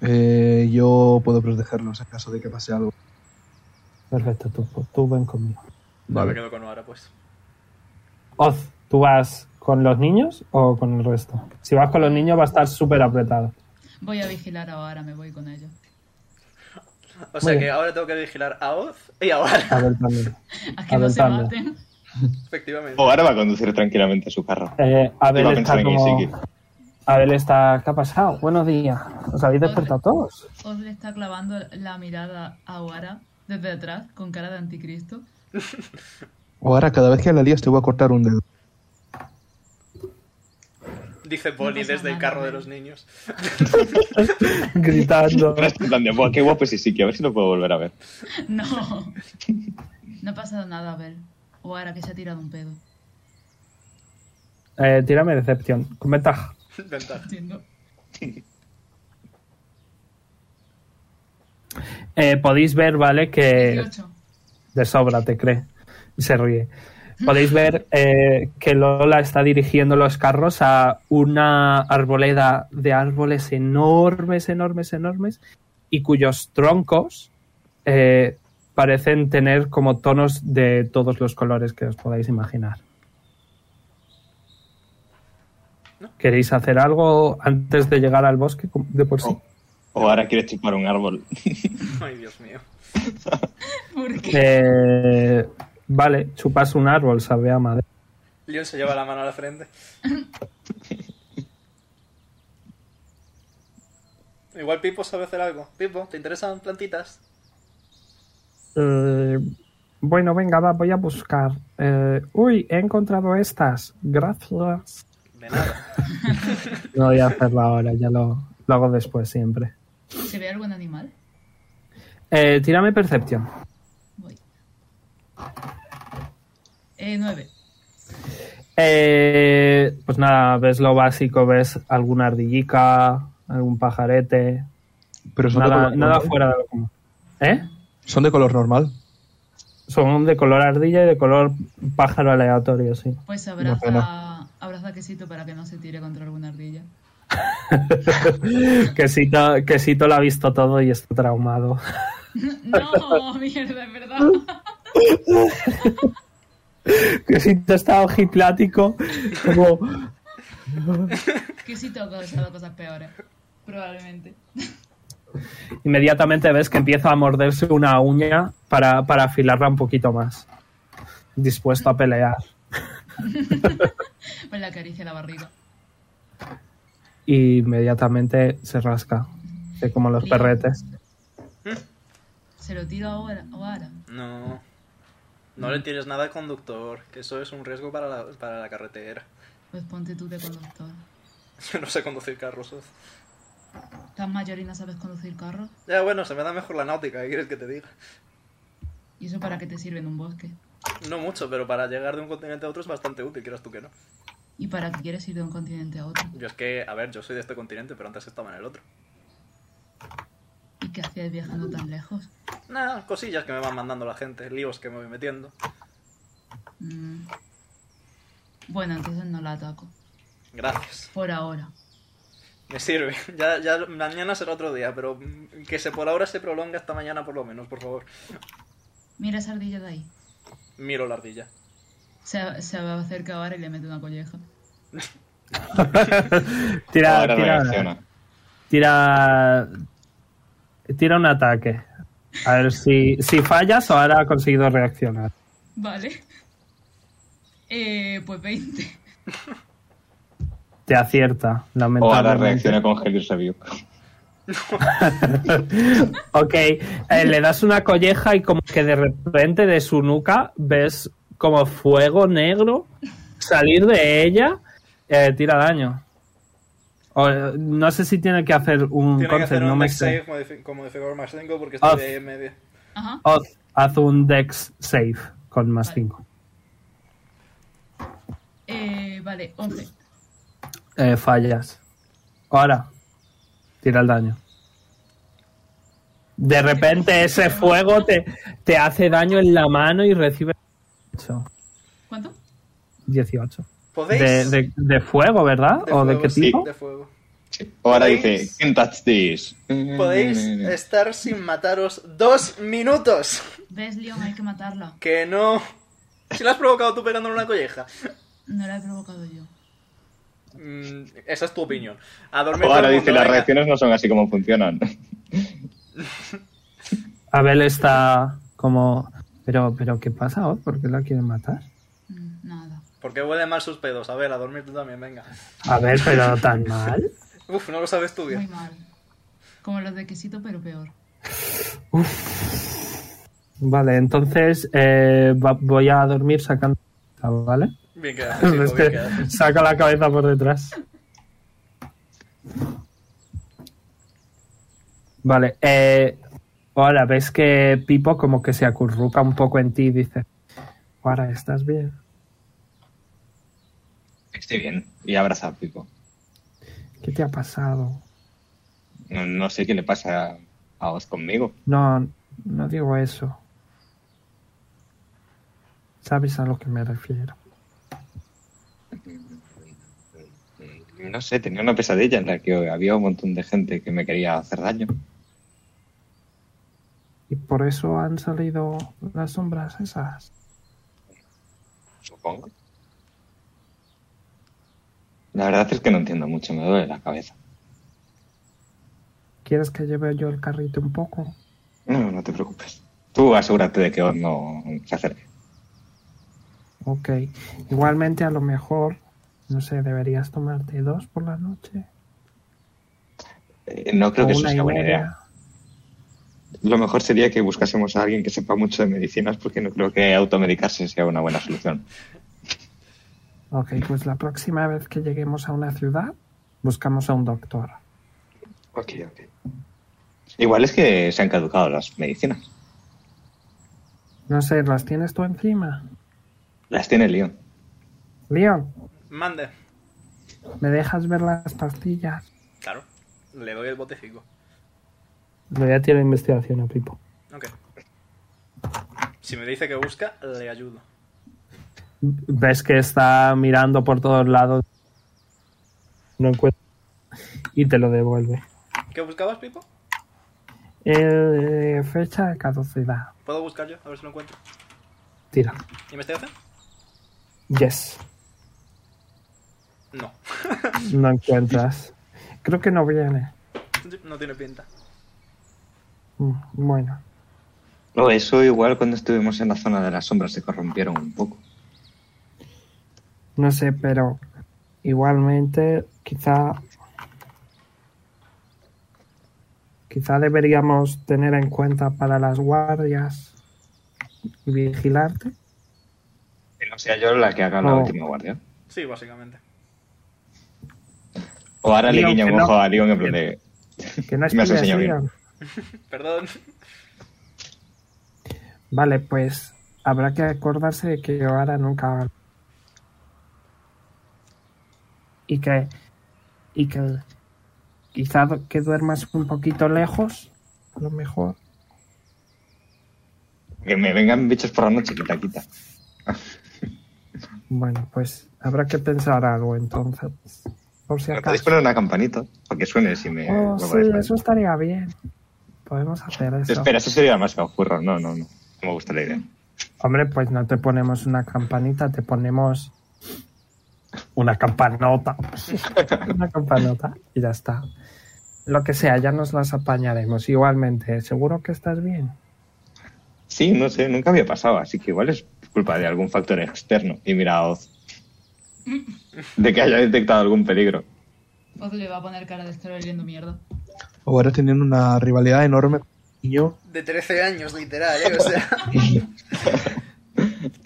Speaker 4: Eh, yo puedo protegerlos en caso de que pase algo.
Speaker 2: Perfecto, tú, tú ven conmigo.
Speaker 1: Me
Speaker 4: Vale.
Speaker 1: quedo con Oara, pues.
Speaker 2: Oz, ¿tú vas con los niños o con el resto? Si vas con los niños va a estar súper apretado.
Speaker 3: Voy a vigilar ahora, me voy con ellos.
Speaker 1: O sea
Speaker 2: bien.
Speaker 1: que ahora tengo que vigilar a Oz y a Oara,
Speaker 2: A ver también.
Speaker 3: A que no se
Speaker 2: Avanzando.
Speaker 3: maten.
Speaker 1: efectivamente.
Speaker 5: O ahora va a conducir tranquilamente su carro.
Speaker 2: Eh,
Speaker 5: Iba a
Speaker 2: Abel
Speaker 5: pensar
Speaker 2: está
Speaker 5: en
Speaker 2: como...
Speaker 5: Isiki.
Speaker 2: Abel está... ¿Qué ha pasado? Buenos días. ¿Os habéis despertado todos?
Speaker 3: Oz le está clavando la mirada a Wara desde atrás, con cara de anticristo.
Speaker 4: Ahora, cada vez que la lías, te voy a cortar un dedo.
Speaker 1: Dice Bonnie
Speaker 3: pasa
Speaker 1: desde el
Speaker 3: nada,
Speaker 1: carro de
Speaker 3: Abel.
Speaker 1: los niños.
Speaker 2: Gritando.
Speaker 5: Ahora está en plan de, "Buah, qué guapo es Isiki, a ver si lo puedo volver a ver.
Speaker 3: No. No ha pasado nada, Abel. Wara que se ha tirado un pedo.
Speaker 2: Eh, tírame decepción. Con ventaja.
Speaker 1: Ventaja.
Speaker 3: Entiendo.
Speaker 2: Eh, podéis ver, ¿vale? Que...
Speaker 3: 18.
Speaker 2: De sobra, te cree. Y se ríe. Podéis ver eh, que Lola está dirigiendo los carros a una arboleda de árboles enormes, enormes, enormes, y cuyos troncos eh, parecen tener como tonos de todos los colores que os podáis imaginar. ¿Queréis hacer algo antes de llegar al bosque de por sí?
Speaker 5: O ahora quiere chupar un árbol.
Speaker 1: Ay, Dios mío.
Speaker 3: ¿Por qué?
Speaker 2: Eh, vale, chupas un árbol, sabe a madera.
Speaker 1: Leon se lleva la mano a la frente. Igual Pipo sabe hacer algo. Pipo, ¿te interesan plantitas?
Speaker 2: Eh, bueno, venga, va, voy a buscar. Eh, uy, he encontrado estas. Gracias.
Speaker 1: De nada.
Speaker 2: No voy a hacerlo ahora, ya lo, lo hago después siempre.
Speaker 3: ¿Se ve algún animal?
Speaker 2: Eh, tírame Percepción.
Speaker 3: Voy. Eh, 9.
Speaker 2: Eh, pues nada, ves lo básico, ves alguna ardillica, algún pajarete.
Speaker 4: Pero son, de
Speaker 2: Nada,
Speaker 4: color
Speaker 2: nada
Speaker 4: normal.
Speaker 2: fuera de lo común. ¿Eh?
Speaker 4: son de color normal.
Speaker 2: Son de color ardilla y de color pájaro aleatorio, sí.
Speaker 3: Pues
Speaker 4: No,
Speaker 3: abraza, abraza a quesito para que no se tire contra alguna ardilla.
Speaker 2: Quesito, Quesito lo ha visto todo y está traumado.
Speaker 3: No, mierda, es verdad.
Speaker 2: Quesito está ojiplático. Como,
Speaker 3: Quesito ha causado cosas peores. Probablemente.
Speaker 2: inmediatamente ves que empieza a morderse una uña para, para afilarla un poquito más. Dispuesto a pelear.
Speaker 3: Pues le acaricia la barriga.
Speaker 2: Y inmediatamente se rasca. que como los perretes.
Speaker 3: ¿Se lo tiro ahora? ahora?
Speaker 1: No. No le tienes nada al conductor, que eso es un riesgo para la, para la carretera.
Speaker 3: Pues ponte tú de conductor.
Speaker 1: Yo no sé conducir carrozas.
Speaker 3: ¿Estás mayor y no sabes conducir carros?
Speaker 1: Ya bueno, se me da mejor la náutica, ¿qué quieres que te diga?
Speaker 3: ¿Y eso para qué te sirve en un bosque?
Speaker 1: No mucho, pero para llegar de un continente a otro es bastante útil, quieras tú que no.
Speaker 3: ¿Y para qué quieres ir de un continente a otro?
Speaker 1: Yo es que, a ver, yo soy de este continente, pero antes estaba en el otro.
Speaker 3: ¿Y qué hacías viajando tan lejos?
Speaker 1: Nada, cosillas que me van mandando la gente, líos que me voy metiendo.
Speaker 3: Mm. Bueno, entonces no la ataco.
Speaker 1: Gracias.
Speaker 3: Por ahora.
Speaker 1: Me sirve. Ya, ya mañana será otro día, pero mm, que se por ahora se prolonga hasta mañana por lo menos, por favor.
Speaker 3: Mira esa ardilla de ahí.
Speaker 1: Miro la ardilla.
Speaker 3: Se, se va a acercar ahora y le mete una colleja.
Speaker 2: Tira,
Speaker 5: Ahora
Speaker 2: tira,
Speaker 5: reacciona.
Speaker 2: tira. Tira un ataque. A ver si, si fallas o ahora ha conseguido reaccionar.
Speaker 3: Vale. Eh, pues 20.
Speaker 2: Te acierta,
Speaker 5: O ahora
Speaker 2: lamentablemente.
Speaker 5: reacciona con Hellish Review.
Speaker 2: Ok, eh, le das una colleja y como que de repente de su nuca ves como fuego negro salir de ella, eh, tira daño. O, eh, no sé si tiene que hacer un
Speaker 1: Tiene que
Speaker 2: concept,
Speaker 1: hacer
Speaker 2: no
Speaker 1: un
Speaker 2: me
Speaker 1: dex
Speaker 2: sé.
Speaker 1: save modifi- con modificador más 5 porque estoy
Speaker 2: Ah.
Speaker 1: de media.
Speaker 3: Ajá.
Speaker 2: Oz, haz un dex save con más
Speaker 3: Vale.
Speaker 2: 5.
Speaker 3: Eh, vale, 11.
Speaker 2: Eh, fallas. Ahora, tira el daño. De repente ese fuego te, te hace daño en la mano y recibes 18.
Speaker 3: ¿Cuánto?
Speaker 2: 18.
Speaker 1: ¿Podéis?
Speaker 2: De, de- de fuego, ¿verdad?
Speaker 1: De
Speaker 2: ¿O de
Speaker 1: fuego,
Speaker 2: qué
Speaker 1: sí,
Speaker 2: tipo?
Speaker 1: de fuego.
Speaker 5: O ahora
Speaker 1: ¿Podéis?
Speaker 5: dice, ¿Quién touch this?
Speaker 1: Podéis eh, estar sin mataros dos minutos.
Speaker 3: ¿Ves, Leon? Hay que matarla.
Speaker 1: Que no. Si la has provocado tú pegándole una colleja.
Speaker 3: No la he provocado yo.
Speaker 1: Mm, esa es tu opinión. A dormir
Speaker 5: O ahora
Speaker 1: todo el
Speaker 5: dice,
Speaker 1: mundo,
Speaker 5: las
Speaker 1: venga.
Speaker 5: reacciones no son así como funcionan.
Speaker 2: Abel está como... Pero, pero ¿qué pasa? Oz? ¿Por qué la quieren matar?
Speaker 3: Mm, Nada.
Speaker 1: Porque huelen mal sus pedos. A ver, a dormir tú también, venga.
Speaker 2: A ver, pero tan mal.
Speaker 1: Uf, no lo sabes tú
Speaker 3: Muy
Speaker 1: bien.
Speaker 3: mal. Como los de quesito, pero peor.
Speaker 2: Vale, entonces eh, va- voy a dormir sacando... ¿Vale?
Speaker 1: Bien quedado, chico,
Speaker 2: Es
Speaker 1: bien
Speaker 2: que
Speaker 1: quedado.
Speaker 2: saca la cabeza por detrás. Vale, eh, ahora ves que Pipo como que se acurruca un poco en ti y dice, ahora estás bien.
Speaker 5: Estoy bien. Y abraza a Pipo.
Speaker 2: ¿Qué te ha pasado?
Speaker 5: No, no sé qué le pasa a Oz conmigo.
Speaker 2: No, no digo eso. ¿Sabes a lo que me refiero?
Speaker 5: No sé, tenía una pesadilla en la que había un montón de gente que me quería hacer daño.
Speaker 2: Y por eso han salido las sombras esas.
Speaker 5: Supongo. La verdad es que no entiendo mucho, me duele la cabeza.
Speaker 2: ¿Quieres que lleve yo el carrito un poco?
Speaker 5: No, no te preocupes. Tú asegúrate de que Oz no se acerque.
Speaker 6: Ok. Igualmente, a lo mejor, no sé, deberías tomarte dos por la noche.
Speaker 5: Eh, no creo
Speaker 6: o
Speaker 5: que eso
Speaker 6: una y
Speaker 5: sea buena
Speaker 6: media.
Speaker 5: idea. Lo mejor sería que buscásemos a alguien que sepa mucho de medicinas porque no creo que automedicarse sea una buena solución.
Speaker 6: Ok, pues la próxima vez que lleguemos a una ciudad, buscamos a un doctor.
Speaker 5: Ok, ok. Igual es que se han caducado las medicinas.
Speaker 6: No sé, ¿las tienes tú encima?
Speaker 5: Las tiene León.
Speaker 6: Leon,
Speaker 1: Mande.
Speaker 6: ¿me dejas ver las pastillas?
Speaker 1: Claro. Le doy el botecico.
Speaker 2: Le voy a tirar investigación a Pipo.
Speaker 1: Ok. Si me dice que busca, le ayudo.
Speaker 2: Ves que está mirando por todos lados. No encuentra. Y te lo devuelve.
Speaker 1: ¿Qué buscabas, Pipo?
Speaker 6: Eh, fecha de caducidad.
Speaker 1: ¿Puedo buscar yo? A ver si lo encuentro.
Speaker 2: Tira.
Speaker 1: ¿Investigación?
Speaker 6: Yes,
Speaker 1: No.
Speaker 6: no encuentras. Creo que no viene.
Speaker 1: No tiene pinta.
Speaker 6: Mm, Bueno,
Speaker 5: No, eso igual cuando estuvimos en la zona de las sombras se corrompieron un poco.
Speaker 6: no sé, pero igualmente quizá... Quizá deberíamos tener en cuenta para las guardias y vigilarte.
Speaker 5: Que no sea yo la que haga la
Speaker 6: No.
Speaker 5: última guardia.
Speaker 1: Sí, básicamente.
Speaker 5: O ahora le
Speaker 6: Leon,
Speaker 5: guiña
Speaker 6: que
Speaker 5: un
Speaker 6: no.
Speaker 5: ojo a Leon en plan de...
Speaker 6: Que no
Speaker 5: Me has
Speaker 6: estudias,
Speaker 5: enseñado bien.
Speaker 6: Leon.
Speaker 1: Perdón.
Speaker 6: Vale, pues habrá que acordarse de que ahora nunca. Y que. Y que. Quizá du- que duermas un poquito lejos, a lo mejor.
Speaker 5: Que me vengan bichos por la noche, quita, quita.
Speaker 6: Bueno, pues habrá que pensar algo entonces. Por si
Speaker 5: ¿Me podéis
Speaker 6: acaso.
Speaker 5: poner una campanita? Para que suene si me... vuelvo
Speaker 6: Oh,
Speaker 5: a
Speaker 6: sí,
Speaker 5: despertar.
Speaker 6: eso estaría bien. Podemos hacer eso.
Speaker 5: Espera, eso sería demasiado furro. No, no, no. No me gusta la idea.
Speaker 6: Hombre, pues no te ponemos una campanita, te ponemos una campanota. una campanota y ya está. Lo que sea, ya nos las apañaremos. Igualmente, seguro que estás bien.
Speaker 5: Sí, no sé, nunca había pasado, así que igual es culpa de algún factor externo. Y mira a Oz. De que haya detectado algún peligro.
Speaker 3: Oz le va a poner cara de estar oliendo mierda.
Speaker 4: O ahora tienen una rivalidad enorme con el niño.
Speaker 1: De 13 años, literal, ¿eh? O sea.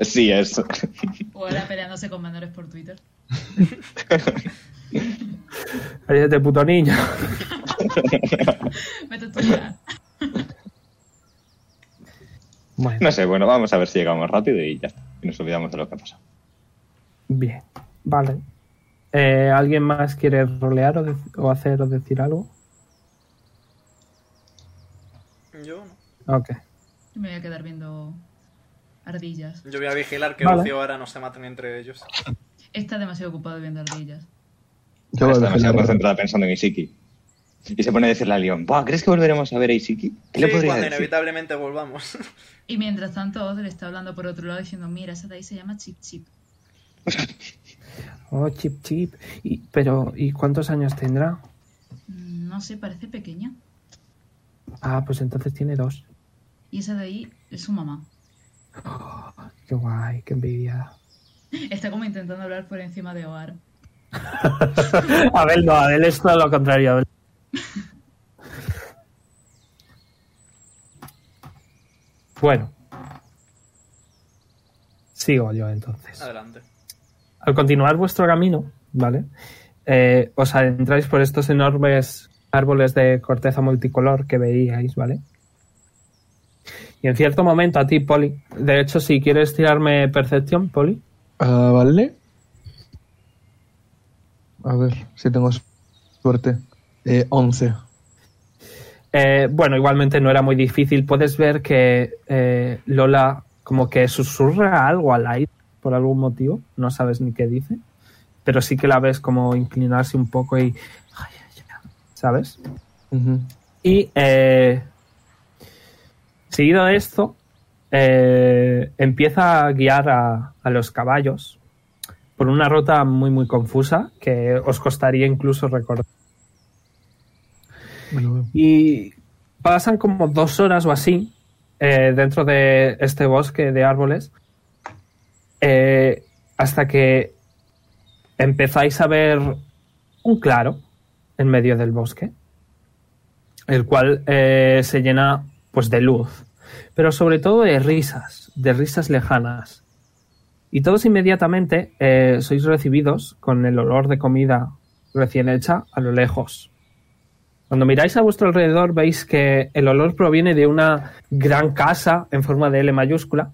Speaker 5: Sí, es.
Speaker 3: O ahora peleándose con menores por Twitter.
Speaker 2: Cállate, puto niño.
Speaker 3: Vete a estudiar.
Speaker 6: Bueno,
Speaker 5: No sé, bueno, vamos a ver si llegamos rápido y ya está. Y nos olvidamos de lo que ha pasado.
Speaker 6: bien.
Speaker 2: Vale. Eh, ¿Alguien más quiere rolear o, dec- o hacer o decir algo?
Speaker 1: Yo no.
Speaker 2: Ok.
Speaker 3: Me voy a quedar viendo ardillas.
Speaker 1: Yo voy a vigilar que
Speaker 2: Vale.
Speaker 1: Lucio ahora no se maten entre ellos.
Speaker 3: Está demasiado ocupado viendo ardillas.
Speaker 4: Yo voy
Speaker 5: Ahora está
Speaker 4: a vigilar.
Speaker 5: demasiado concentrada pensando en Isiki. Y se pone a decirle a Leon, "Buah, ¿crees que volveremos a ver a Isiki? ¿Qué le
Speaker 1: Sí,
Speaker 5: podría
Speaker 1: cuando
Speaker 5: decir?
Speaker 1: inevitablemente volvamos.
Speaker 3: Y mientras tanto, Oz le está hablando por otro lado diciendo, mira, esa de ahí se llama Chip Chip.
Speaker 6: Oh, chip, chip. Y, pero, ¿y cuántos años tendrá?
Speaker 3: Mm, No sé, parece pequeña.
Speaker 6: Ah, pues entonces tiene dos.
Speaker 3: Y esa de ahí es su mamá.
Speaker 6: Qué guay, qué envidia.
Speaker 3: Está como intentando hablar por encima de Oar.
Speaker 2: Abel no, Abel es todo lo contrario. Abel. Bueno. Sigo yo entonces.
Speaker 1: Adelante.
Speaker 2: Al continuar vuestro camino, ¿vale? Eh, os adentráis por estos enormes árboles de corteza multicolor que veíais, ¿vale? Y en cierto momento a ti, Poli, de hecho, si quieres tirarme percepción, Poli,
Speaker 4: Ah, vale. A ver si tengo suerte. Eh, 11.
Speaker 2: Eh, bueno, igualmente no era muy difícil. Puedes ver que eh, Lola como que susurra algo al aire por algún motivo. No sabes ni qué dice. Pero sí que la ves como inclinarse un poco y... ¿Sabes?
Speaker 4: Ujú.
Speaker 2: Y eh, seguido de esto, eh, empieza a guiar a, a los caballos por una ruta muy muy confusa que os costaría incluso recordar.
Speaker 4: Bueno, bueno.
Speaker 2: Y pasan como dos horas o así eh, dentro de este bosque de árboles eh, hasta que empezáis a ver un claro en medio del bosque, el cual eh, se llena pues de luz, pero sobre todo de risas, de risas lejanas. Y todos inmediatamente eh, sois recibidos con el olor de comida recién hecha a lo lejos. Cuando miráis a vuestro alrededor veis que el olor proviene de una gran casa en forma de L mayúscula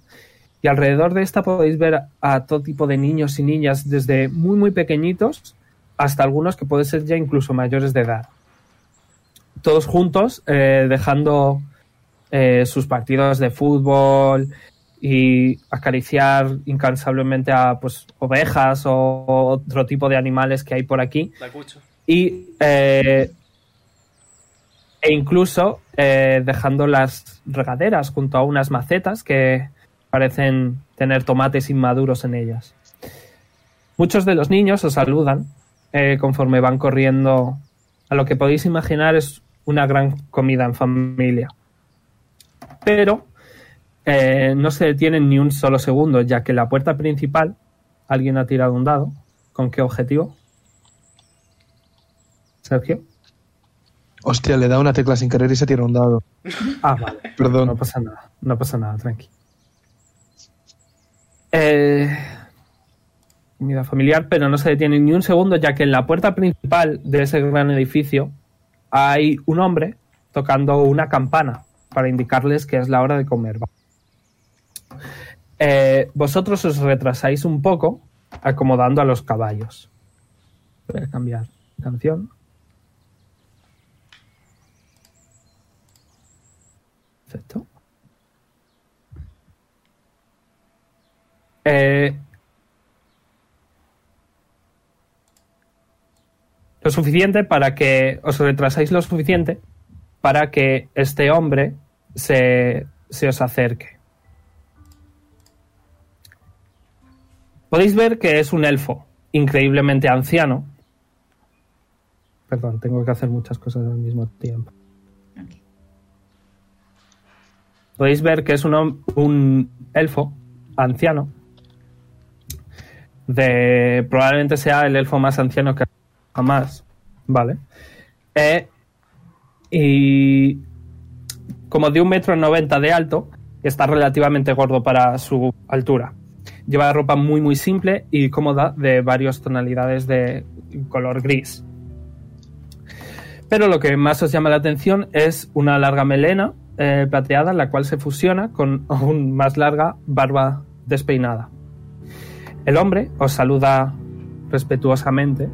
Speaker 2: y alrededor de esta podéis ver a todo tipo de niños y niñas desde muy muy pequeñitos hasta algunos que pueden ser ya incluso mayores de edad. Todos juntos eh, dejando eh, sus partidos de fútbol y acariciar incansablemente a pues, ovejas o otro tipo de animales que hay por aquí.
Speaker 1: La cucho.
Speaker 2: Y, eh, e incluso eh, dejando las regaderas junto a unas macetas que parecen tener tomates inmaduros en ellas. Muchos de los niños os saludan eh, conforme van corriendo a lo que podéis imaginar es una gran comida en familia. Pero eh, no se detienen ni un solo segundo, ya que la puerta principal, alguien ha tirado un dado. ¿Con qué objetivo? Sergio.
Speaker 4: Hostia, le da una tecla sin querer y se tira un dado.
Speaker 2: Ah, vale.
Speaker 4: Perdón.
Speaker 2: No pasa nada, no pasa nada, tranqui. Eh, comida familiar, pero no se detiene ni un segundo, ya que en la puerta principal de ese gran edificio hay un hombre tocando una campana para indicarles que es la hora de comer. Eh, vosotros os retrasáis un poco acomodando a los caballos. Voy a cambiar de canción. Perfecto. Eh, lo suficiente para que os retrasáis lo suficiente para que este hombre se, se os acerque. Podéis ver que es un elfo increíblemente anciano. Perdón, tengo que hacer muchas cosas al mismo tiempo.
Speaker 3: Ok.
Speaker 2: Podéis ver que es un, hom- un elfo anciano. De, probablemente sea el elfo más anciano que jamás. Vale. Eh, y como de un metro noventa de alto, está relativamente gordo para su altura. Lleva ropa muy muy simple y cómoda de varias tonalidades de color gris. Pero lo que más os llama la atención es una larga melena eh, plateada, la cual se fusiona con aún más larga barba despeinada. El hombre os saluda respetuosamente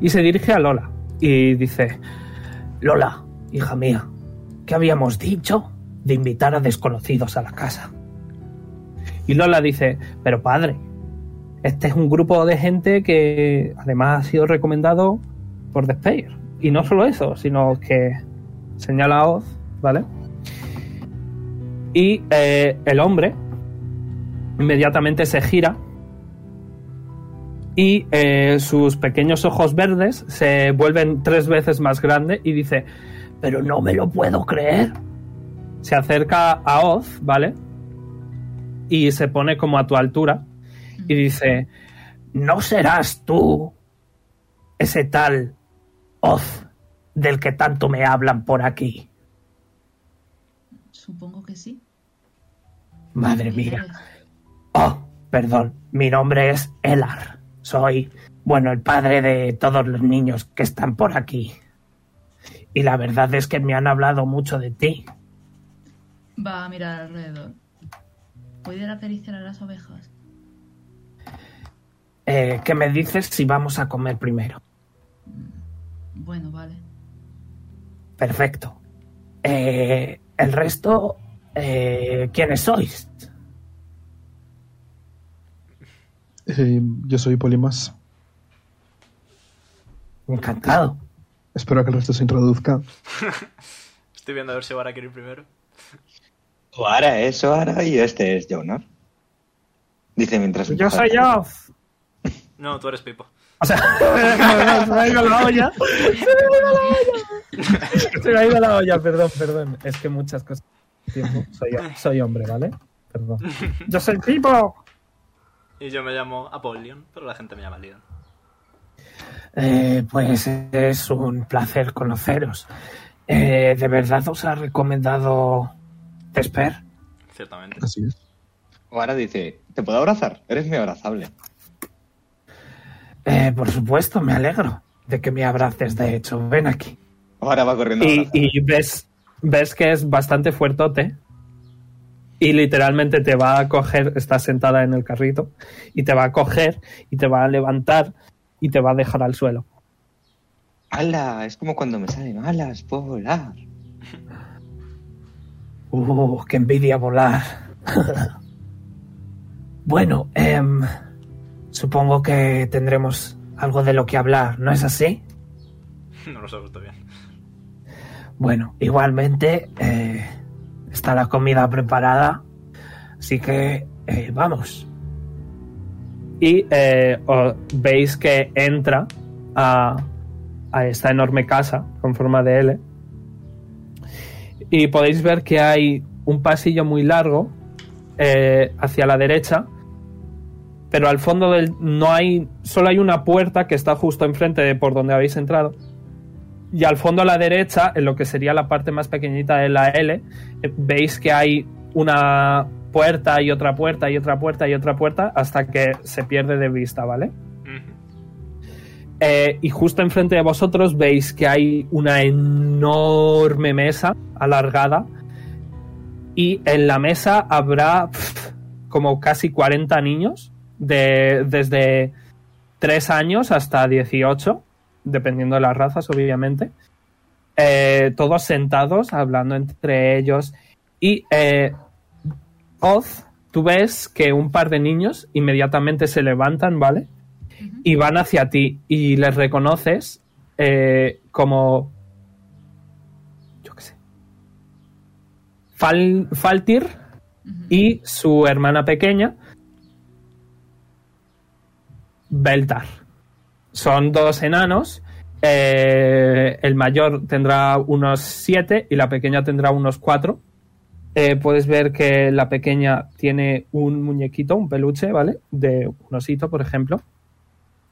Speaker 2: y se dirige a Lola y dice, Lola, hija mía, ¿qué habíamos dicho de invitar a desconocidos a la casa? Y Lola dice, pero padre, este es un grupo de gente que además ha sido recomendado por Despair. Y no solo eso, sino que señala a Oz, ¿vale? Y eh, el hombre inmediatamente se gira y eh, sus pequeños ojos verdes se vuelven tres veces más grandes y dice, pero no me lo puedo creer. Se acerca a Oz, ¿vale? Y se pone como a tu altura y dice, no serás tú ese tal Oz del que tanto me hablan por aquí.
Speaker 3: Supongo que sí.
Speaker 2: Madre mía. Oh, perdón, mi nombre es Elar. Soy, bueno, el padre de todos los niños que están por aquí. Y la verdad es que me han hablado mucho de ti.
Speaker 3: Va a mirar alrededor. ¿Puede acariciar a las ovejas?
Speaker 2: Eh, ¿Qué me dices si vamos a comer primero?
Speaker 3: Bueno, vale.
Speaker 2: Perfecto. Eh, el resto, eh, ¿quiénes sois?
Speaker 4: Eh, yo soy Polimas.
Speaker 2: Encantado.
Speaker 4: Espero que el resto se introduzca.
Speaker 1: Estoy viendo a ver si van a querer primero.
Speaker 5: O ahora es ahora y este es Jonar. Dice mientras.
Speaker 6: Yo soy yo.
Speaker 1: No, tú eres Pipo.
Speaker 2: O sea, se me ha ido la olla. Se me ha ido la olla, perdón, perdón. Es que muchas cosas. al tiempo. Soy, soy hombre, ¿vale? Perdón.
Speaker 6: Yo soy Pipo.
Speaker 1: Y yo me llamo Apolion, pero la gente me llama Leon.
Speaker 2: Eh, pues es un placer conoceros. Eh, ¿De verdad os ha recomendado Tesper?
Speaker 1: Ciertamente.
Speaker 4: Así es.
Speaker 5: O ahora dice, ¿te puedo abrazar? Eres muy abrazable.
Speaker 2: Eh, por supuesto, me alegro de que me abraces. De hecho, ven aquí.
Speaker 5: Ahora va corriendo. a
Speaker 2: Y,
Speaker 5: abrazar.
Speaker 2: y ves, ves que es bastante fuertote. Y literalmente te va a coger, está sentada en el carrito, y te va a coger, y te va a levantar, y te va a dejar al suelo.
Speaker 5: ¡Hala! Es como cuando me salen alas, puedo volar.
Speaker 2: Uh, qué envidia volar. bueno, em, supongo que tendremos algo de lo que hablar, ¿no es así?
Speaker 1: No lo sabes bien.
Speaker 2: Bueno, igualmente eh, está la comida preparada, así que eh, vamos. Y eh, o- veis que entra a, a esta enorme casa con forma de L. Y podéis ver que hay un pasillo muy largo eh, hacia la derecha. Pero al fondo del, no hay. Solo hay una puerta que está justo enfrente de por donde habéis entrado. Y al fondo a la derecha, en lo que sería la parte más pequeñita de la L, eh, veis que hay una puerta y otra puerta y otra puerta y otra puerta hasta que se pierde de vista, ¿vale?
Speaker 1: Ujú.
Speaker 2: Eh, y justo enfrente de vosotros veis que hay una enorme mesa alargada y en la mesa habrá pf, como casi 40 niños de, desde 3 años hasta 18, dependiendo de las razas obviamente, Eh, todos sentados hablando entre ellos y eh, Oz, tú ves que un par de niños inmediatamente se levantan, ¿vale?
Speaker 3: Ujú.
Speaker 2: y van hacia ti y les reconoces eh, como yo qué sé Fal- Faltir
Speaker 3: Ujú.
Speaker 2: y su hermana pequeña Beltar son dos enanos eh, el mayor tendrá unos siete y la pequeña tendrá unos cuatro Eh, puedes ver que la pequeña tiene un muñequito, un peluche, ¿vale? De un osito, por ejemplo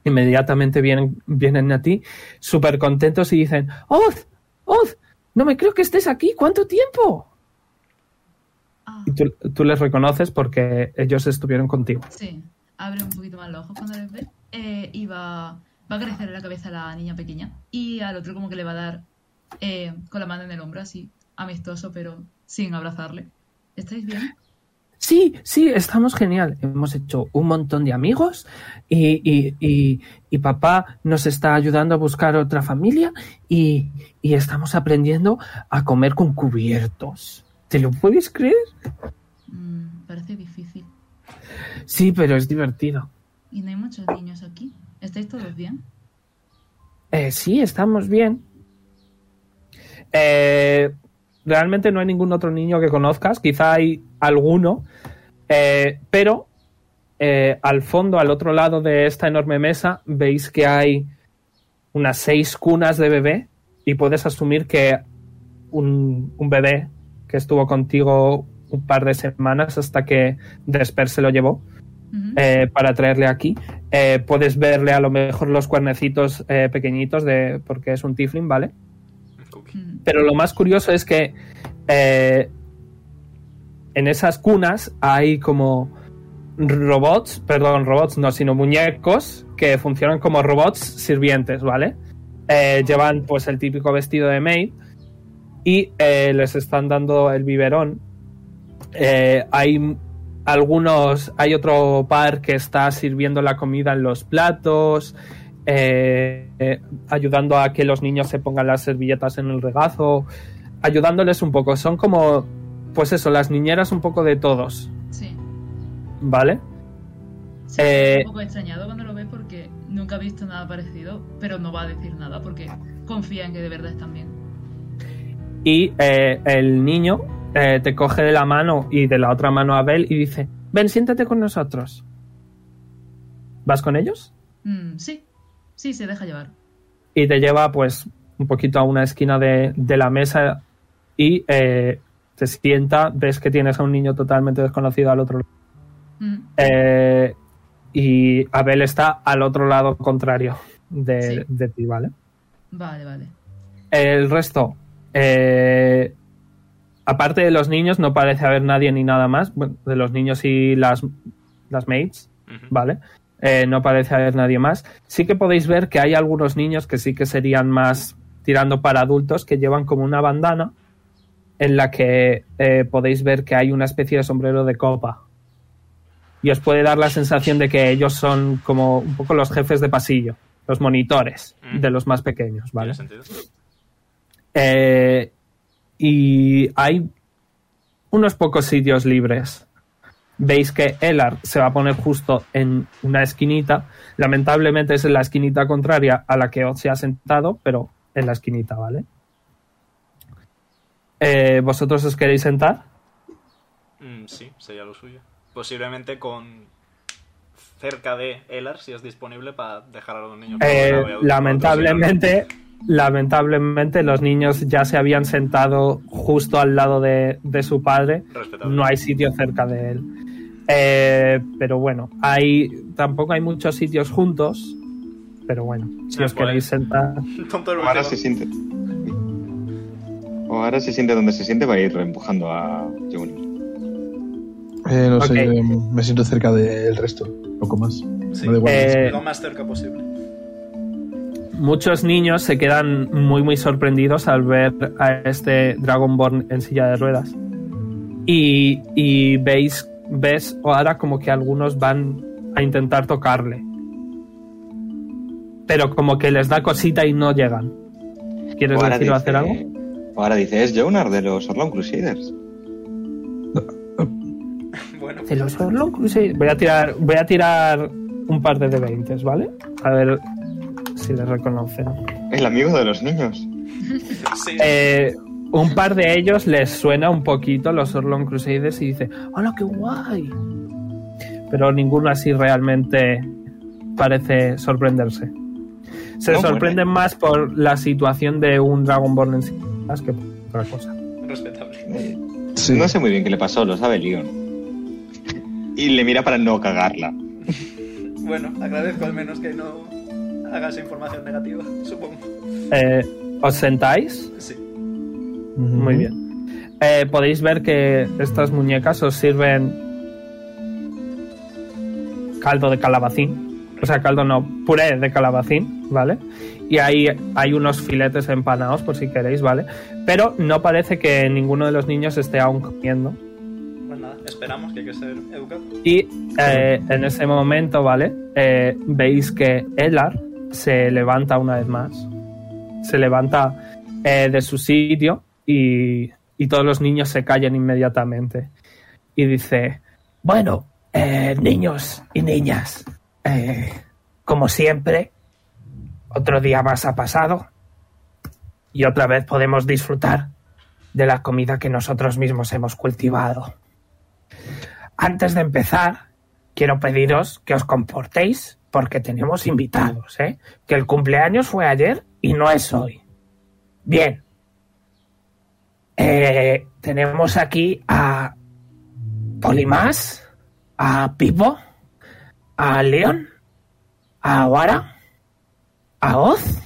Speaker 2: inmediatamente vienen, vienen a ti súper contentos y dicen, Oz, Oz, no me creo que estés aquí, ¿cuánto tiempo?
Speaker 3: Ah,
Speaker 2: Y tú, tú les reconoces porque ellos estuvieron contigo.
Speaker 3: sí. Abre un poquito más los ojos cuando les ve. Eh, y va, va a crecer la cabeza a la niña pequeña. Y al otro como que le va a dar eh, con la mano en el hombro, así, amistoso, pero sin abrazarle. ¿Estáis bien?
Speaker 2: Sí, sí, estamos genial. Hemos hecho un montón de amigos y, y- y- y papá nos está ayudando a buscar otra familia y, y estamos aprendiendo a comer con cubiertos. ¿Te lo puedes creer?
Speaker 3: Mm, parece difícil.
Speaker 2: Sí, pero es divertido.
Speaker 3: Y no hay muchos niños aquí. ¿Estáis todos bien?
Speaker 2: Eh, sí, estamos bien. Eh, realmente no hay ningún otro niño que conozcas, quizá hay alguno, eh, pero eh, al fondo, al otro lado de esta enorme mesa, veis que hay unas seis cunas de bebé y puedes asumir que un, un bebé que estuvo contigo un par de semanas hasta que Desper se lo llevó,
Speaker 3: Ujú.
Speaker 2: eh, para traerle aquí. Eh, puedes verle a lo mejor los cuernecitos eh, pequeñitos de, porque es un tiflin, ¿vale?
Speaker 1: Cookie.
Speaker 3: Mm,
Speaker 2: Pero lo más curioso es que eh, en esas cunas hay como robots, perdón, robots no, sino muñecos que funcionan como robots sirvientes, ¿vale? Eh, llevan pues el típico vestido de maid y eh, les están dando el biberón. Eh, hay m- algunos, hay otro par que está sirviendo la comida en los platos, eh, eh, ayudando a que los niños se pongan las servilletas en el regazo, ayudándoles un poco. Son como, pues eso, las niñeras un poco de todos,
Speaker 3: Sí.
Speaker 2: ¿vale?
Speaker 3: Sí,
Speaker 2: Eh,
Speaker 3: un poco extrañado cuando lo ve porque nunca ha visto nada parecido, pero no va a decir nada porque confía en que de verdad están bien.
Speaker 2: Y eh, el niño eh, te coge de la mano y de la otra mano a Abel y dice, ven, siéntate con nosotros. ¿Vas con ellos?
Speaker 3: Mm, sí, sí, se deja llevar.
Speaker 2: y te lleva pues un poquito a una esquina de, de la mesa y eh, te sienta, ves que tienes a un niño totalmente desconocido al otro lado.
Speaker 3: Mm,
Speaker 2: Eh, Y Abel está al otro lado contrario de,
Speaker 3: Sí.
Speaker 2: de ti, ¿vale?
Speaker 3: Vale, vale.
Speaker 2: El resto. eh, aparte de los niños, no parece haber nadie ni nada más. Bueno, de los niños y las, las maids,
Speaker 1: Ujú.
Speaker 2: ¿vale? Eh, no parece haber nadie más. Sí que podéis ver que hay algunos niños que sí que serían más tirando para adultos, que llevan como una bandana en la que eh, podéis ver que hay una especie de sombrero de copa. Y os puede dar la sensación de que ellos son como un poco los jefes de pasillo, los monitores
Speaker 1: Mm.
Speaker 2: de los más pequeños, ¿vale?
Speaker 1: ¿Tiene sentido?
Speaker 2: Eh, y hay unos pocos sitios libres. Veis que Elar se va a poner justo en una esquinita. Lamentablemente es en la esquinita contraria a la que Oz se ha sentado, pero en la esquinita, ¿vale? Eh, ¿Vosotros os queréis sentar?
Speaker 1: Mm, sí, sería lo suyo. Posiblemente con cerca de Elar, si es disponible, para dejar a los niños.
Speaker 2: Eh,
Speaker 1: por fuera, o-
Speaker 2: lamentablemente, lamentablemente los niños ya se habían sentado justo al lado de- de su padre
Speaker 1: Respetable.
Speaker 2: no hay sitio cerca de él. Eh, pero bueno, hay tampoco hay muchos sitios juntos. Pero bueno, si
Speaker 1: Ah,
Speaker 2: os
Speaker 1: vale.
Speaker 2: queréis sentar.
Speaker 1: Tonto el
Speaker 5: O ahora
Speaker 1: último.
Speaker 5: se siente. O ahora se siente donde se siente va a ir empujando a Junior.
Speaker 4: Eh, no
Speaker 2: Ok.
Speaker 4: sé, me siento cerca del resto, un poco más.
Speaker 1: Sí.
Speaker 4: No de guardia.
Speaker 2: Eh,
Speaker 1: Lo más cerca posible.
Speaker 2: Muchos niños se quedan muy muy sorprendidos al ver a este Dragonborn en silla de ruedas. Y, y veis, ves ahora como que algunos van a intentar tocarle. Pero como que les da cosita y no llegan. ¿Quieres
Speaker 5: O ahora
Speaker 2: decir o hacer algo?
Speaker 5: O ahora dice, es Jonar de los Orlon Crusaders.
Speaker 1: Bueno,
Speaker 2: De los Orlon Crusade- Voy a tirar, voy a tirar un par de de 20, ¿vale? A ver si les reconocen.
Speaker 5: El amigo de los niños.
Speaker 1: pues sí.
Speaker 2: Eh, un par de ellos les suena un poquito los Orlon Crusaders y dice, ¡hola, qué guay! Pero ninguno así realmente parece sorprenderse. Se
Speaker 5: No, bueno.
Speaker 2: sorprenden más por la situación de un Dragonborn en sí más que por otra cosa.
Speaker 1: Respetable.
Speaker 5: Eh,
Speaker 4: Sí.
Speaker 5: No sé muy bien qué le pasó, lo sabe Leon. Y le mira para no cagarla.
Speaker 1: Bueno, agradezco al menos que no hagas información negativa, supongo.
Speaker 2: Eh, ¿Os sentáis?
Speaker 1: Sí.
Speaker 2: Muy bien. Eh, podéis ver que estas muñecas os sirven caldo de calabacín. O sea, caldo no, puré de calabacín, ¿vale? Y ahí hay unos filetes empanados por si queréis, ¿vale? Pero no parece que ninguno de los niños esté aún comiendo.
Speaker 1: Pues nada, esperamos que hay que ser educado.
Speaker 2: Y eh, en ese momento, ¿vale? Eh, veis que Elar se levanta una vez más. Se levanta eh, de su sitio y, y todos los niños se callan inmediatamente. Y dice,
Speaker 8: Bueno, eh, niños y niñas, eh, como siempre, otro día más ha pasado y otra vez podemos disfrutar de la comida que nosotros mismos hemos cultivado. Antes de empezar, quiero pediros que os comportéis porque tenemos invitados, ¿eh? Que el cumpleaños fue ayer y no es hoy. Bien. Eh, tenemos aquí a Polimás, a Pipo, a León, a Wara, a Oz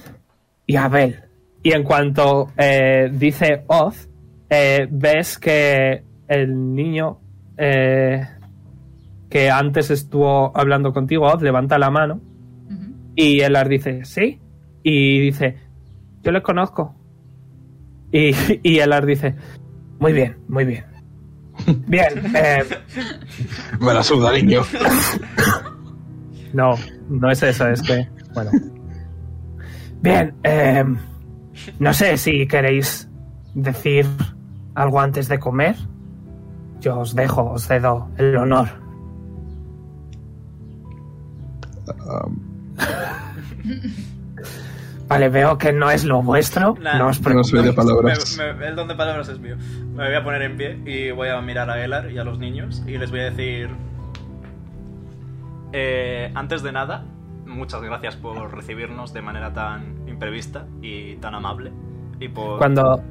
Speaker 8: y a Abel.
Speaker 2: y en cuanto eh, dice Oz, eh, ves que el niño eh, que antes estuvo hablando contigo, Oz, levanta la mano
Speaker 3: Ujú.
Speaker 2: Y Elar dice, sí. Y dice, yo les conozco. Y, y Elar dice,
Speaker 8: Muy bien, muy bien. Bien, eh,
Speaker 4: Me la suda, niño.
Speaker 2: no, no es eso, es que... Bueno,
Speaker 8: bien. eh, no sé si queréis decir algo antes de comer. Yo os dejo, os cedo el honor. Vale, veo que no es lo vuestro.
Speaker 1: Nah.
Speaker 8: No os
Speaker 4: No
Speaker 8: preocupéis.
Speaker 4: soy de palabras.
Speaker 1: Me- me- el don de palabras es mío. Me voy a poner en pie y voy a mirar a Elar y a los niños y les voy a decir... eh, antes de nada, muchas gracias por recibirnos de manera tan imprevista y tan amable. Y por...
Speaker 2: cuando,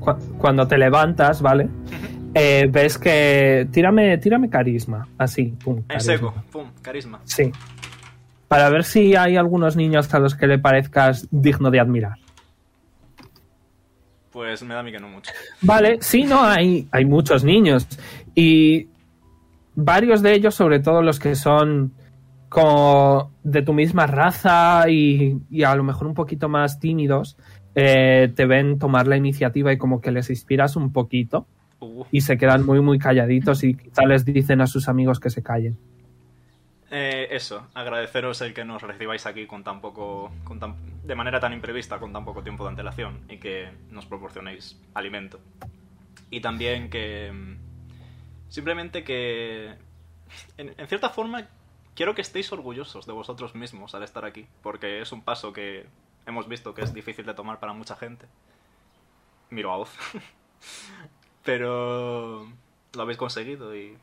Speaker 2: cua- cuando te levantas, ¿vale? Eh, ves que. Tírame, tírame carisma. Así, pum.
Speaker 1: En
Speaker 2: carisma.
Speaker 1: seco, pum, carisma.
Speaker 2: Sí. Para ver si hay algunos niños a los que le parezcas digno de admirar.
Speaker 1: Pues me da a mí que no mucho.
Speaker 2: Vale, sí, no, hay, hay muchos niños. Y varios de ellos, sobre todo los que son como de tu misma raza y, y a lo mejor un poquito más tímidos, eh, te ven tomar la iniciativa y como que les inspiras un poquito
Speaker 1: Uh.
Speaker 2: y se quedan muy, muy calladitos y quizá les dicen a sus amigos que se callen.
Speaker 1: Eh, eso, agradeceros el que nos recibáis aquí con tan poco, con tan- de manera tan imprevista, con tan poco tiempo de antelación y que nos proporcionéis alimento. Y también que... mm, Simplemente que... En, en cierta forma, quiero que estéis orgullosos de vosotros mismos al estar aquí, porque es un paso que hemos visto que es difícil de tomar para mucha gente. Miro a Oz. Pero... Lo habéis conseguido y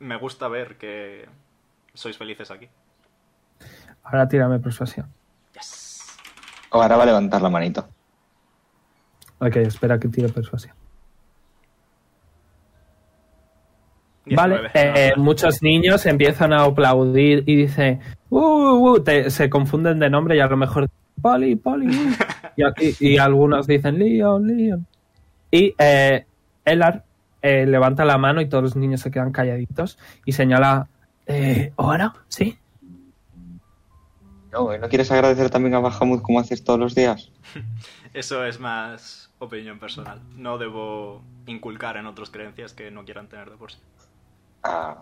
Speaker 1: me gusta ver que sois felices aquí.
Speaker 2: Ahora tírame persuasión.
Speaker 1: Yes.
Speaker 5: Ahora va a levantar la manito.
Speaker 2: Ok, espera que tire persuasión. Vale,
Speaker 1: 19.
Speaker 2: eh, muchos niños empiezan a aplaudir y dicen, "Uh, uh, uh", te- se confunden de nombre y a lo mejor, Poli, Poli, uh". y, aquí- y algunos dicen, Leon, Leon. Y eh, Elar eh, levanta la mano y todos los niños se quedan calladitos y señala, eh, ¿Ahora? ¿Sí?
Speaker 5: No, ¿no quieres agradecer también a Bahamut como haces todos los días?
Speaker 1: Eso es más opinión personal. No debo inculcar en otros creencias que no quieran tener de por sí.
Speaker 5: Ah.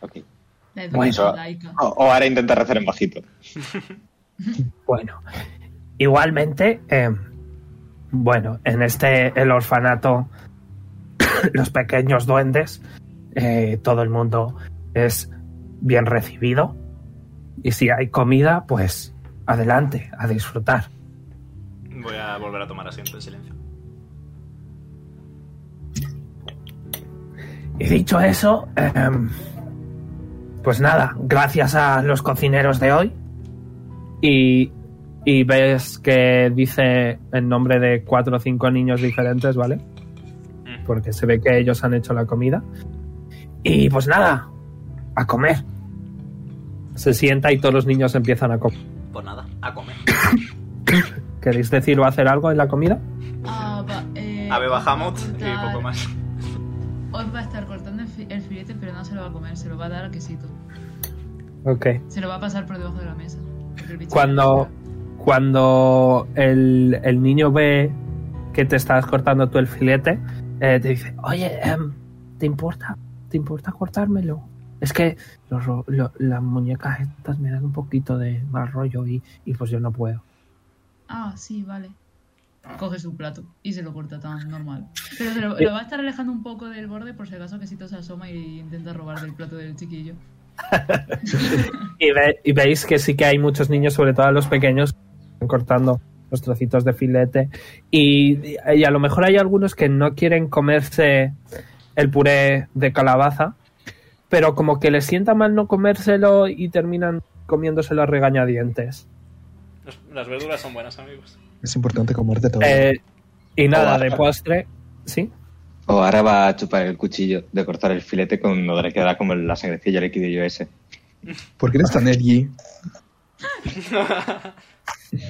Speaker 5: Ok.
Speaker 3: La
Speaker 5: Bueno,
Speaker 3: educación laica.
Speaker 5: O, o ahora intentar rezar en bajito.
Speaker 8: Bueno, em,
Speaker 2: Igualmente, eh,
Speaker 8: bueno, en este, el orfanato, los pequeños duendes, eh, todo el mundo es bien recibido. Y si hay comida, pues adelante, a disfrutar.
Speaker 1: Voy a volver a tomar asiento en silencio.
Speaker 8: Y dicho eso, em, pues nada, gracias a los cocineros de hoy,
Speaker 2: y, y ves que dice en nombre de cuatro o cinco niños diferentes, ¿vale?
Speaker 1: Mm.
Speaker 2: Porque se ve que ellos han hecho la comida.
Speaker 8: y pues nada, a comer.
Speaker 2: Se sienta y todos los niños empiezan a comer.
Speaker 1: Pues nada, a comer.
Speaker 2: ¿Queréis decir o hacer algo en la comida?
Speaker 3: Ah, va, eh,
Speaker 1: A ver, Bahamut
Speaker 3: os va
Speaker 1: y
Speaker 3: a
Speaker 1: poco
Speaker 3: cortar-
Speaker 1: más.
Speaker 3: Os va a estar cortando el, fi- el filete, pero no se lo va a comer, se lo va a dar al quesito.
Speaker 2: Ok.
Speaker 3: Se lo va a pasar por debajo de la mesa. porque el bicho-
Speaker 2: Cuando, cuando el, el niño ve que te estás cortando tú el filete, eh, te dice, oye, em, ¿te importa? ¿Te importa cortármelo? Es que los ro- lo- las muñecas estas me dan un poquito de mal rollo y, y pues yo no puedo.
Speaker 3: Ah, sí, vale. Coge su plato y se lo corta tan normal. Pero se lo, lo va a estar alejando un poco del borde por si acaso quesito se asoma y intenta robar del plato del chiquillo.
Speaker 2: Y, ve- y veis que sí que hay muchos niños, sobre todo los pequeños, que están cortando los trocitos de filete. Y, y a lo mejor hay algunos que no quieren comerse el puré de calabaza, pero como que les sienta mal no comérselo y terminan comiéndoselo a regañadientes.
Speaker 1: Las- Las verduras son buenas, amigos.
Speaker 4: Es importante comerte todo.
Speaker 2: Eh, y nada, de
Speaker 5: Calabaza.
Speaker 2: postre. ¿Sí?
Speaker 5: O ahora va a chupar el cuchillo de cortar el filete con lo que le quedará como la sangrecilla liquidillo ese.
Speaker 4: ¿Por qué eres tan edgy?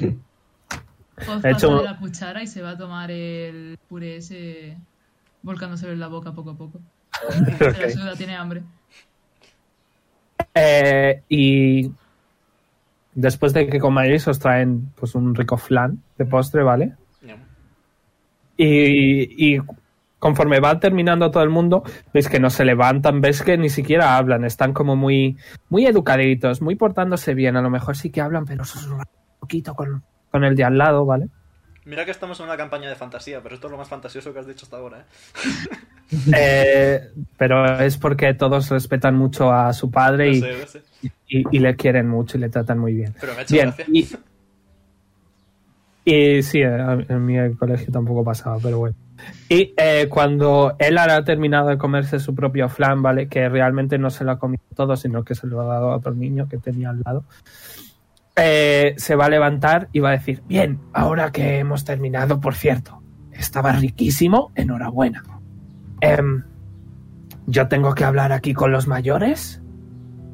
Speaker 3: Os
Speaker 2: De
Speaker 3: pasa
Speaker 2: hecho-
Speaker 3: la cuchara y se va a tomar el puré ese volcándoselo en la boca poco a poco. Se la
Speaker 2: Ok.
Speaker 3: suda, tiene hambre.
Speaker 2: Eh, y después de que comáis os traen pues un rico flan de postre, ¿vale?
Speaker 1: Ñam.
Speaker 2: Y, y conforme va terminando todo el mundo, veis que no se levantan, veis que ni siquiera hablan, están como muy, muy educaditos, muy portándose bien. A lo mejor sí que hablan, pero susurran un poquito con, con el de al lado, ¿vale?
Speaker 1: Mira que estamos en una campaña de fantasía, pero esto es lo más fantasioso que has dicho hasta ahora, ¿eh?
Speaker 2: Eh, pero es porque todos respetan mucho a su padre
Speaker 1: Lo
Speaker 2: y,
Speaker 1: sé, lo sé.
Speaker 2: y- y le quieren mucho y le tratan muy bien.
Speaker 1: Pero me ha hecho
Speaker 2: Bien,
Speaker 1: gracia.
Speaker 2: y, y sí, a- en mi colegio tampoco pasaba, pero bueno. Y eh, cuando él ha terminado de comerse su propio flan, ¿vale? Que realmente no se lo ha comido todo, sino que se lo ha dado a otro niño que tenía al lado.
Speaker 8: eh, se va a levantar y va a decir, bien, ahora que hemos terminado, por cierto, estaba riquísimo, enhorabuena. Em, yo tengo que hablar aquí con los mayores,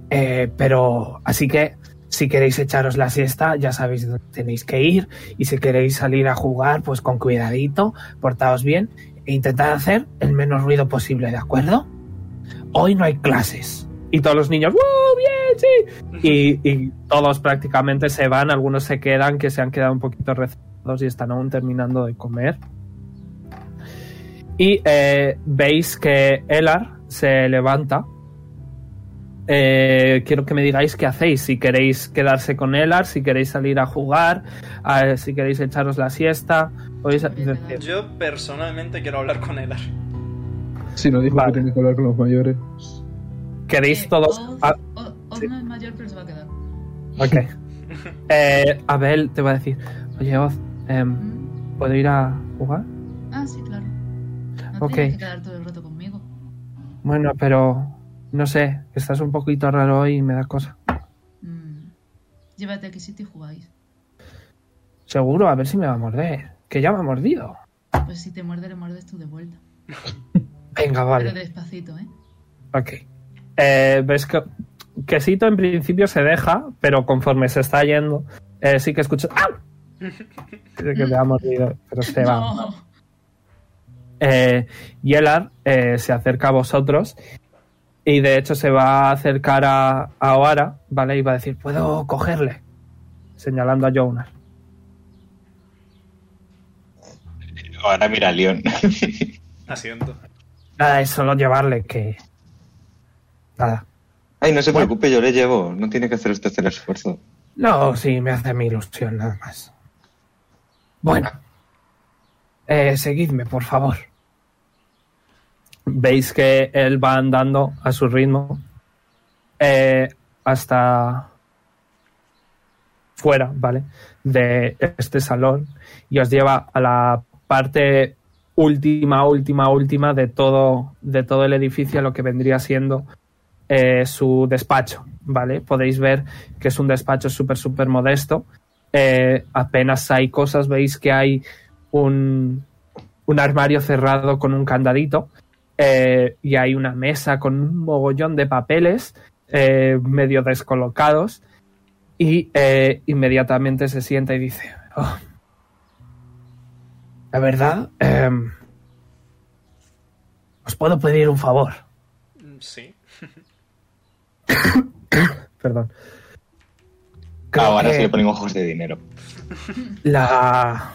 Speaker 8: eh, pero así que si queréis echaros la siesta, ya sabéis dónde tenéis que ir, y si queréis salir a jugar, pues con cuidadito, portaos bien e intentad hacer el menos ruido posible, ¿de acuerdo? Hoy no hay clases.
Speaker 2: Y todos los niños, ¡wow! ¡Bien! ¡Sí! Y, y todos prácticamente se van, algunos se quedan, que se han quedado un poquito rezados y están aún terminando de comer. Y eh, veis que Elar se levanta. Eh, quiero que me digáis qué hacéis. Si queréis quedarse con Elar, si queréis salir a jugar, a- si queréis echaros la siesta. podéis-
Speaker 1: Yo personalmente quiero hablar con Elar.
Speaker 4: Sí, no dijo
Speaker 2: Vale.
Speaker 4: que tenía que hablar con los mayores.
Speaker 2: ¿Queréis todos.?
Speaker 3: Eh, Oz,
Speaker 2: a-
Speaker 3: Oz- Oz
Speaker 2: Ah, sí.
Speaker 3: no es mayor, pero se va a quedar.
Speaker 2: Ok. Eh, Abel te va a decir, oye Oz, em,
Speaker 3: Mm.
Speaker 2: ¿puedo ir a jugar?
Speaker 3: Ah, sí, claro. No
Speaker 2: Ok.
Speaker 3: tienes que quedar todo el rato conmigo.
Speaker 2: Bueno, pero no sé, estás un poquito raro hoy y me da cosa.
Speaker 3: Mm. Llévate a qué sitio jugáis.
Speaker 2: Seguro, a ver si me va a morder. Que ya me ha mordido.
Speaker 3: Pues si te muerde, le muerdes tú de vuelta.
Speaker 2: Venga,
Speaker 3: Pero
Speaker 2: vale.
Speaker 3: despacito, ¿eh?
Speaker 2: Ok. Eh, Ves que Quesito en principio se deja, pero conforme se está yendo, eh, sí que escucha... ¡Au! Dice que le ha mordido, pero se va.
Speaker 3: No.
Speaker 2: Eh, Yelar eh, se acerca a vosotros y de hecho se va a acercar a, a Oara, ¿vale? Y va a decir, ¿puedo cogerle? Señalando a Jonar.
Speaker 5: Ahora mira a León.
Speaker 1: Asiento.
Speaker 8: Nada, es solo Ah, llevarle que... Nada.
Speaker 5: Ay, no se preocupe, yo le llevo. No tiene que hacer usted el esfuerzo.
Speaker 8: No, sí, me hace mi ilusión nada más. Bueno. Eh, seguidme, por favor.
Speaker 2: veis que él va andando a su ritmo eh, hasta fuera, ¿vale? De este salón y os lleva a la parte última, última, última de todo, de todo el edificio, lo que vendría siendo eh, su despacho, ¿vale? Podéis ver que es un despacho súper, súper modesto. Eh, apenas hay cosas, veis que hay un, un armario cerrado con un candadito eh, y hay una mesa con un mogollón de papeles eh, medio descolocados y eh, inmediatamente se sienta y dice "Oh,
Speaker 8: La verdad, em, os puedo pedir un favor.
Speaker 1: Mm, Sí.
Speaker 2: perdón
Speaker 8: Creo
Speaker 5: Ahora
Speaker 8: que-
Speaker 5: sí le ponen ojos de dinero.
Speaker 8: La.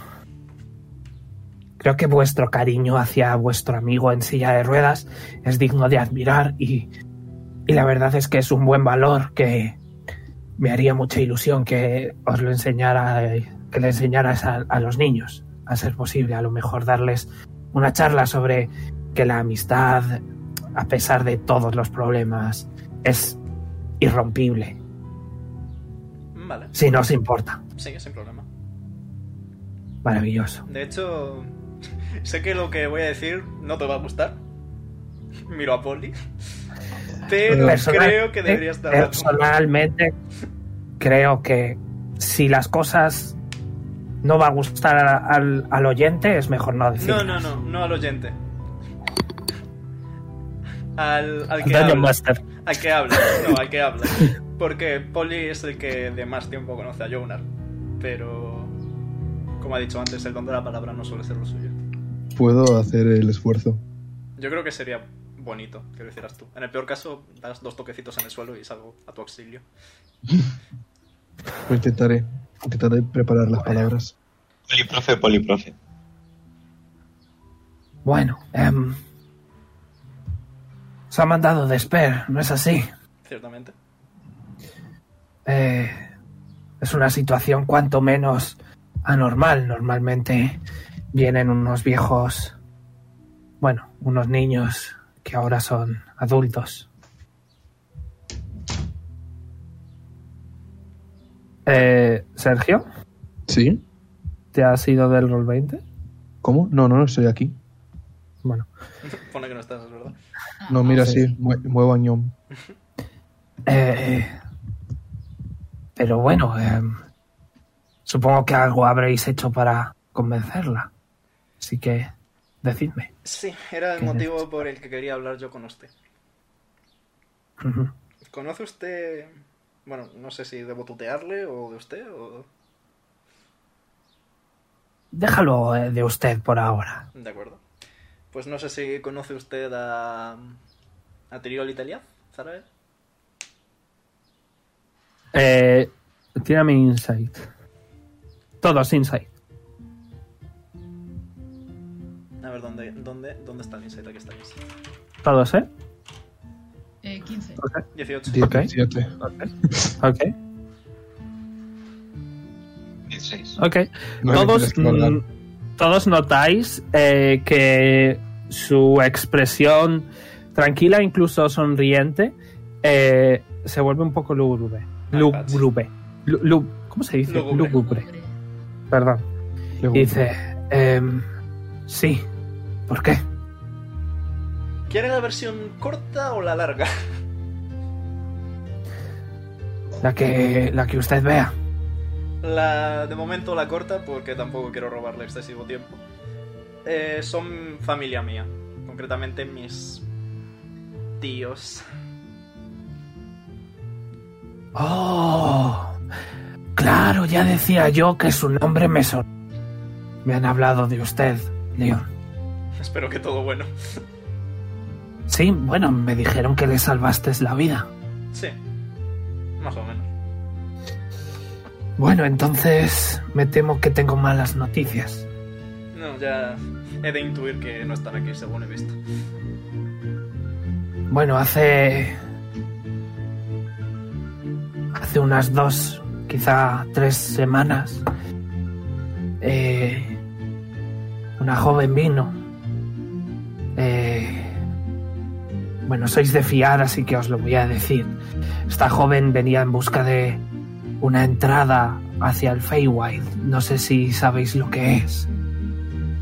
Speaker 8: Creo que vuestro cariño hacia vuestro amigo en silla de ruedas es digno de admirar y. Y la verdad es que es un buen valor que me haría mucha ilusión que os lo enseñara, eh, que le enseñaras a, a los niños, a ser posible, a lo mejor darles una charla sobre que la amistad, a pesar de todos los problemas, es irrompible,
Speaker 1: Mm, Vale.
Speaker 8: si no os importa.
Speaker 1: Sigue sin problema.
Speaker 8: Maravilloso.
Speaker 1: De hecho, sé que lo que voy a decir no te va a gustar. Miro a Polly. Pero
Speaker 8: Personal- eh,
Speaker 1: creo que deberías dar la-
Speaker 8: Personalmente, creo que si las cosas no va a gustar a- al, al oyente, es mejor no decir.
Speaker 1: No, no, no, no al oyente. Al, al que
Speaker 8: Dungeon
Speaker 1: habla.
Speaker 8: Master.
Speaker 1: Al que habla, no, al que habla. Porque Polly es el que de más tiempo conoce a Jonar. Pero, como ha dicho antes, el don de la palabra no suele ser lo suyo.
Speaker 4: Puedo hacer el esfuerzo.
Speaker 1: Yo creo que sería bonito que lo hicieras tú. En el peor caso, das dos toquecitos en el suelo y salgo a tu auxilio.
Speaker 4: Lo intentaré. Intentaré preparar las palabras.
Speaker 5: Poliprofe, poliprofe.
Speaker 8: Bueno, em, se ha mandado Desper, ¿no es así?
Speaker 1: Ciertamente.
Speaker 8: Eh, es una situación cuanto menos anormal. Normalmente vienen unos viejos, bueno, unos niños que ahora son adultos.
Speaker 2: Eh, Sergio
Speaker 4: ¿Sí?
Speaker 2: te has ido del roll 20
Speaker 4: ¿Cómo? No, no, no estoy aquí.
Speaker 2: bueno
Speaker 1: Pone que no estás, es verdad.
Speaker 3: Ah,
Speaker 4: No, mira, sí. mue- Muevo a ñom.
Speaker 8: Eh, pero bueno, em, supongo que algo habréis hecho para convencerla. Así que
Speaker 2: Decidme.
Speaker 1: Sí, era el
Speaker 2: ¿Qué
Speaker 1: motivo por el que quería hablar yo con usted.
Speaker 2: Ujú.
Speaker 1: ¿Conoce usted... Bueno, no sé si debo tutearle o de usted o...
Speaker 8: Déjalo eh, de usted por ahora.
Speaker 1: De acuerdo. Pues no sé si conoce usted a... A Tirol Italiaz, ¿sabe?
Speaker 2: Eh, tírame insight. Todos insight.
Speaker 1: A ver, ¿dónde, dónde, dónde está el insight? Aquí está el insight.
Speaker 2: Todos, ¿eh?
Speaker 3: Eh, 15.
Speaker 1: 18.
Speaker 4: 17.
Speaker 2: Ok.
Speaker 5: 16.
Speaker 2: Ok.
Speaker 4: No le tienes
Speaker 2: todos,
Speaker 4: que guardar.
Speaker 2: mm, todos notáis eh, que su expresión tranquila, incluso sonriente, eh, se vuelve un poco lúgubre.
Speaker 1: Malvada.
Speaker 2: Lúgubre. Lu- lu- ¿Cómo se dice?
Speaker 1: Lúgubre.
Speaker 2: Lúgubre. Perdón. Y dice, em, sí, ¿por qué?
Speaker 1: ¿Quiere la versión corta o la larga?
Speaker 8: La que, la que usted vea.
Speaker 1: La, de momento la corta porque tampoco quiero robarle excesivo tiempo. Eh, son familia mía, concretamente mis tíos.
Speaker 8: Oh, claro, ya decía yo que su nombre me sonó. Me han hablado de usted, Leon.
Speaker 1: Espero que todo bueno.
Speaker 8: Sí, bueno, me dijeron que le salvaste la vida.
Speaker 1: Sí, más o menos.
Speaker 8: Bueno, entonces me temo que tengo malas noticias.
Speaker 1: No, ya he de intuir que no están aquí, según he visto.
Speaker 8: Bueno, hace... Hace unas dos, quizá tres semanas, eh, una joven vino. Eh, bueno, sois de fiar, así que os lo voy a decir. Esta joven venía en busca de una entrada hacia el Feywild. No sé si sabéis lo que es.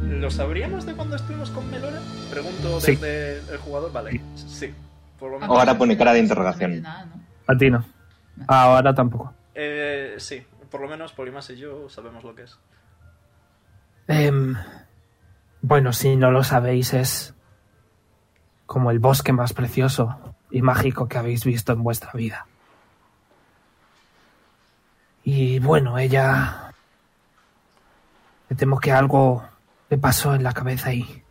Speaker 1: ¿Lo sabríamos de cuando estuvimos con Melora? Pregunto
Speaker 2: Sí.
Speaker 1: desde el jugador. Vale, sí. Por lo menos.
Speaker 5: Ahora pone cara de interrogación.
Speaker 3: Nada, ¿no?
Speaker 2: A ti no. Ahora tampoco.
Speaker 1: Eh, sí, por lo menos Polimas y yo sabemos lo que es.
Speaker 8: Em, bueno, si no lo sabéis, es como el bosque más precioso y mágico que habéis visto en vuestra vida. Y bueno, ella... Me temo que algo le pasó en la cabeza y...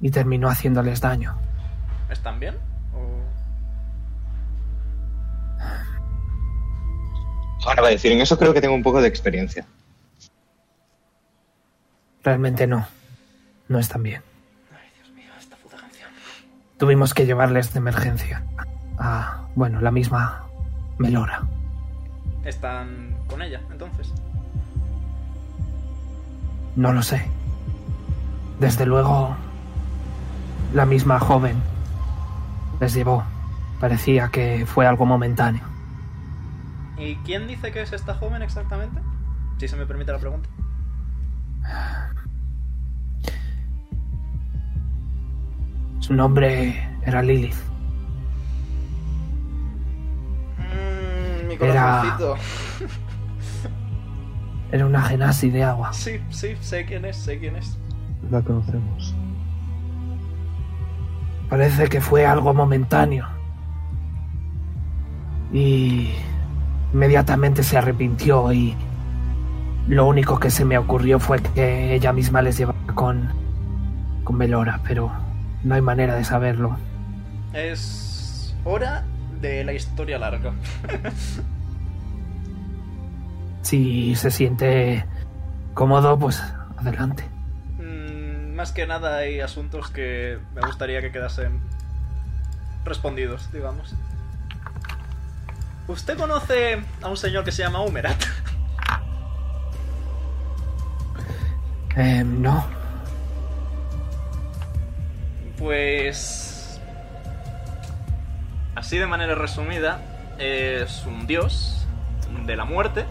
Speaker 8: Y terminó haciéndoles daño.
Speaker 1: ¿Están bien? ¿O...
Speaker 5: Ahora va a decir, en eso creo que tengo un poco de experiencia.
Speaker 8: Realmente no. No están bien.
Speaker 1: Ay, Dios mío, esta puta canción.
Speaker 8: Tuvimos que llevarles de emergencia a, bueno, la misma Melora.
Speaker 1: Están con ella, entonces.
Speaker 8: No lo sé. Desde luego, la misma joven les llevó. Parecía que fue algo momentáneo.
Speaker 1: ¿Y quién dice que es esta joven exactamente? Si se me permite la pregunta.
Speaker 8: Su nombre era Lilith.
Speaker 1: Mm, mi
Speaker 8: Era-
Speaker 1: corazoncito.
Speaker 8: Era una genasi de agua.
Speaker 1: Sí, sí, sé quién es, sé quién es.
Speaker 4: La conocemos.
Speaker 8: Parece que fue algo momentáneo. Y inmediatamente se arrepintió y lo único que se me ocurrió fue que ella misma les llevaba con con Melora, pero no hay manera de saberlo.
Speaker 1: Es hora de la historia larga.
Speaker 8: Si se siente cómodo, pues adelante.
Speaker 1: Mm, más que nada hay asuntos que me gustaría que quedasen respondidos, digamos. ¿Usted conoce a un señor que se llama Humerat?
Speaker 8: Eh, no,
Speaker 1: Pues... Así de manera resumida, es un dios de la muerte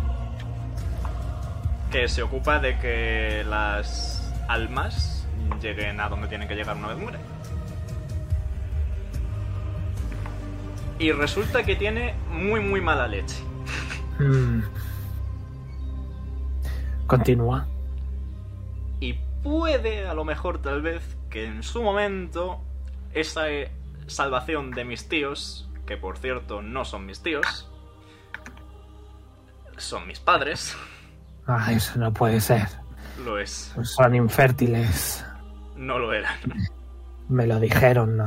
Speaker 1: que se ocupa de que las almas lleguen a donde tienen que llegar una vez mueren. Y resulta que tiene muy muy mala leche.
Speaker 8: Mm. Continúa.
Speaker 1: Y puede, a lo mejor, tal vez, que en su momento, esa eh, salvación de mis tíos, que por cierto no son mis tíos, son mis padres,
Speaker 2: Ah, eso no puede ser. Pues
Speaker 1: lo es,
Speaker 2: Son infértiles.
Speaker 1: no lo eran.
Speaker 2: Me lo dijeron.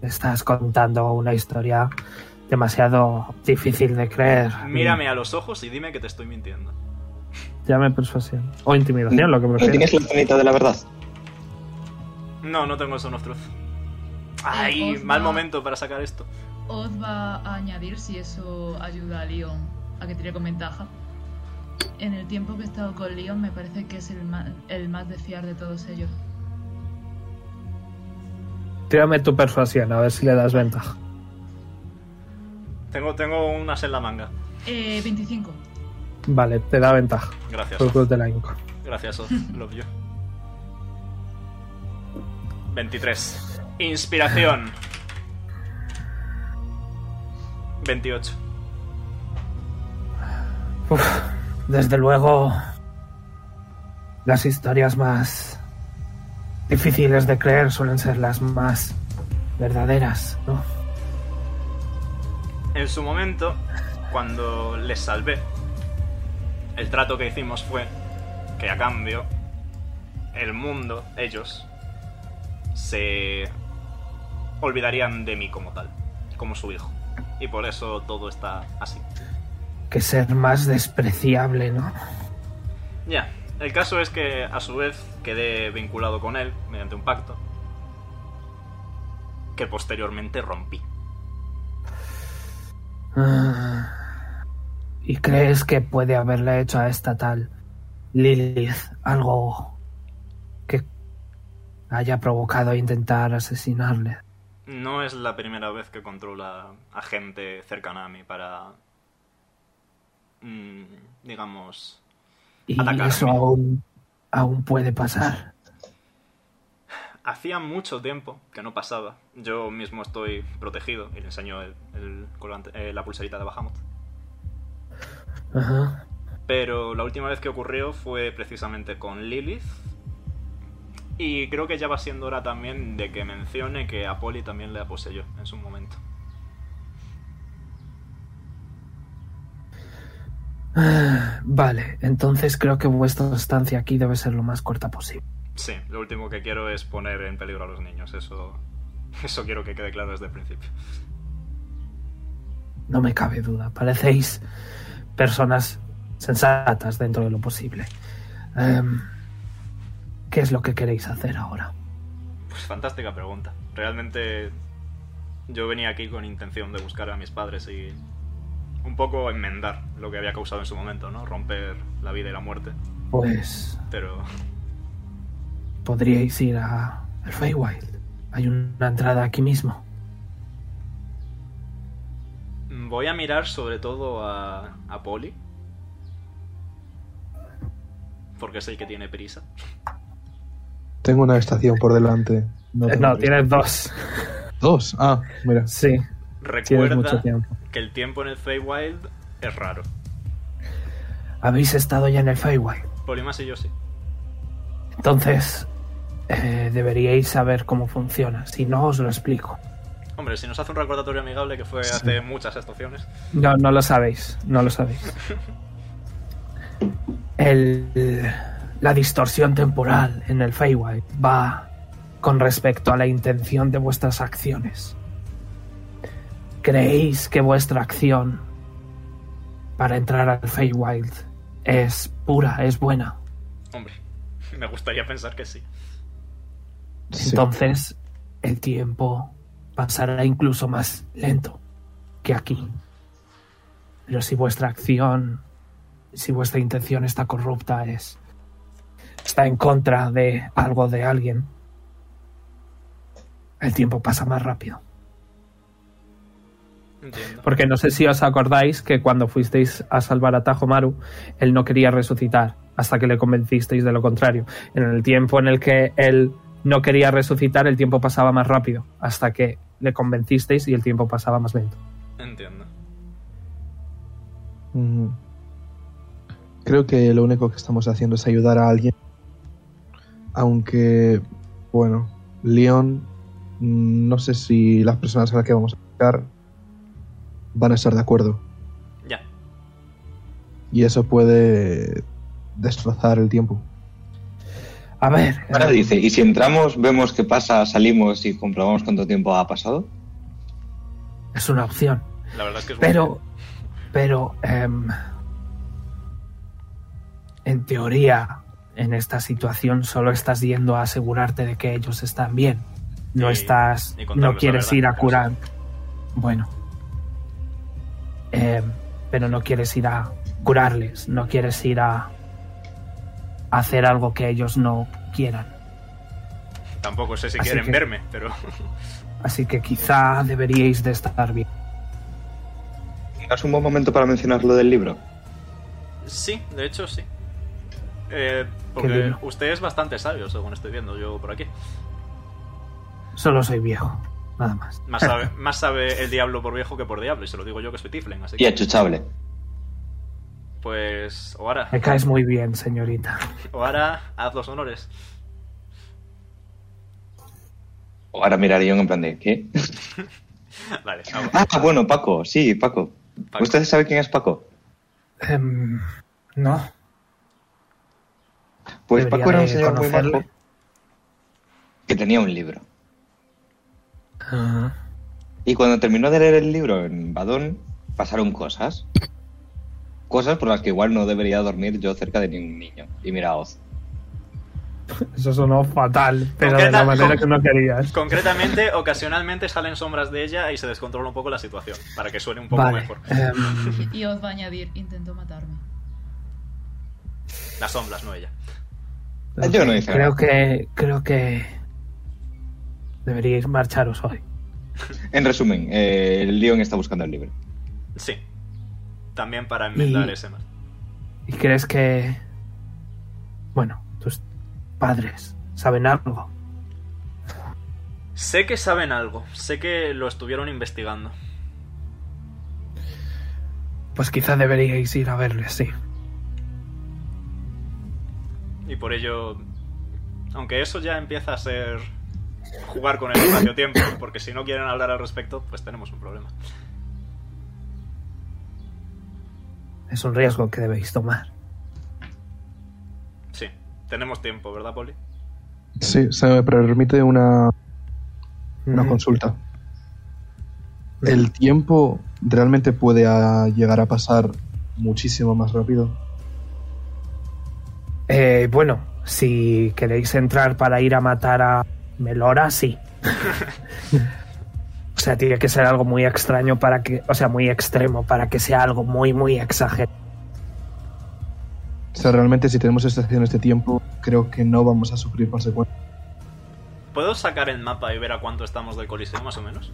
Speaker 2: Estás contando una historia demasiado difícil de creer.
Speaker 8: Ah,
Speaker 1: Mírame a los ojos y dime que te estoy mintiendo.
Speaker 2: Llame persuasión. O intimidación, lo que
Speaker 5: ¿No
Speaker 2: prefieras.
Speaker 5: tienes la tonita de la verdad?
Speaker 1: No, no tengo Son of Truth. Ay,
Speaker 3: Osma.
Speaker 1: mal momento para sacar esto.
Speaker 3: Oz va a añadir si eso ayuda a Leon a que tire con ventaja. En el tiempo que he estado con Leon me parece que es el ma- el más de fiar de todos ellos.
Speaker 2: Tírame tu persuasión, a ver si le das ventaja.
Speaker 1: Tengo, tengo unas en la manga.
Speaker 3: Eh, 25.
Speaker 2: Vale, te da ventaja.
Speaker 1: Gracias,
Speaker 2: Por
Speaker 1: Oz.
Speaker 2: cruz de la Inco.
Speaker 1: Gracias, Oz. Love you. 23. Inspiración. 28.
Speaker 2: Uf,
Speaker 8: Desde luego, las historias más difíciles de creer suelen ser las más verdaderas, ¿no?
Speaker 1: En su momento, cuando les salvé, el trato que hicimos fue que a cambio, el mundo, ellos, se olvidarían de mí como tal, como su hijo. Y por eso todo está así.
Speaker 8: Que ser más despreciable, ¿no?
Speaker 1: Ya, el caso es que a su vez quedé vinculado con él mediante un pacto que posteriormente rompí.
Speaker 8: Ah. ¿Y crees que puede haberle hecho a esta tal Lilith algo que haya provocado intentar asesinarle?
Speaker 1: No es la primera vez que controla a gente cercana a mí para... mm, digamos...
Speaker 8: Y
Speaker 1: Atacarme.
Speaker 8: eso aún, aún puede pasar.
Speaker 1: Hacía mucho tiempo que no pasaba. Yo mismo estoy protegido y le enseño el, el colgante- eh, la pulserita de Bahamut.
Speaker 8: Ajá.
Speaker 1: Pero la última vez que ocurrió fue precisamente con Lilith. Y creo que ya va siendo hora también de que mencione que a Polly también le poseyó en su momento.
Speaker 8: Ah, Vale, entonces creo que vuestra estancia aquí debe ser lo más corta posible.
Speaker 1: Sí, lo último que quiero es poner en peligro a los niños. Eso, eso quiero que quede claro desde el principio.
Speaker 8: No me cabe duda. Parecéis personas sensatas dentro de lo posible. Em, ¿Qué es lo que queréis hacer ahora?
Speaker 1: Pues fantástica pregunta. Realmente yo venía aquí con intención de buscar a mis padres y un poco enmendar lo que había causado en su momento, ¿no? Romper la vida y la muerte.
Speaker 8: Pues
Speaker 1: Pero
Speaker 8: podríais ir a el Feywild. Hay una entrada aquí mismo.
Speaker 1: Mm, Voy a mirar sobre todo a, a Polly. Porque es el que tiene prisa.
Speaker 4: Tengo una estación por delante.
Speaker 2: eh,
Speaker 4: tengo
Speaker 2: No,
Speaker 4: prisa.
Speaker 2: tienes dos.
Speaker 4: Dos. Ah, mira.
Speaker 2: Sí, tienes mucho
Speaker 1: Recuerda
Speaker 2: tiempo.
Speaker 1: que el tiempo en el Feywild es raro.
Speaker 8: Habéis estado ya en el Feywild.
Speaker 1: Polly más y yo sí.
Speaker 8: Entonces, eh, deberíais saber cómo funciona. Si no, os lo explico.
Speaker 1: Hombre, si nos hace un recordatorio amigable que fue hace muchas estaciones.
Speaker 2: No, no lo sabéis. No lo sabéis.
Speaker 8: El- la distorsión temporal en el Feywild va con respecto a la intención de vuestras acciones. ¿Creéis que vuestra acción para entrar al Feywild es pura, es buena?
Speaker 1: Hombre, me gustaría pensar que sí.
Speaker 4: Sí.
Speaker 8: Entonces el tiempo pasará incluso más lento que aquí. Pero si vuestra acción, si vuestra intención está corrupta, es está en contra de algo de alguien, el tiempo pasa más rápido.
Speaker 1: Entiendo.
Speaker 2: Porque no sé si os acordáis que cuando fuisteis a salvar a Tajomaru, él no quería resucitar hasta que le convencisteis de lo contrario. En el tiempo en el que él no quería resucitar, el tiempo pasaba más rápido hasta que le convencisteis y el tiempo pasaba más lento.
Speaker 1: Entiendo.
Speaker 4: Mm. Creo que lo único que estamos haciendo es ayudar a alguien Aunque, bueno, León, mm, no sé si las personas a las que vamos a atacar van a estar de acuerdo.
Speaker 1: Ya.
Speaker 4: Y eso puede destrozar el tiempo.
Speaker 8: A ver,
Speaker 5: Ahora
Speaker 2: eh,
Speaker 5: dice, ¿y si entramos, vemos qué pasa, salimos y comprobamos cuánto tiempo ha pasado?
Speaker 8: es una opción.
Speaker 1: La verdad es que es buena
Speaker 8: Pero, pero, em, en teoría, en esta situación solo estás yendo a asegurarte de que ellos están bien. No
Speaker 1: Y-
Speaker 8: estás,
Speaker 1: y contarles
Speaker 8: no
Speaker 1: la
Speaker 8: quieres
Speaker 1: verdad,
Speaker 8: ir a
Speaker 1: claro.
Speaker 8: curar. Bueno, Em, pero no quieres ir a curarles, no quieres ir a hacer algo que ellos no quieran.
Speaker 1: idea. Tampoco sé si
Speaker 8: Así
Speaker 1: quieren
Speaker 8: que-
Speaker 1: verme, pero
Speaker 8: Así que quizá deberíais de estar bien.
Speaker 5: Es un buen momento para mencionar lo del libro.
Speaker 1: sí, de hecho sí. Eh,
Speaker 8: Qué
Speaker 1: porque
Speaker 8: lindo.
Speaker 1: usted es bastante sabio, según estoy viendo yo por aquí.
Speaker 8: Solo soy viejo, nada más.
Speaker 1: Más sabe, más sabe el diablo por viejo que por diablo, y se lo digo yo que soy Tiflen, así
Speaker 5: Y
Speaker 1: que.
Speaker 5: achuchable.
Speaker 1: Pues. Oara,
Speaker 8: Me caes muy bien, señorita.
Speaker 1: Oara, haz los honores.
Speaker 5: O ahora miraría en plan de, ¿qué?
Speaker 1: Vale, hago-
Speaker 5: Ah, bueno, Paco, sí, Paco.
Speaker 1: Paco.
Speaker 5: ¿Usted sabe quién es Paco?
Speaker 8: Em, no,
Speaker 5: Pues
Speaker 8: Debería
Speaker 5: Paco era un
Speaker 8: de
Speaker 5: señor muy
Speaker 8: conocerle.
Speaker 5: majo que tenía un libro.
Speaker 8: Ah,
Speaker 5: Y cuando terminó de leer el libro en Badón, pasaron cosas. Cosas por las que igual no debería dormir yo cerca de ningún niño. Y mira, Oz.
Speaker 6: Eso sonó fatal, pero de la
Speaker 1: Concreta-
Speaker 6: manera
Speaker 1: con-
Speaker 6: que no querías.
Speaker 1: Concretamente, ocasionalmente salen sombras de ella y se descontrola un poco la situación, para que suene un poco
Speaker 8: vale.
Speaker 1: mejor.
Speaker 8: Em,
Speaker 3: Y os va a añadir, intentó matarme.
Speaker 1: Las sombras, no ella.
Speaker 5: Ah, Yo no hice
Speaker 8: creo
Speaker 5: nada.
Speaker 8: que creo que deberíais marcharos hoy.
Speaker 5: En resumen, eh, el Leon está buscando el libro.
Speaker 1: Sí. También para enmendar
Speaker 8: Y-
Speaker 1: ese mal.
Speaker 8: ¿Y crees que bueno, tus padres saben algo?
Speaker 1: Sé que saben algo, sé que lo estuvieron investigando.
Speaker 8: Pues quizá deberíais ir a verles, sí.
Speaker 1: Y por ello. Aunque eso ya empieza a ser. jugar con el espacio-tiempo, porque si no quieren hablar al respecto, pues tenemos un problema.
Speaker 8: Es un riesgo que debéis tomar.
Speaker 1: Sí, tenemos tiempo, ¿verdad, Poli?
Speaker 4: Sí, se me permite una, una
Speaker 8: Ujú.
Speaker 4: consulta. ¿El tiempo realmente puede ah, llegar a pasar muchísimo más rápido?
Speaker 8: Eh, bueno, si queréis entrar para ir a matar a Melora, sí. o sea, tiene que ser algo muy extraño para que, o sea, muy extremo para que sea algo muy, muy exagerado.
Speaker 4: O sea, realmente si tenemos estaciones de tiempo, creo que no vamos a sufrir consecuencias.
Speaker 1: ¿Puedo sacar el mapa y ver a cuánto estamos del coliseo, más o menos?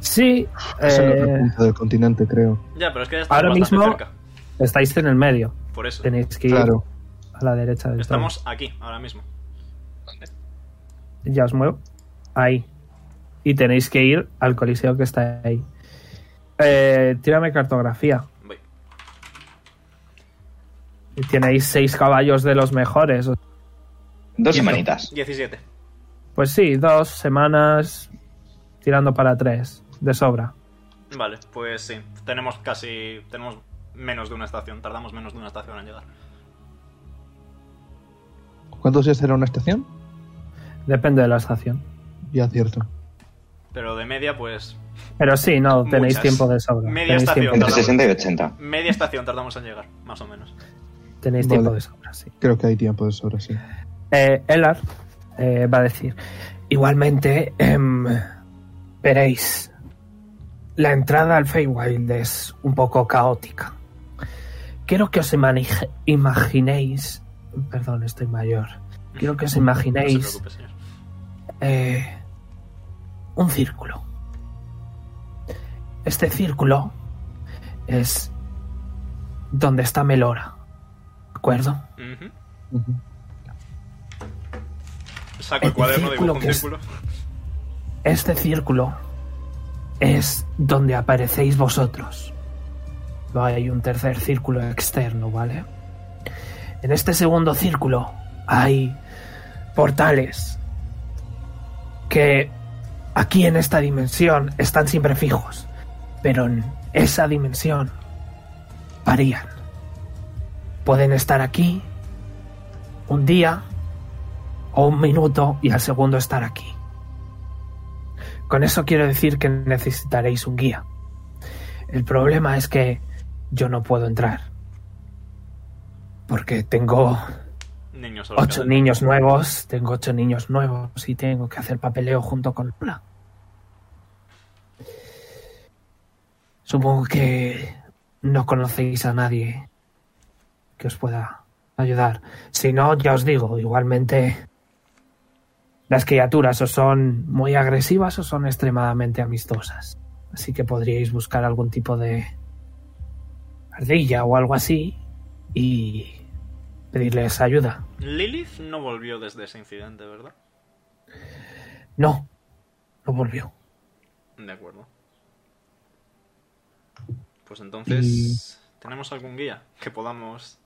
Speaker 6: Sí,
Speaker 4: Es en
Speaker 6: eh,
Speaker 4: otro punto del continente, creo.
Speaker 1: Ya, pero es que ya estamos
Speaker 6: Ahora
Speaker 1: bastante
Speaker 6: mismo-
Speaker 1: cerca.
Speaker 6: estáis en el medio.
Speaker 1: Por eso.
Speaker 6: Tenéis que ir
Speaker 4: Claro.
Speaker 6: a la derecha del todo.
Speaker 1: Estamos aquí, ahora mismo.
Speaker 6: Ya os muevo. Ahí. Y tenéis que ir al coliseo que está ahí. Eh, tírame cartografía.
Speaker 1: Voy.
Speaker 6: Tenéis seis caballos de los mejores.
Speaker 5: Dos semanitas.
Speaker 1: 17.
Speaker 6: Pues sí, dos semanas tirando para tres. De sobra.
Speaker 1: Vale, pues sí. Tenemos casi. Tenemos menos de una estación. Tardamos menos de una estación en llegar.
Speaker 4: ¿Cuántos días será una estación?
Speaker 6: Depende de la estación.
Speaker 4: Ya cierto.
Speaker 1: Pero de media, pues.
Speaker 6: Pero sí, no, tenéis
Speaker 1: Muchas.
Speaker 6: tiempo de sobra.
Speaker 1: Media
Speaker 6: tenéis
Speaker 1: estación.
Speaker 6: tiempo,
Speaker 5: Entre 60 y 80.
Speaker 1: Media estación tardamos en llegar, más o menos.
Speaker 6: tenéis
Speaker 4: Vale.
Speaker 6: tiempo de sobra, sí.
Speaker 4: Creo que hay tiempo de sobra, sí.
Speaker 6: Eh, Elar eh, va a decir.
Speaker 8: Igualmente, em, veréis, la entrada al Feywild es un poco caótica. Quiero que os imani- imaginéis, perdón, estoy mayor. Quiero que os
Speaker 1: No se
Speaker 8: imaginéis
Speaker 1: preocupe, señor.
Speaker 8: eh, un círculo. Este círculo es donde está Melora, ¿de acuerdo?
Speaker 1: Ujú.
Speaker 4: Ujú.
Speaker 1: Saco el
Speaker 8: El
Speaker 1: cuaderno,
Speaker 8: círculo
Speaker 1: dibujo un
Speaker 8: que es-
Speaker 1: círculo.
Speaker 8: Este círculo es donde aparecéis vosotros. No hay un tercer círculo externo, ¿vale? En este segundo círculo hay portales que aquí en esta dimensión están siempre fijos, pero en esa dimensión varían. Pueden estar aquí un día o un minuto y al segundo estar aquí. Con eso quiero decir que necesitaréis un guía. El problema es que yo no puedo entrar. Porque tengo
Speaker 1: Niños
Speaker 8: ocho
Speaker 1: ahorcados.
Speaker 8: niños nuevos, tengo ocho niños nuevos y tengo que hacer papeleo junto con Lola. Supongo que no conocéis a nadie que os pueda ayudar. Si no, ya os digo, igualmente las criaturas o son muy agresivas o son extremadamente amistosas. Así que podríais buscar algún tipo de ardilla o algo así y pedirles ayuda.
Speaker 1: Lilith no volvió desde ese incidente, ¿verdad?
Speaker 8: No, no volvió.
Speaker 1: De acuerdo. Pues entonces, ¿tenemos algún guía que podamos...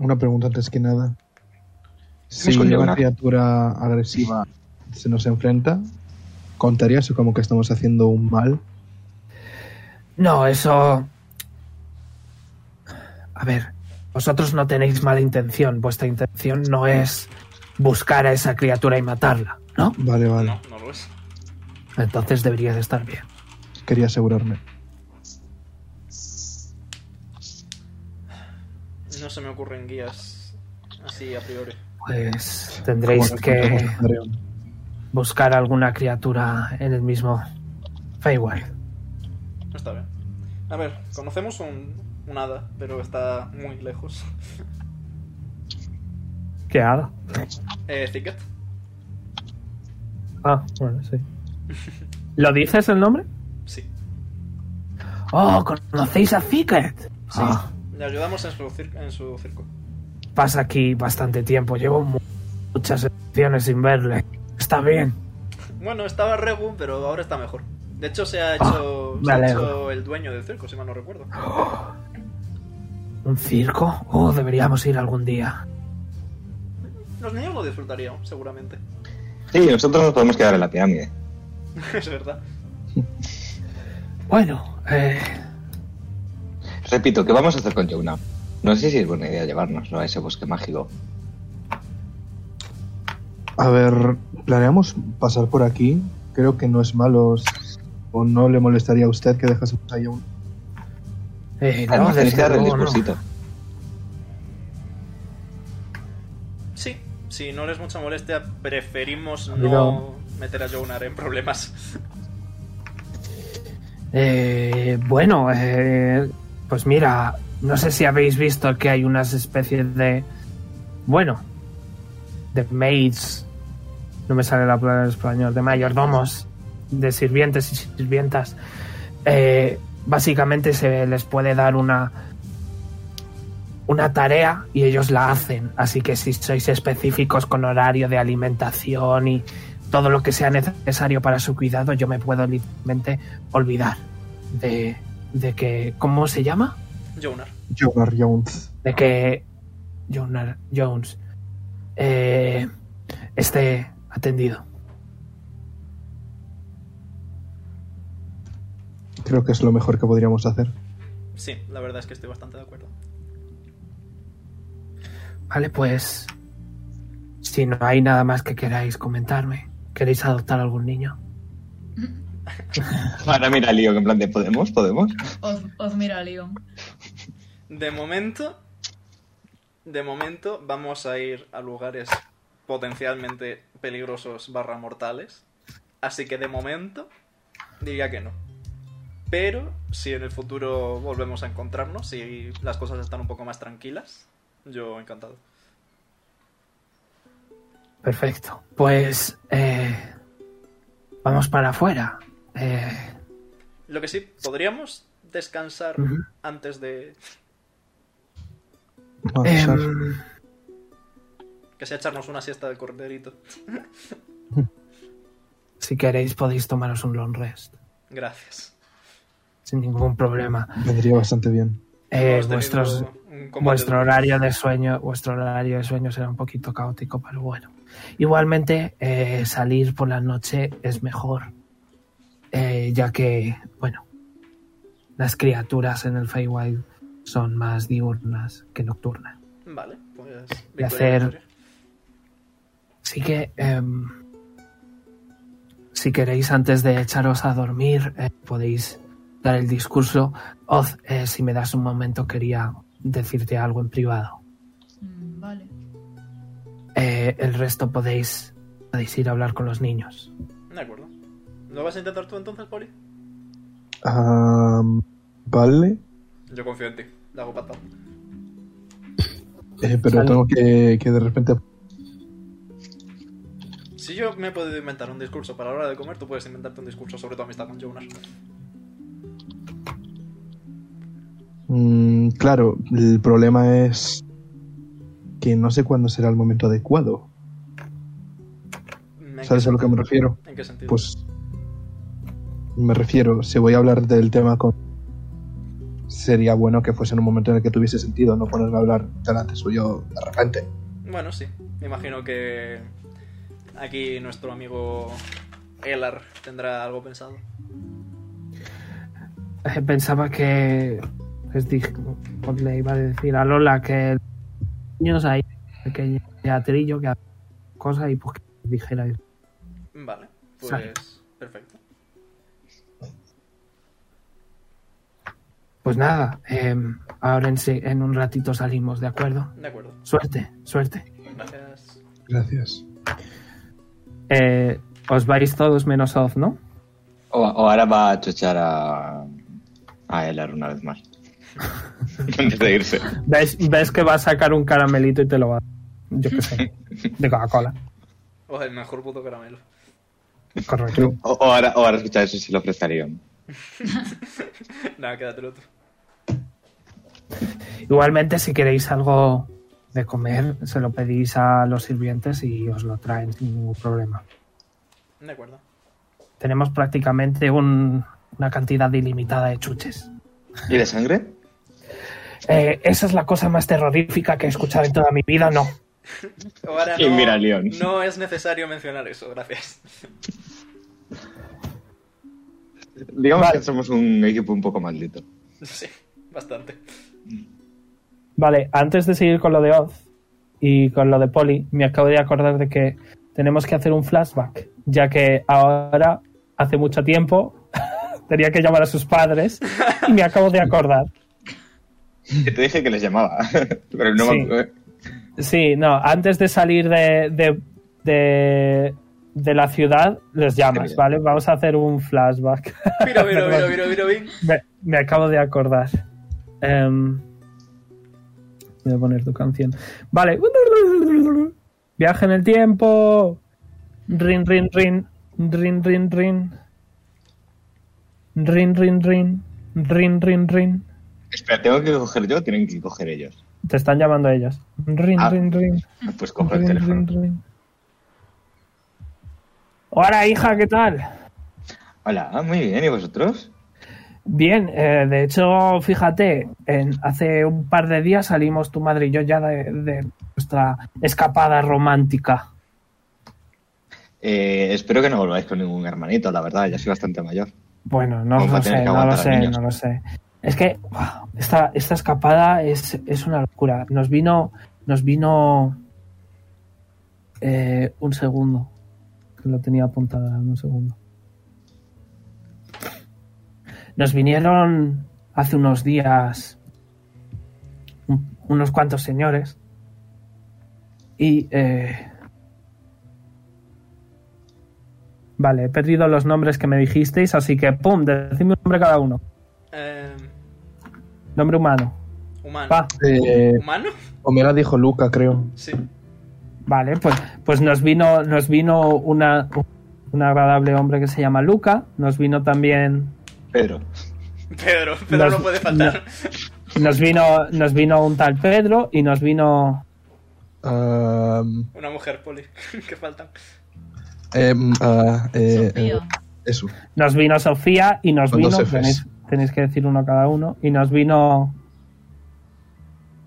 Speaker 4: Una pregunta antes que nada. Si
Speaker 5: Coño,
Speaker 4: una
Speaker 5: una-
Speaker 4: criatura agresiva se nos enfrenta, ¿contaría eso como que estamos haciendo un mal?
Speaker 8: No, eso... A ver, vosotros no tenéis mala intención. Vuestra intención no es buscar a esa criatura y matarla, ¿no?
Speaker 4: Vale, vale.
Speaker 1: No, no lo es.
Speaker 8: Entonces debería de estar bien.
Speaker 4: Quería asegurarme.
Speaker 1: No se me ocurren guías así a priori.
Speaker 8: Pues
Speaker 4: Como
Speaker 8: tendréis
Speaker 4: nos
Speaker 8: que
Speaker 4: encontramos a Andreon.
Speaker 8: buscar alguna criatura en el mismo Feywild.
Speaker 1: Está bien. A ver, conocemos un, un hada, pero está muy lejos.
Speaker 6: ¿Qué hada?
Speaker 1: Eh, Thicket.
Speaker 6: Ah, bueno, sí. ¿Lo dices el nombre?
Speaker 1: Sí.
Speaker 8: ¡Oh, conocéis a Thicket! Ah,
Speaker 1: Le ayudamos en su, cir- en su circo.
Speaker 8: pasa aquí bastante tiempo. Llevo mu- muchas ediciones sin verle. Está bien.
Speaker 1: Bueno, estaba Regu, pero ahora está mejor. De hecho, se ha hecho,
Speaker 8: Ah, me
Speaker 1: se ha
Speaker 8: alegro.
Speaker 1: hecho el dueño del circo, si mal no recuerdo.
Speaker 8: ¿Un circo? Oh, deberíamos ir algún día.
Speaker 1: Los niños lo disfrutarían, seguramente.
Speaker 5: Sí, nosotros nos podemos quedar en la pirámide.
Speaker 1: es verdad.
Speaker 8: Bueno, eh,
Speaker 5: Repito, ¿qué vamos a hacer con Jonah? No sé si es buena idea llevárnoslo a ese bosque mágico.
Speaker 4: A ver, planeamos pasar por aquí. Creo que no es malo. s- ¿O no le molestaría a usted que dejásemos ahí a un...
Speaker 8: eh, no,
Speaker 5: Además, tenéis que
Speaker 8: desde
Speaker 5: darle el
Speaker 8: luego no.
Speaker 5: discursito.
Speaker 1: Sí, si no les mucha molestia, preferimos
Speaker 6: mí
Speaker 1: no meter a Jonar en problemas.
Speaker 8: Eh, bueno, eh, pues mira, no sé si habéis visto que hay unas especies de, bueno, de maids, no me sale la palabra en español, de mayordomos, de sirvientes y sirvientas. Eh, básicamente se les puede dar una una tarea y ellos la hacen. Así que si sois específicos con horario de alimentación y todo lo que sea necesario para su cuidado, yo me puedo literalmente olvidar de, de que. ¿Cómo se llama?
Speaker 1: Jonar.
Speaker 4: Jogar Jones?
Speaker 8: De que. Jonar Jones eh, esté atendido.
Speaker 4: Creo que es lo mejor que podríamos hacer.
Speaker 1: Sí, la verdad es que estoy bastante de acuerdo.
Speaker 8: Vale, pues. Si no hay nada más que queráis comentarme, ¿queréis adoptar algún niño?
Speaker 5: Ahora mira, lío, que en plan de podemos, podemos.
Speaker 3: Os, os mira a Leon.
Speaker 1: De momento, de momento vamos a ir a lugares potencialmente peligrosos barra mortales. Así que de momento diría que no. Pero si en el futuro volvemos a encontrarnos y las cosas están un poco más tranquilas, yo encantado.
Speaker 8: Perfecto. Pues. eh, vamos para afuera. Eh,
Speaker 1: Lo que sí, podríamos descansar
Speaker 8: Ujú.
Speaker 1: antes de
Speaker 4: Marchar.
Speaker 8: em,
Speaker 1: que sea echarnos una siesta de corderito.
Speaker 8: si queréis, podéis tomaros un long rest.
Speaker 1: Gracias.
Speaker 8: sin ningún problema.
Speaker 4: Vendría bastante bien.
Speaker 8: Eh,
Speaker 1: Hemos tenido
Speaker 8: vuestros,
Speaker 1: un combate
Speaker 8: vuestro
Speaker 1: duro.
Speaker 8: horario de sueño, vuestro horario de sueño será un poquito caótico, pero bueno. Igualmente, eh, salir por la noche es mejor, eh, ya que, bueno, las criaturas en el Feywild son más diurnas que nocturnas.
Speaker 1: Vale, pues.
Speaker 8: De
Speaker 1: victoria,
Speaker 8: hacer-
Speaker 1: victoria.
Speaker 8: Así que, em, si queréis, antes de echaros a dormir, eh, podéis dar el discurso. Oz, eh, si me das un momento, quería decirte algo en privado.
Speaker 3: Mm, vale.
Speaker 8: Eh, el resto podéis, podéis ir a hablar con los niños.
Speaker 1: De acuerdo. ¿Lo vas a intentar tú entonces, Poli?
Speaker 4: Am, vale.
Speaker 1: Yo confío en ti. Le hago patada.
Speaker 4: Eh, pero
Speaker 8: Sale.
Speaker 4: tengo que, que de repente.
Speaker 1: Si yo me he podido inventar un discurso para la hora de comer, tú puedes inventarte un discurso sobre tu amistad con Jonas.
Speaker 4: Mm, claro, el problema es. que no sé cuándo será el momento adecuado.
Speaker 1: ¿En
Speaker 4: ¿Sabes
Speaker 1: qué
Speaker 4: a lo que me
Speaker 1: sentido?
Speaker 4: refiero?
Speaker 1: ¿En qué sentido?
Speaker 4: Pues me refiero, si voy a hablar del tema con sería bueno que fuese en un momento en el que tuviese sentido, no ponerme a hablar delante suyo de repente.
Speaker 1: Bueno, sí. Me imagino que aquí nuestro amigo Elar tendrá algo pensado.
Speaker 8: Eh, pensaba que les dije, o le iba a decir a Lola que los niños hay un pequeño teatrillo que hace cosas y pues que dijera
Speaker 1: Vale, pues
Speaker 8: Sale.
Speaker 1: perfecto.
Speaker 8: Pues nada, em, ahora en, se- en un ratito salimos, ¿de acuerdo?
Speaker 1: De acuerdo.
Speaker 8: Suerte, suerte.
Speaker 1: Gracias.
Speaker 4: Gracias.
Speaker 8: Eh, os vais todos menos Oz, ¿no?
Speaker 5: O, o ahora va a chochar a, a Elar una vez más. Antes de irse.
Speaker 8: ¿Ves, ves que va a sacar un caramelito y te lo va a yo qué sé, de Coca-Cola.
Speaker 1: Oh, el mejor puto caramelo.
Speaker 8: Correcto.
Speaker 5: O, o ahora, o ahora escuchar eso si lo ofrecerían.
Speaker 1: Nada, quédatelo tú.
Speaker 8: Igualmente, si queréis algo de comer, se lo pedís a los sirvientes y os lo traen sin ningún problema.
Speaker 1: De acuerdo.
Speaker 8: Tenemos prácticamente un- una cantidad ilimitada de chuches.
Speaker 5: ¿Y de sangre?
Speaker 9: Eh, esa es la cosa más terrorífica que he escuchado en toda mi vida, no.
Speaker 1: Ahora
Speaker 5: Y
Speaker 1: no,
Speaker 5: mira, León.
Speaker 1: no es necesario mencionar eso, gracias.
Speaker 5: Digamos que somos un equipo un poco maldito.
Speaker 1: Sí, bastante.
Speaker 2: Vale, antes de seguir con lo de Oz y con lo de Polly, me acabo de acordar de que tenemos que hacer un flashback, ya que ahora, hace mucho tiempo, tenía que llamar a sus padres y me acabo de acordar.
Speaker 5: Que te dije que les llamaba. Pero no
Speaker 2: Sí.
Speaker 5: me-
Speaker 2: Sí, no, antes de salir de, de, de, de la ciudad, les llamas, ¿vale? Vamos a hacer un flashback.
Speaker 1: Miro, miro, miro,
Speaker 2: Perdón.
Speaker 1: miro, miro, miro.
Speaker 2: Me, me acabo de acordar. Em, voy a poner tu canción. Vale. Viaje en el tiempo. Rin, rin, rin. Rin, rin, rin. Rin, rin, rin. Rin, rin, rin.
Speaker 5: Espera, ¿tengo que coger yo o tienen que coger ellos?
Speaker 2: Te están llamando ellos. Rin,
Speaker 5: Ah.
Speaker 2: rin, rin.
Speaker 5: Pues cojo el
Speaker 2: Rin,
Speaker 5: teléfono.
Speaker 2: rin, rin. Hola, hija, ¿qué tal?
Speaker 5: Hola, ah, muy bien, ¿y vosotros?
Speaker 2: Bien, eh, de hecho, fíjate, en- hace un par de días salimos tu madre y yo ya de, de nuestra escapada romántica.
Speaker 5: Eh, espero que no volváis con ningún hermanito, la verdad, ya soy bastante mayor.
Speaker 2: Bueno, no
Speaker 5: Vamos a
Speaker 2: lo
Speaker 5: tener
Speaker 2: sé,
Speaker 5: que
Speaker 2: no lo
Speaker 5: aguantar,
Speaker 2: sé,
Speaker 5: niños.
Speaker 2: no lo sé. Es que wow, esta, esta escapada es, es una locura. Nos vino, nos vino eh, un segundo, que lo tenía apuntado, dame un segundo. Nos vinieron hace unos días un- unos cuantos señores y eh, Vale, he perdido los nombres que me dijisteis, así que pum, decidme un nombre cada uno.
Speaker 1: Eh,
Speaker 2: Nombre humano.
Speaker 1: humano.
Speaker 2: Va.
Speaker 4: Eh,
Speaker 1: ¿Humano?
Speaker 4: Omega dijo Luca, creo.
Speaker 1: Sí.
Speaker 2: Vale, pues, pues nos vino, nos vino una, un agradable hombre que se llama Luca. Nos vino también.
Speaker 5: Pedro.
Speaker 1: Pedro, Pedro
Speaker 2: Las-
Speaker 1: no puede faltar.
Speaker 2: Nos vino, nos vino un tal Pedro y nos vino.
Speaker 4: Am,
Speaker 1: Una mujer, Poli. que faltan.
Speaker 4: em, ah, eh, eh,
Speaker 3: Sofía.
Speaker 4: eso.
Speaker 2: Nos vino Sofía y nos
Speaker 4: Con
Speaker 2: vino.
Speaker 4: dos Fs.
Speaker 2: Tenéis, tenéis que decir uno cada uno. Y nos vino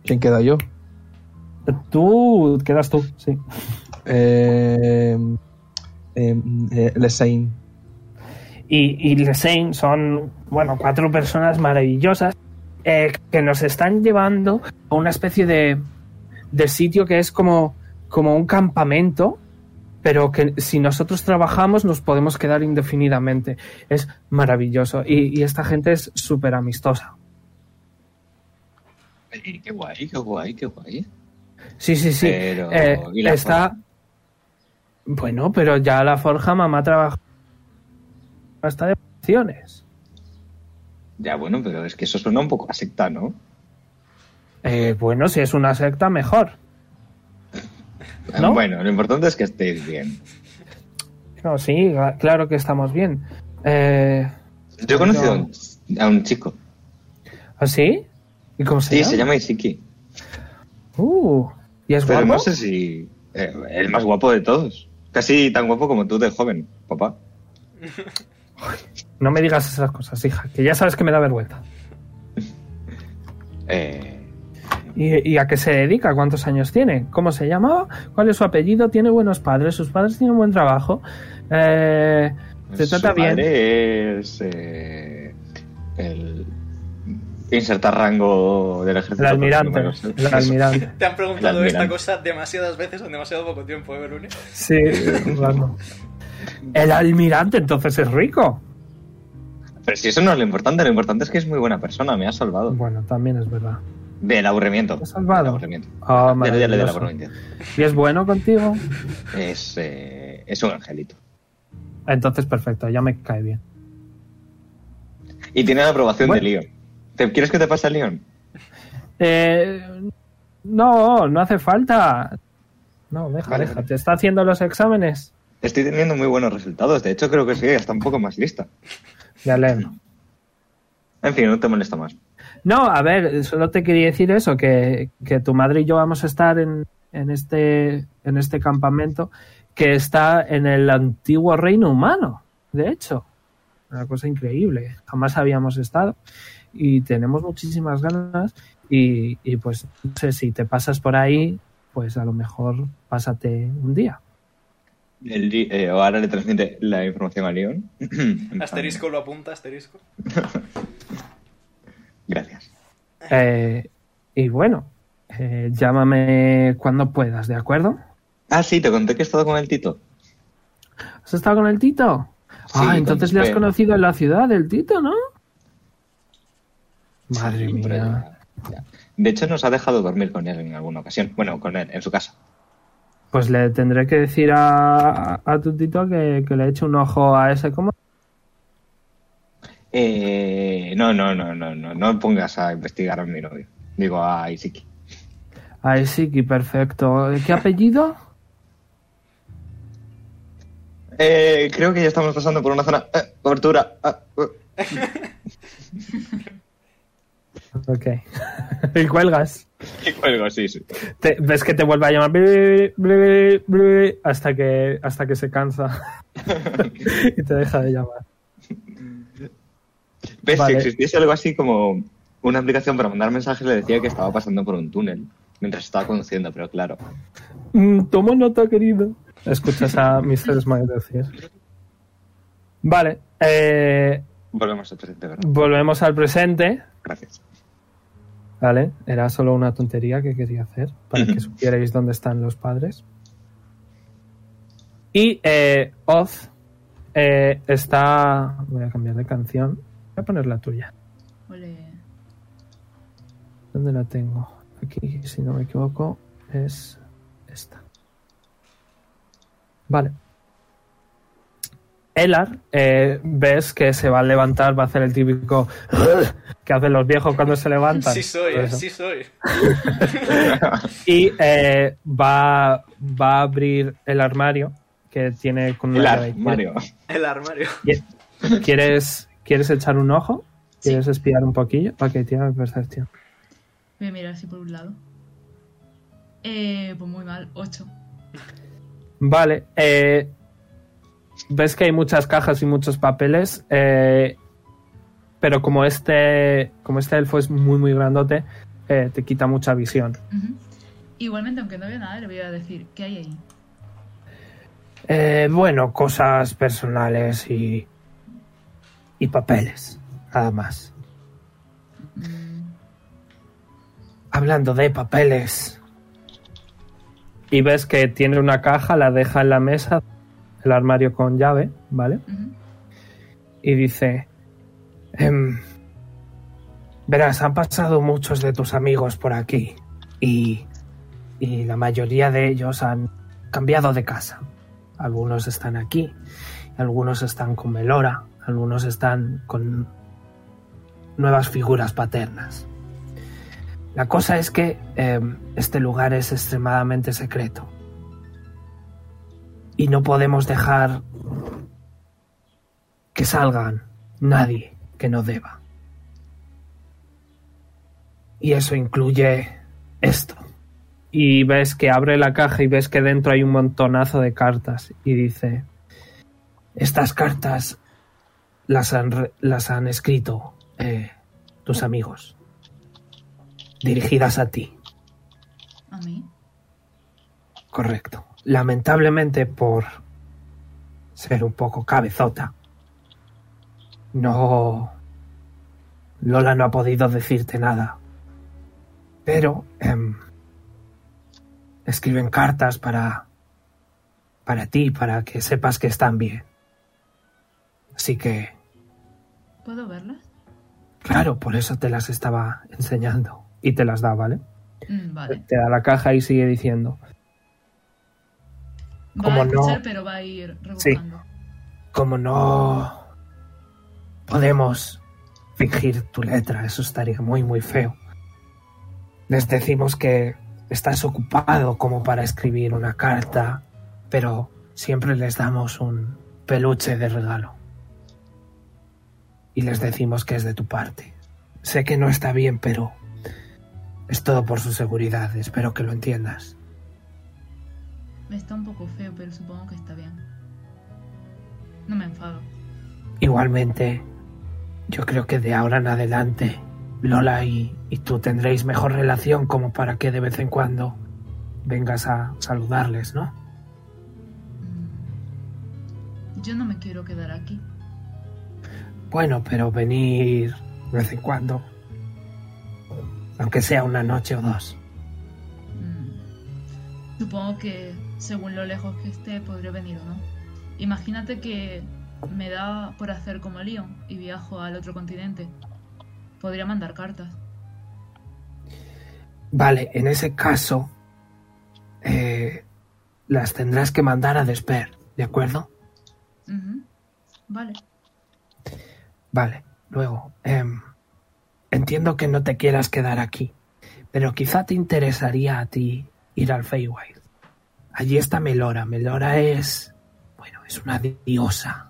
Speaker 4: ¿Quién queda yo?
Speaker 8: Tú quedas tú, sí.
Speaker 4: Eh, eh, eh, Lesain.
Speaker 8: y, y Lesain son, bueno, cuatro personas maravillosas eh, que nos están llevando a una especie de, de sitio que es como, como un campamento, pero que si nosotros trabajamos nos podemos quedar indefinidamente. Es maravilloso y, y esta gente es súper amistosa.
Speaker 5: Eh, Qué guay, qué guay, qué guay.
Speaker 8: Sí, sí, sí.
Speaker 5: Pero,
Speaker 8: Eh,
Speaker 5: ¿y la
Speaker 8: está. Bueno, pero ya la forja mamá trabaja. Hasta de vacaciones.
Speaker 5: Ya, bueno, pero es que eso suena un poco a secta, ¿no?
Speaker 8: Eh, bueno, si es una secta, mejor. ¿No?
Speaker 5: Ah, Bueno, lo importante es que estéis bien.
Speaker 8: No, sí, claro que estamos bien. Eh,
Speaker 5: Yo he conocido a un- a un chico.
Speaker 8: ¿ah, sí? ¿Y cómo se
Speaker 5: Sí,
Speaker 8: llama?
Speaker 5: se llama Isiki.
Speaker 8: Uh, ¿Y es
Speaker 5: Pero
Speaker 8: guapo?
Speaker 5: no sé si. eh, el más guapo de todos. Casi tan guapo como tú de joven, papá.
Speaker 8: No me digas esas cosas, hija, que ya sabes que me da vergüenza.
Speaker 5: Eh,
Speaker 8: ¿Y, y a qué se dedica? ¿Cuántos años tiene? ¿Cómo se llamaba? ¿Cuál es su apellido? ¿Tiene buenos padres? ¿Sus padres tienen buen trabajo? Eh, ¿Se
Speaker 5: su
Speaker 8: trata bien?
Speaker 5: padre es. eh, el. Insertar rango del ejército.
Speaker 8: El almirante.
Speaker 5: por números.
Speaker 8: El almirante.
Speaker 1: Te han preguntado
Speaker 5: El
Speaker 1: esta
Speaker 5: almirante.
Speaker 1: cosa demasiadas veces en demasiado poco tiempo, ¿eh, Beruni?
Speaker 8: Sí, bueno. El almirante entonces es rico.
Speaker 5: Pero si eso no es lo importante, lo importante es que es muy buena persona, me ha salvado.
Speaker 8: Bueno, también es verdad.
Speaker 5: Del aburrimiento.
Speaker 8: ¿Te ha salvado?
Speaker 5: Del aburrimiento.
Speaker 8: Ah,
Speaker 5: Ya le- ya le di el
Speaker 8: maravilloso.
Speaker 5: aburrimiento.
Speaker 8: Y es bueno contigo.
Speaker 5: Es, eh, es un angelito.
Speaker 8: Entonces, perfecto, ya me cae bien.
Speaker 5: Y tiene la aprobación
Speaker 8: Bueno.
Speaker 5: de Leon. ¿Te, ¿Quieres que te pase a Leon?
Speaker 8: Eh, no, no hace falta. No, deja,
Speaker 5: Vale,
Speaker 8: deja.
Speaker 5: vale.
Speaker 8: ¿Te está haciendo los exámenes?
Speaker 5: Estoy teniendo muy buenos resultados. De hecho, creo que sí, hasta un poco más lista.
Speaker 8: Ya leo.
Speaker 5: En fin, no te molesta más.
Speaker 8: No, a ver, solo te quería decir eso, que, eh, que tu madre y yo vamos a estar en, en este, en este campamento que está en el antiguo reino humano, de hecho. Una cosa increíble, jamás habíamos estado y tenemos muchísimas ganas y, y pues no sé si te pasas por ahí, pues a lo mejor pásate un día.
Speaker 5: El Li- eh, ahora le transmite la información a Leon.
Speaker 1: Asterisco lo apunta, asterisco.
Speaker 5: Gracias.
Speaker 8: Eh, y bueno, eh, llámame cuando puedas, ¿de acuerdo?
Speaker 5: Ah, sí, te conté que he estado con el Tito.
Speaker 8: ¿Has estado con el Tito?
Speaker 5: Sí,
Speaker 8: ah,
Speaker 5: con
Speaker 8: entonces le has
Speaker 5: Pedro.
Speaker 8: conocido en la ciudad, el Tito, ¿no? Madre
Speaker 5: Sí, pero
Speaker 8: mía.
Speaker 5: ya- ya. De hecho, nos ha dejado dormir con él en alguna ocasión. Bueno, con él, en su casa.
Speaker 8: Pues le tendré que decir a, a tu Tito que, que le eche un ojo a ese. ¿Cómo?
Speaker 5: Eh, no, no, no, no, no. No pongas a investigar a mi novio. Digo, a Isiki.
Speaker 8: A Isiki, perfecto. ¿Qué apellido?
Speaker 5: Eh, creo que ya estamos pasando por una zona. eh, cobertura. ah, eh.
Speaker 8: ok. y cuelgas.
Speaker 5: Y cuelgo, sí, sí.
Speaker 8: Te- ves que te vuelve a llamar "Bri, bri, bri", hasta que hasta que se cansa y te deja de llamar.
Speaker 5: ¿Ves?
Speaker 8: Vale.
Speaker 5: Si existiese algo así como una aplicación para mandar mensajes, le decía que estaba pasando por un túnel mientras estaba conduciendo, pero claro.
Speaker 8: Mm, tomo nota, querido. Escuchas a Mr. Smile decir. Vale, eh,
Speaker 5: Volvemos al presente, ¿verdad?
Speaker 8: volvemos al presente.
Speaker 5: Gracias.
Speaker 8: Vale, era solo una tontería que quería hacer para que
Speaker 5: Ujú.
Speaker 8: supierais dónde están los padres. Y eh, Oz eh, está. Voy a cambiar de canción. Voy a poner la tuya.
Speaker 3: Ole.
Speaker 8: ¿Dónde la tengo? Aquí, si no me equivoco, es esta. Vale. Elar, eh, ves que se va a levantar, va a hacer el típico que hacen los viejos cuando se levantan.
Speaker 1: Sí soy,
Speaker 8: Por
Speaker 1: eh,
Speaker 8: eso.
Speaker 1: sí soy.
Speaker 8: Y eh, va, va a abrir el armario que tiene con una llave.
Speaker 5: Pilar, Mario.
Speaker 1: El armario.
Speaker 8: ¿Quieres, ¿Quieres echar un ojo? ¿Quieres espiar un poquillo? Ok, tiene percepción.
Speaker 3: Voy a mirar así por un lado. Eh, pues muy mal, 8.
Speaker 8: Vale. eh, ves que hay muchas cajas y muchos papeles. eh, pero como este. Como este elfo es muy muy grandote.
Speaker 2: eh, te quita mucha visión.
Speaker 3: Ujú. Igualmente, aunque no veo nada, le voy a decir, ¿qué hay ahí?
Speaker 8: Eh, bueno, cosas personales y, y papeles, nada más.
Speaker 3: Mm,
Speaker 8: Hablando de papeles,
Speaker 2: Y ves que tiene una caja, la deja en la mesa, el armario con llave, ¿vale?
Speaker 3: ujú.
Speaker 2: Y dice,
Speaker 8: em, verás, han pasado muchos de tus amigos por aquí y, y la mayoría de ellos han cambiado de casa. Algunos están aquí, algunos están con Melora, algunos están con nuevas figuras paternas. La cosa es que em, este lugar es extremadamente secreto. Y no podemos dejar que salgan nadie que no deba. Y eso incluye esto.
Speaker 2: y ves que abre la caja y ves que dentro hay un montonazo de cartas. Y dice,
Speaker 8: Estas cartas las han, re- las han escrito eh, tus amigos, dirigidas a ti.
Speaker 3: A mí.
Speaker 8: Correcto. Lamentablemente por ser un poco cabezota. No... Lola no ha podido decirte nada. Pero... em, escriben cartas para... Para ti, para que sepas que están bien. Así que,
Speaker 3: ¿Puedo verlas?
Speaker 8: claro, por eso te las estaba enseñando.
Speaker 2: y te las da, ¿vale?
Speaker 3: Mm,
Speaker 8: Eh,
Speaker 3: vale.
Speaker 2: Te da la caja y sigue diciendo.
Speaker 3: Va
Speaker 8: Como
Speaker 3: a escuchar,
Speaker 8: no-
Speaker 3: pero va a ir rebuscando.
Speaker 8: Como no podemos fingir tu letra, eso estaría muy, muy feo. Les decimos que estás ocupado como para escribir una carta, pero siempre les damos un peluche de regalo. Y les decimos que es de tu parte. Sé que no está bien, pero es todo por su seguridad, espero que lo entiendas.
Speaker 3: Está un poco feo, pero supongo que está bien. No me enfado.
Speaker 8: Igualmente, yo creo que de ahora en adelante, Lola y, y tú tendréis mejor relación como para que de vez en cuando vengas a saludarles, ¿no?
Speaker 3: Mm. Yo no me quiero quedar aquí.
Speaker 8: Bueno, pero venir de vez en cuando, aunque sea una noche o dos.
Speaker 3: Mm. Supongo que según lo lejos que esté podré venir o no. Imagínate que me da por hacer como Leon y viajo al otro continente. Podría mandar cartas.
Speaker 8: Vale, en ese caso, eh, las tendrás que mandar a Desper, ¿de acuerdo?
Speaker 3: Ujú. Vale.
Speaker 8: Vale, luego. em, entiendo que no te quieras quedar aquí, pero quizá te interesaría a ti ir al Feywild. Allí está Melora. Melora es. Bueno, es una di- diosa.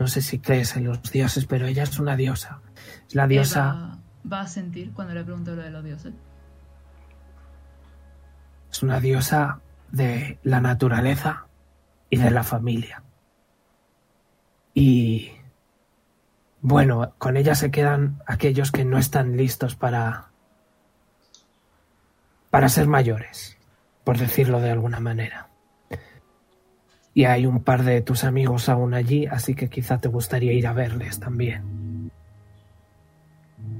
Speaker 8: No sé si crees en los dioses, pero ella es una diosa. Es la diosa.
Speaker 3: Eva va a sentir cuando le pregunto lo de los dioses.
Speaker 8: Es una diosa de la naturaleza y de la familia. Y bueno, con ella se quedan aquellos que no están listos para para ser mayores, por decirlo de alguna manera. Y hay un par de tus amigos aún allí, así que quizá te gustaría ir a verles también.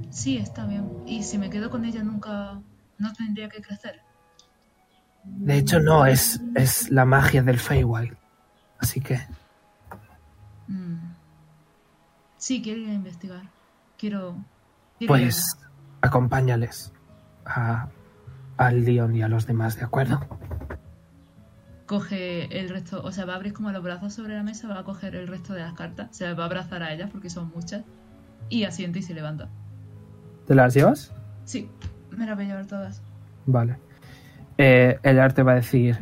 Speaker 3: Sí, está bien. Y si me quedo con ella nunca... No tendría que crecer.
Speaker 8: De hecho, no, es, es la magia del Feywild. Así que
Speaker 3: Mm. Sí, quiero ir a investigar. Quiero... quiero ir a
Speaker 8: Pues acompáñales a, al Leon y a los demás, ¿de acuerdo?
Speaker 3: coge el resto, o sea, va a abrir como los brazos sobre la mesa, va a coger el resto de las cartas, se las va a abrazar a ellas porque son muchas, y asiente y se levanta.
Speaker 2: ¿Te las llevas?
Speaker 3: Sí, me las voy a llevar todas.
Speaker 2: Vale. Eh, el arte va a decir,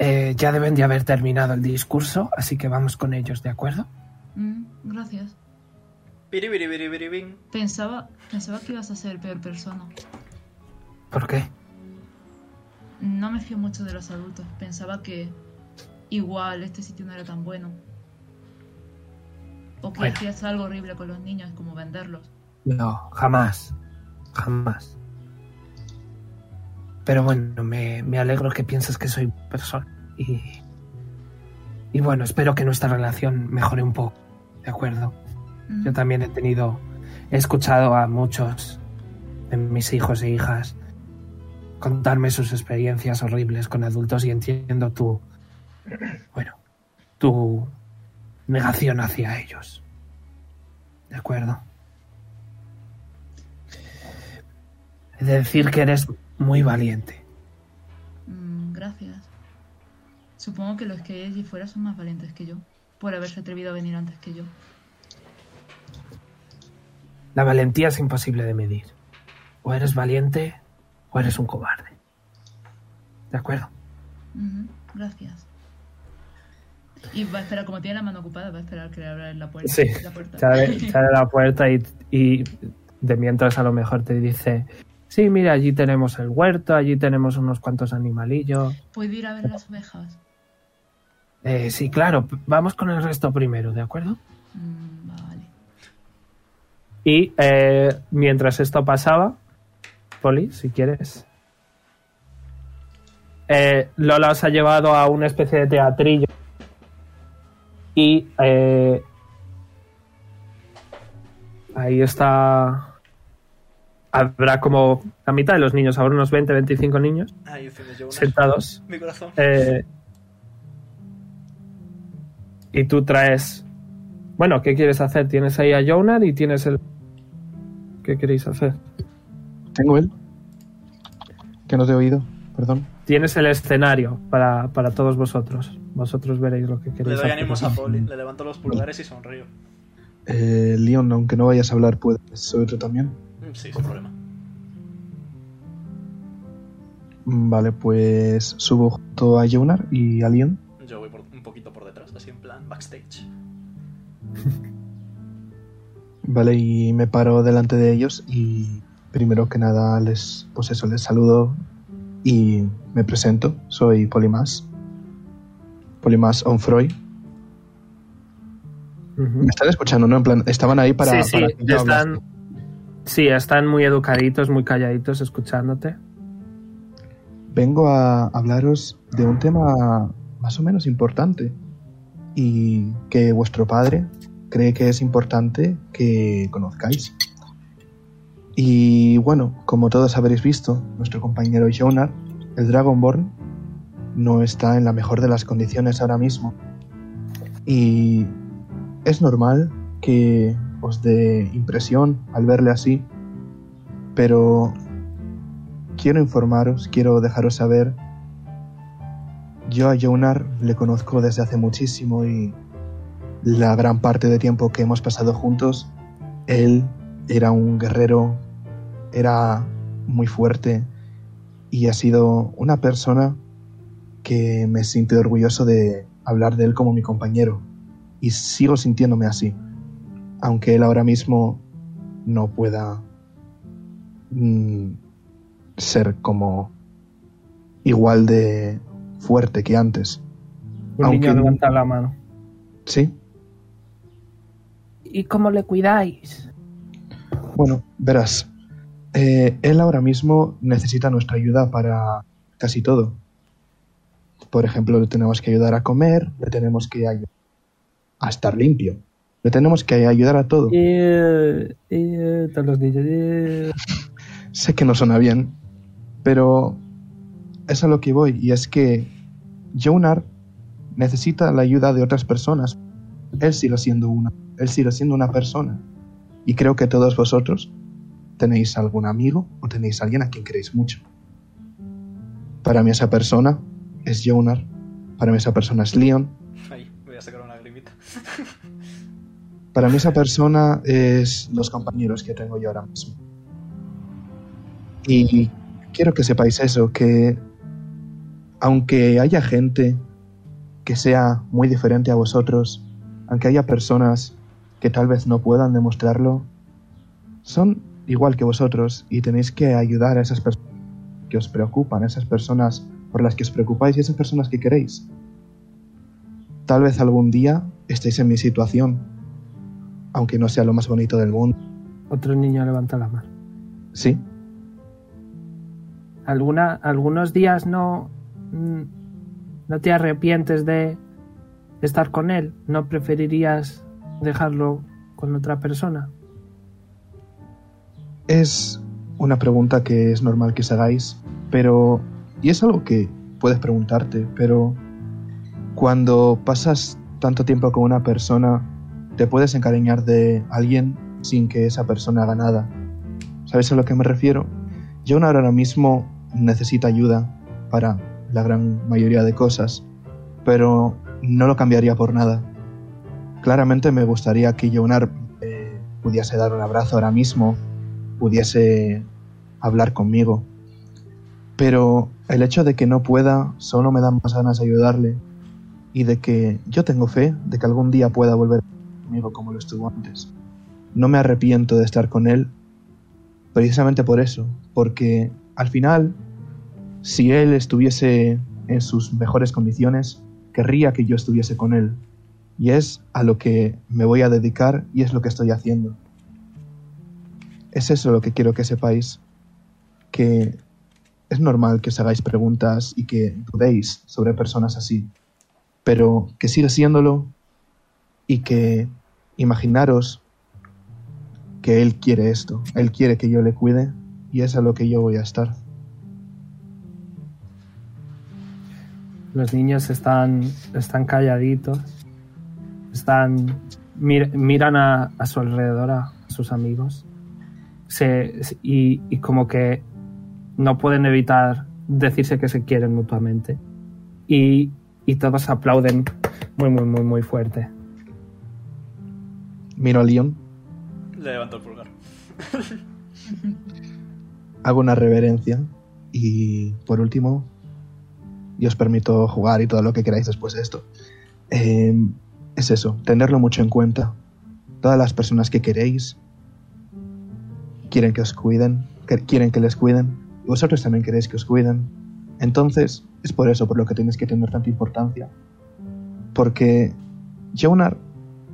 Speaker 8: Eh, ya deben de haber terminado el discurso, así que vamos con ellos, ¿de acuerdo?
Speaker 3: Mm, gracias.
Speaker 1: Piribiribiribiribin.
Speaker 3: Pensaba, pensaba que ibas a ser peor persona.
Speaker 8: ¿Por qué?
Speaker 3: No me fío mucho de los adultos, pensaba que igual este sitio no era tan bueno. O que
Speaker 8: Bueno.
Speaker 3: hacías algo horrible con los niños, como venderlos.
Speaker 8: No, jamás. Jamás. Pero bueno, me, me alegro que pienses que soy persona. Y, y bueno, espero que nuestra relación mejore un poco. ¿De acuerdo? Yo también he tenido, he escuchado a muchos de mis hijos e hijas contarme sus experiencias horribles con adultos y entiendo tu, bueno, tu negación hacia ellos. ¿De acuerdo? He de decir que eres muy valiente.
Speaker 3: Mm, gracias. Supongo que los que hay allí fuera son más valientes que yo, por haberse atrevido a venir antes que yo.
Speaker 8: La valentía es imposible de medir. O eres valiente o eres un cobarde. ¿De acuerdo?
Speaker 3: Ujú, Gracias. Y va a esperar, como tiene la mano ocupada, va a esperar que le abran la puerta.
Speaker 6: Sí,
Speaker 3: la puerta.
Speaker 6: te abre, te abre la puerta y, y de mientras a lo mejor te dice, sí, mira, allí tenemos el huerto, allí tenemos unos cuantos animalillos.
Speaker 3: Puedo ir a ver las ovejas.
Speaker 8: Eh, sí, claro, p- vamos con el resto primero, ¿de acuerdo?
Speaker 3: Mm, vale.
Speaker 6: Y eh, mientras esto pasaba, Poli, si quieres, eh, Lola os ha llevado a una especie de teatrillo y eh, ahí está... Habrá como la mitad de los niños, habrá unos 20, 25 niños
Speaker 1: Ay, en fin, me llevo una-
Speaker 6: sentados
Speaker 1: Mi corazón.
Speaker 6: eh, y tú traes. Bueno, ¿qué quieres hacer? Tienes ahí a Jonar y tienes el. ¿Qué queréis hacer?
Speaker 4: Tengo él. Que no te he oído, perdón.
Speaker 6: Tienes el escenario para, para todos vosotros. Vosotros veréis lo que
Speaker 1: Le
Speaker 6: queréis
Speaker 1: doy
Speaker 6: hacer.
Speaker 1: ánimos a Poli, le levanto los pulgares y sonrío.
Speaker 4: Eh, Leon, aunque no vayas a hablar, puedes sobre tú también.
Speaker 1: Mm, Sí, sin problema.
Speaker 4: Mm, Vale, pues subo junto a Jonar y a Leon.
Speaker 1: Yo voy por- un poquito por detrás, así en plan backstage.
Speaker 4: Vale, y me paro delante de ellos y primero que nada les, pues eso, les saludo y me presento. Soy Polimas. Polimas Onfroy.
Speaker 6: Ujú.
Speaker 4: Me están escuchando, ¿no? En plan, estaban ahí para...
Speaker 6: sí,
Speaker 4: para
Speaker 6: sí,
Speaker 4: que yo hablase.
Speaker 6: están, sí, están muy educaditos, muy calladitos, escuchándote.
Speaker 4: Vengo a hablaros de un tema más o menos importante y que vuestro padre cree que es importante que conozcáis. Y bueno, como todos habréis visto, nuestro compañero Jonar, el Dragonborn, no está en la mejor de las condiciones ahora mismo. Y es normal que os dé impresión al verle así, pero quiero informaros, quiero dejaros saber. Yo a Jonar le conozco desde hace muchísimo y la gran parte de tiempo que hemos pasado juntos, él era un guerrero, era muy fuerte y ha sido una persona que me siento orgulloso de hablar de él como mi compañero y sigo sintiéndome así, aunque él ahora mismo no pueda mm, ser como igual de fuerte que antes.
Speaker 6: Un
Speaker 4: Aunque-
Speaker 6: niño levanta la mano.
Speaker 4: ¿Sí?
Speaker 7: ¿Y cómo le cuidáis?
Speaker 4: Bueno, verás. eh, él ahora mismo necesita nuestra ayuda para casi todo. Por ejemplo, le tenemos que ayudar a comer, le tenemos que ayudar a estar limpio. Le tenemos que ayudar a todo.
Speaker 6: Eh, eh, todos los niños. eh.
Speaker 4: Sé que no suena bien, pero es a lo que voy, y es que Jonar necesita la ayuda de otras personas. Él sigue siendo una, él sigue siendo una persona. Y creo que todos vosotros tenéis algún amigo o tenéis alguien a quien queréis mucho. Para mí esa persona es Jonar, para mí esa persona es Leon,
Speaker 1: Ahí, me voy a sacar una lagrimita.
Speaker 4: para mí esa persona es los compañeros que tengo yo ahora mismo. Y quiero que sepáis eso, que aunque haya gente que sea muy diferente a vosotros, aunque haya personas que tal vez no puedan demostrarlo, son igual que vosotros y tenéis que ayudar a esas personas que os preocupan, a esas personas por las que os preocupáis y a esas personas que queréis. Tal vez algún día estéis en mi situación aunque no sea lo más bonito del mundo.
Speaker 6: Otro niño levanta la mano.
Speaker 4: Sí.
Speaker 2: Alguna, algunos días no, mm, no te arrepientes de estar con él. ¿No preferirías dejarlo con otra persona?
Speaker 4: Es una pregunta que es normal que os hagáis, pero... Y es algo que puedes preguntarte, pero... Cuando pasas tanto tiempo con una persona, te puedes encariñar de alguien sin que esa persona haga nada. ¿Sabes a lo que me refiero? John ahora mismo necesita ayuda para la gran mayoría de cosas, pero no lo cambiaría por nada. Claramente me gustaría que Jonar eh, pudiese dar un abrazo ahora mismo, pudiese hablar conmigo. Pero el hecho de que no pueda solo me da más ganas de ayudarle y de que yo tengo fe de que algún día pueda volver conmigo como lo estuvo antes. No me arrepiento de estar con él precisamente por eso, porque al final, si él estuviese en sus mejores condiciones, querría que yo estuviese con él. Y es a lo que me voy a dedicar y es lo que estoy haciendo. Es eso lo que quiero que sepáis, que es normal que os hagáis preguntas y que dudéis sobre personas así, pero que sigue siéndolo y que imaginaros que él quiere esto, él quiere que yo le cuide y es a lo que yo voy a estar.
Speaker 2: Los niños están, están calladitos, están mir- miran a, a su alrededor, a sus amigos, se, y, y como que no pueden evitar decirse que se quieren mutuamente. Y, y todos aplauden muy, muy, muy, muy fuerte.
Speaker 4: Miro a Leon,
Speaker 1: Le levanto el pulgar.
Speaker 4: hago una reverencia y por último, y os permito jugar y todo lo que queráis después de esto. Eh, es eso, tenerlo mucho en cuenta. Todas las personas que queréis quieren que os cuiden, que- quieren que les cuiden, y vosotros también queréis que os cuiden. Entonces, es por eso por lo que tenéis que tener tanta importancia. Porque Jonar,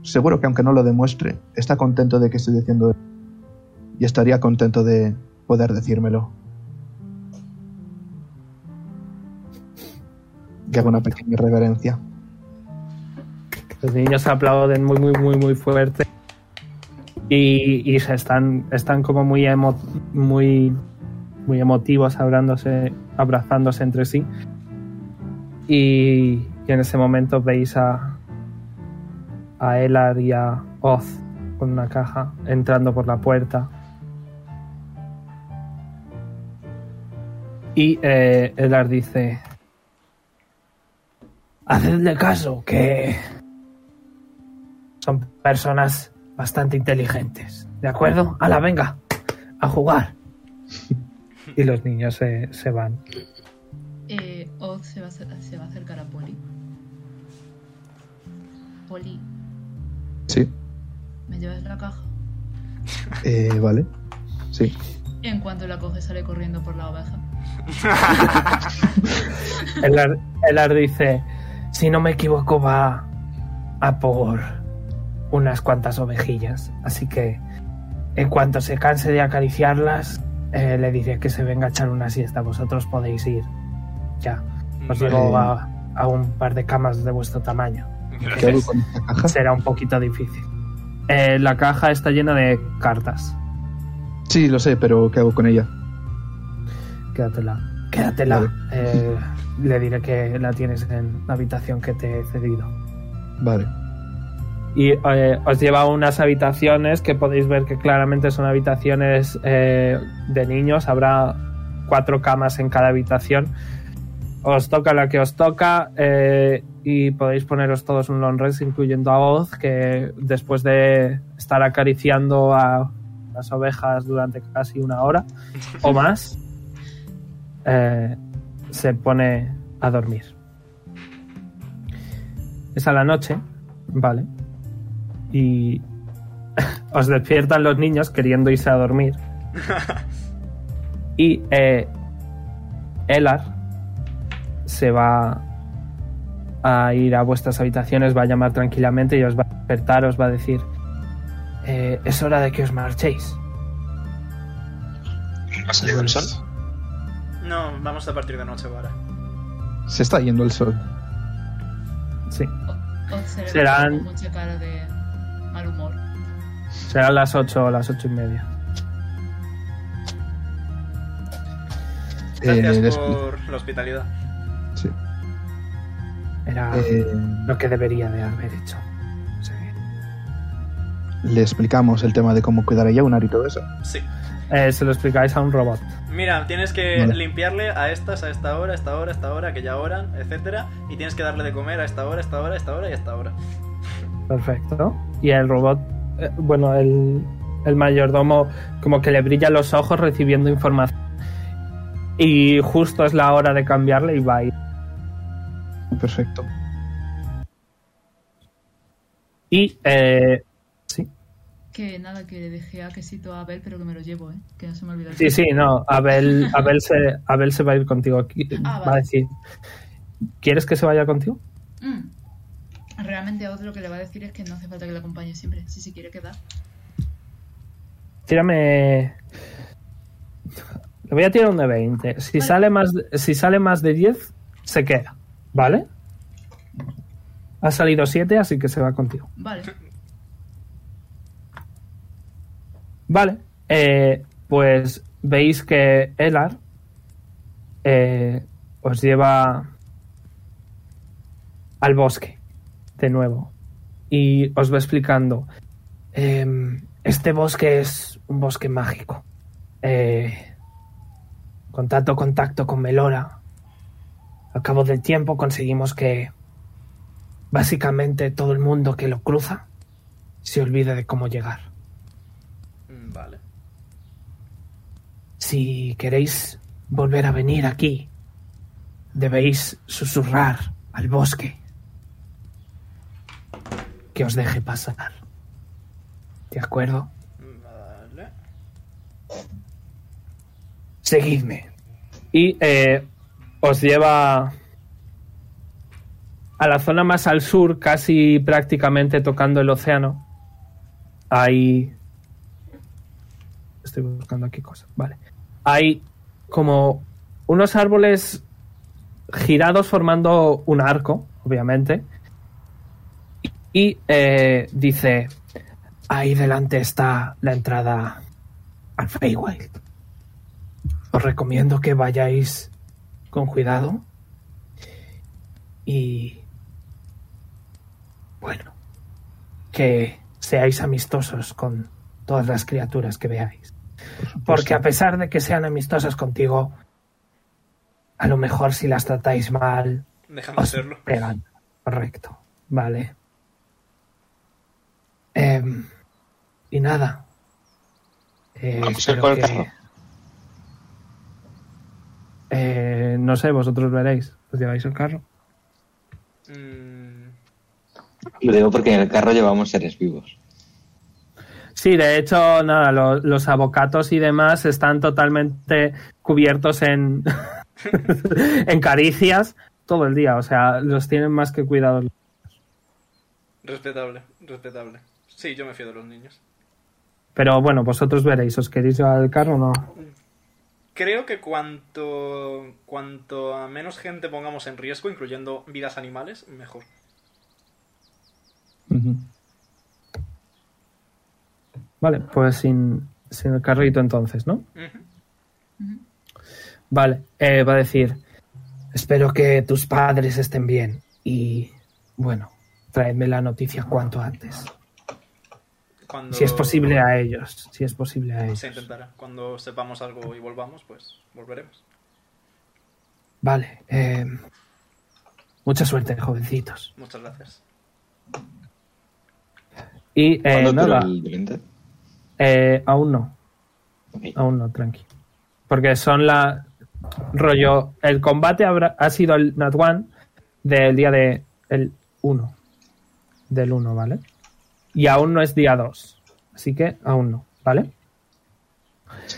Speaker 4: seguro que aunque no lo demuestre, está contento de que estoy diciendo y estaría contento de poder decírmelo. Y hago una pequeña reverencia.
Speaker 2: Los niños aplauden muy, muy, muy, muy fuerte. Y, y se están, están como muy, emo- muy, muy emotivos, hablándose, abrazándose entre sí. Y, y en ese momento veis a, a Elar y a Oz con una caja entrando por la puerta. Y eh, Elar dice,
Speaker 8: Hacedle caso, que son personas bastante inteligentes. ¿De acuerdo? la venga, a jugar.
Speaker 2: y los niños se, se van.
Speaker 3: Eh, Oz se va, a acer- se va a acercar a Poli. Poli,
Speaker 4: Sí.
Speaker 3: ¿me llevas la caja?
Speaker 4: Eh, vale. Sí.
Speaker 3: En cuanto la coge sale corriendo por la oveja.
Speaker 8: Elar, Elar dice, si no me equivoco va a por unas cuantas ovejillas, así que en cuanto se canse de acariciarlas, eh, le diré que se venga a echar una siesta. Vosotros podéis ir. Ya, os
Speaker 1: Vale.
Speaker 4: Eh,
Speaker 8: llevo a, a un par de camas de vuestro tamaño.
Speaker 4: ¿Qué hago
Speaker 1: Gracias.
Speaker 4: con esta caja?
Speaker 8: Será un poquito difícil.
Speaker 2: Eh, la caja está llena de cartas.
Speaker 4: Sí, lo sé, pero ¿qué hago con ella?
Speaker 2: Quédatela.
Speaker 8: Quédatela.
Speaker 4: Vale.
Speaker 8: Eh, le diré que la tienes en la habitación que te he cedido.
Speaker 4: Vale.
Speaker 2: Y eh, os lleva a unas habitaciones que podéis ver que claramente son habitaciones eh, de niños. Habrá cuatro camas en cada habitación. Os toca la que os toca eh, y podéis poneros todos un long rest, incluyendo a Oz, que después de estar acariciando a las ovejas durante casi una hora o más, eh, se pone a dormir. Es a la noche, vale. Y os despiertan los niños queriendo irse a dormir. y eh, Elar se va a ir a vuestras habitaciones, va a llamar tranquilamente y os va a despertar, os va a decir,
Speaker 8: Eh, es hora de que os marchéis.
Speaker 10: ¿Ha salido el sol?
Speaker 1: No, vamos a partir de noche, Vara.
Speaker 4: Se está yendo el sol.
Speaker 8: Sí.
Speaker 3: Observo
Speaker 8: Serán-
Speaker 3: con mucha cara de mal humor.
Speaker 8: Serán las 8 o las 8 y media.
Speaker 1: Gracias
Speaker 4: Eh, les-
Speaker 1: por la hospitalidad.
Speaker 4: sí.
Speaker 8: Era
Speaker 4: Eh,
Speaker 8: lo que debería de haber hecho. Sí.
Speaker 4: le explicamos el tema de cómo cuidar a Yaunar y todo eso.
Speaker 1: Sí.
Speaker 8: Eh, se lo explicáis a un robot.
Speaker 1: Mira, tienes que
Speaker 4: Vale.
Speaker 1: limpiarle a estas, a esta hora, a esta hora, a esta hora, a aquella hora, etcétera, y tienes que darle de comer a esta hora, a esta hora, a esta hora y a esta hora.
Speaker 8: Perfecto. Y el robot, eh, bueno, el, el mayordomo como que le brilla los ojos recibiendo información. Y justo es la hora de cambiarle y va a ir.
Speaker 4: Perfecto.
Speaker 8: Y eh,
Speaker 3: Que nada, que le dejé a quesito a Abel, pero que me lo llevo, ¿eh? Que no se me olvida. el
Speaker 8: sí, sí, no, Abel, Abel, se, Abel se va a ir contigo. Qui-
Speaker 3: Ah,
Speaker 8: Va a
Speaker 3: vale.
Speaker 8: decir, ¿quieres que se vaya contigo?
Speaker 3: Mm. Realmente a otro lo que le va a decir es que no hace falta que le acompañe siempre, si se quiere quedar.
Speaker 8: Tírame. Le voy a tirar un de 20. Si,
Speaker 3: Vale.
Speaker 8: sale más, de- si sale más de 10, se queda. ¿Vale? Ha salido 7, así que se va contigo.
Speaker 3: Vale.
Speaker 8: Vale. eh, pues veis que Elar eh, os lleva al bosque de nuevo. Y os va explicando. em, este bosque es un bosque mágico. Eh, con tanto contacto con Melora, al cabo del tiempo conseguimos que básicamente todo el mundo que lo cruza se olvide de cómo llegar.
Speaker 1: Mm, Vale.
Speaker 8: Si queréis volver a venir aquí, debéis susurrar al bosque que os deje pasar. ¿De acuerdo?
Speaker 1: Vale.
Speaker 8: Seguidme. Y eh, os lleva a la zona más al sur, casi prácticamente tocando el océano. Hay... Estoy buscando aquí cosas. Vale. Hay como unos árboles girados formando un arco, obviamente. Y eh, dice, ahí delante está la entrada al Feywild. Os recomiendo que vayáis con cuidado. Y. Bueno. Que seáis amistosos con todas las criaturas que veáis. Porque a pesar de que sean amistosas contigo, a lo mejor si las tratáis mal,
Speaker 1: Déjame
Speaker 8: os
Speaker 1: hacerlo.
Speaker 8: pegan. Correcto. Vale. Em, y nada. Eh,
Speaker 10: Vamos a ir
Speaker 8: espero
Speaker 10: con el
Speaker 8: que-
Speaker 10: carro.
Speaker 8: Eh, no sé, vosotros veréis. ¿Os lleváis el carro?
Speaker 1: Mm,
Speaker 5: Lo digo porque en el carro llevamos seres vivos.
Speaker 8: Sí, de hecho, nada, lo- los abocatos y demás están totalmente cubiertos en, en caricias todo el día. O sea, los tienen más que cuidados.
Speaker 1: respetable, respetable. Sí, yo me fío de los niños.
Speaker 8: Pero bueno, vosotros veréis. ¿Os queréis llevar el carro o no?
Speaker 1: Creo que cuanto, cuanto a menos gente pongamos en riesgo, incluyendo vidas animales, mejor.
Speaker 4: Ujú.
Speaker 8: Vale, pues sin, sin el carrito entonces, ¿no?
Speaker 1: Ujú.
Speaker 8: Vale, eh, va a decir, espero que tus padres estén bien y, bueno, traedme la noticia cuanto antes.
Speaker 1: Cuando
Speaker 8: Si es posible a ellos, si es posible a ellos.
Speaker 1: Se intentará. Cuando sepamos algo y volvamos, pues volveremos.
Speaker 8: Vale, eh, mucha suerte, jovencitos.
Speaker 1: Muchas gracias.
Speaker 8: Y eh,
Speaker 5: ¿Cuándo
Speaker 8: nada,
Speaker 5: dura el violento?
Speaker 8: eh, aún no,
Speaker 5: Ok.
Speaker 8: aún no, tranqui. Porque son la... rollo, el combate habrá, ha sido el Nat One del día de... el 1. Del 1, ¿vale? Y aún no es día 2. Así que aún no, ¿vale?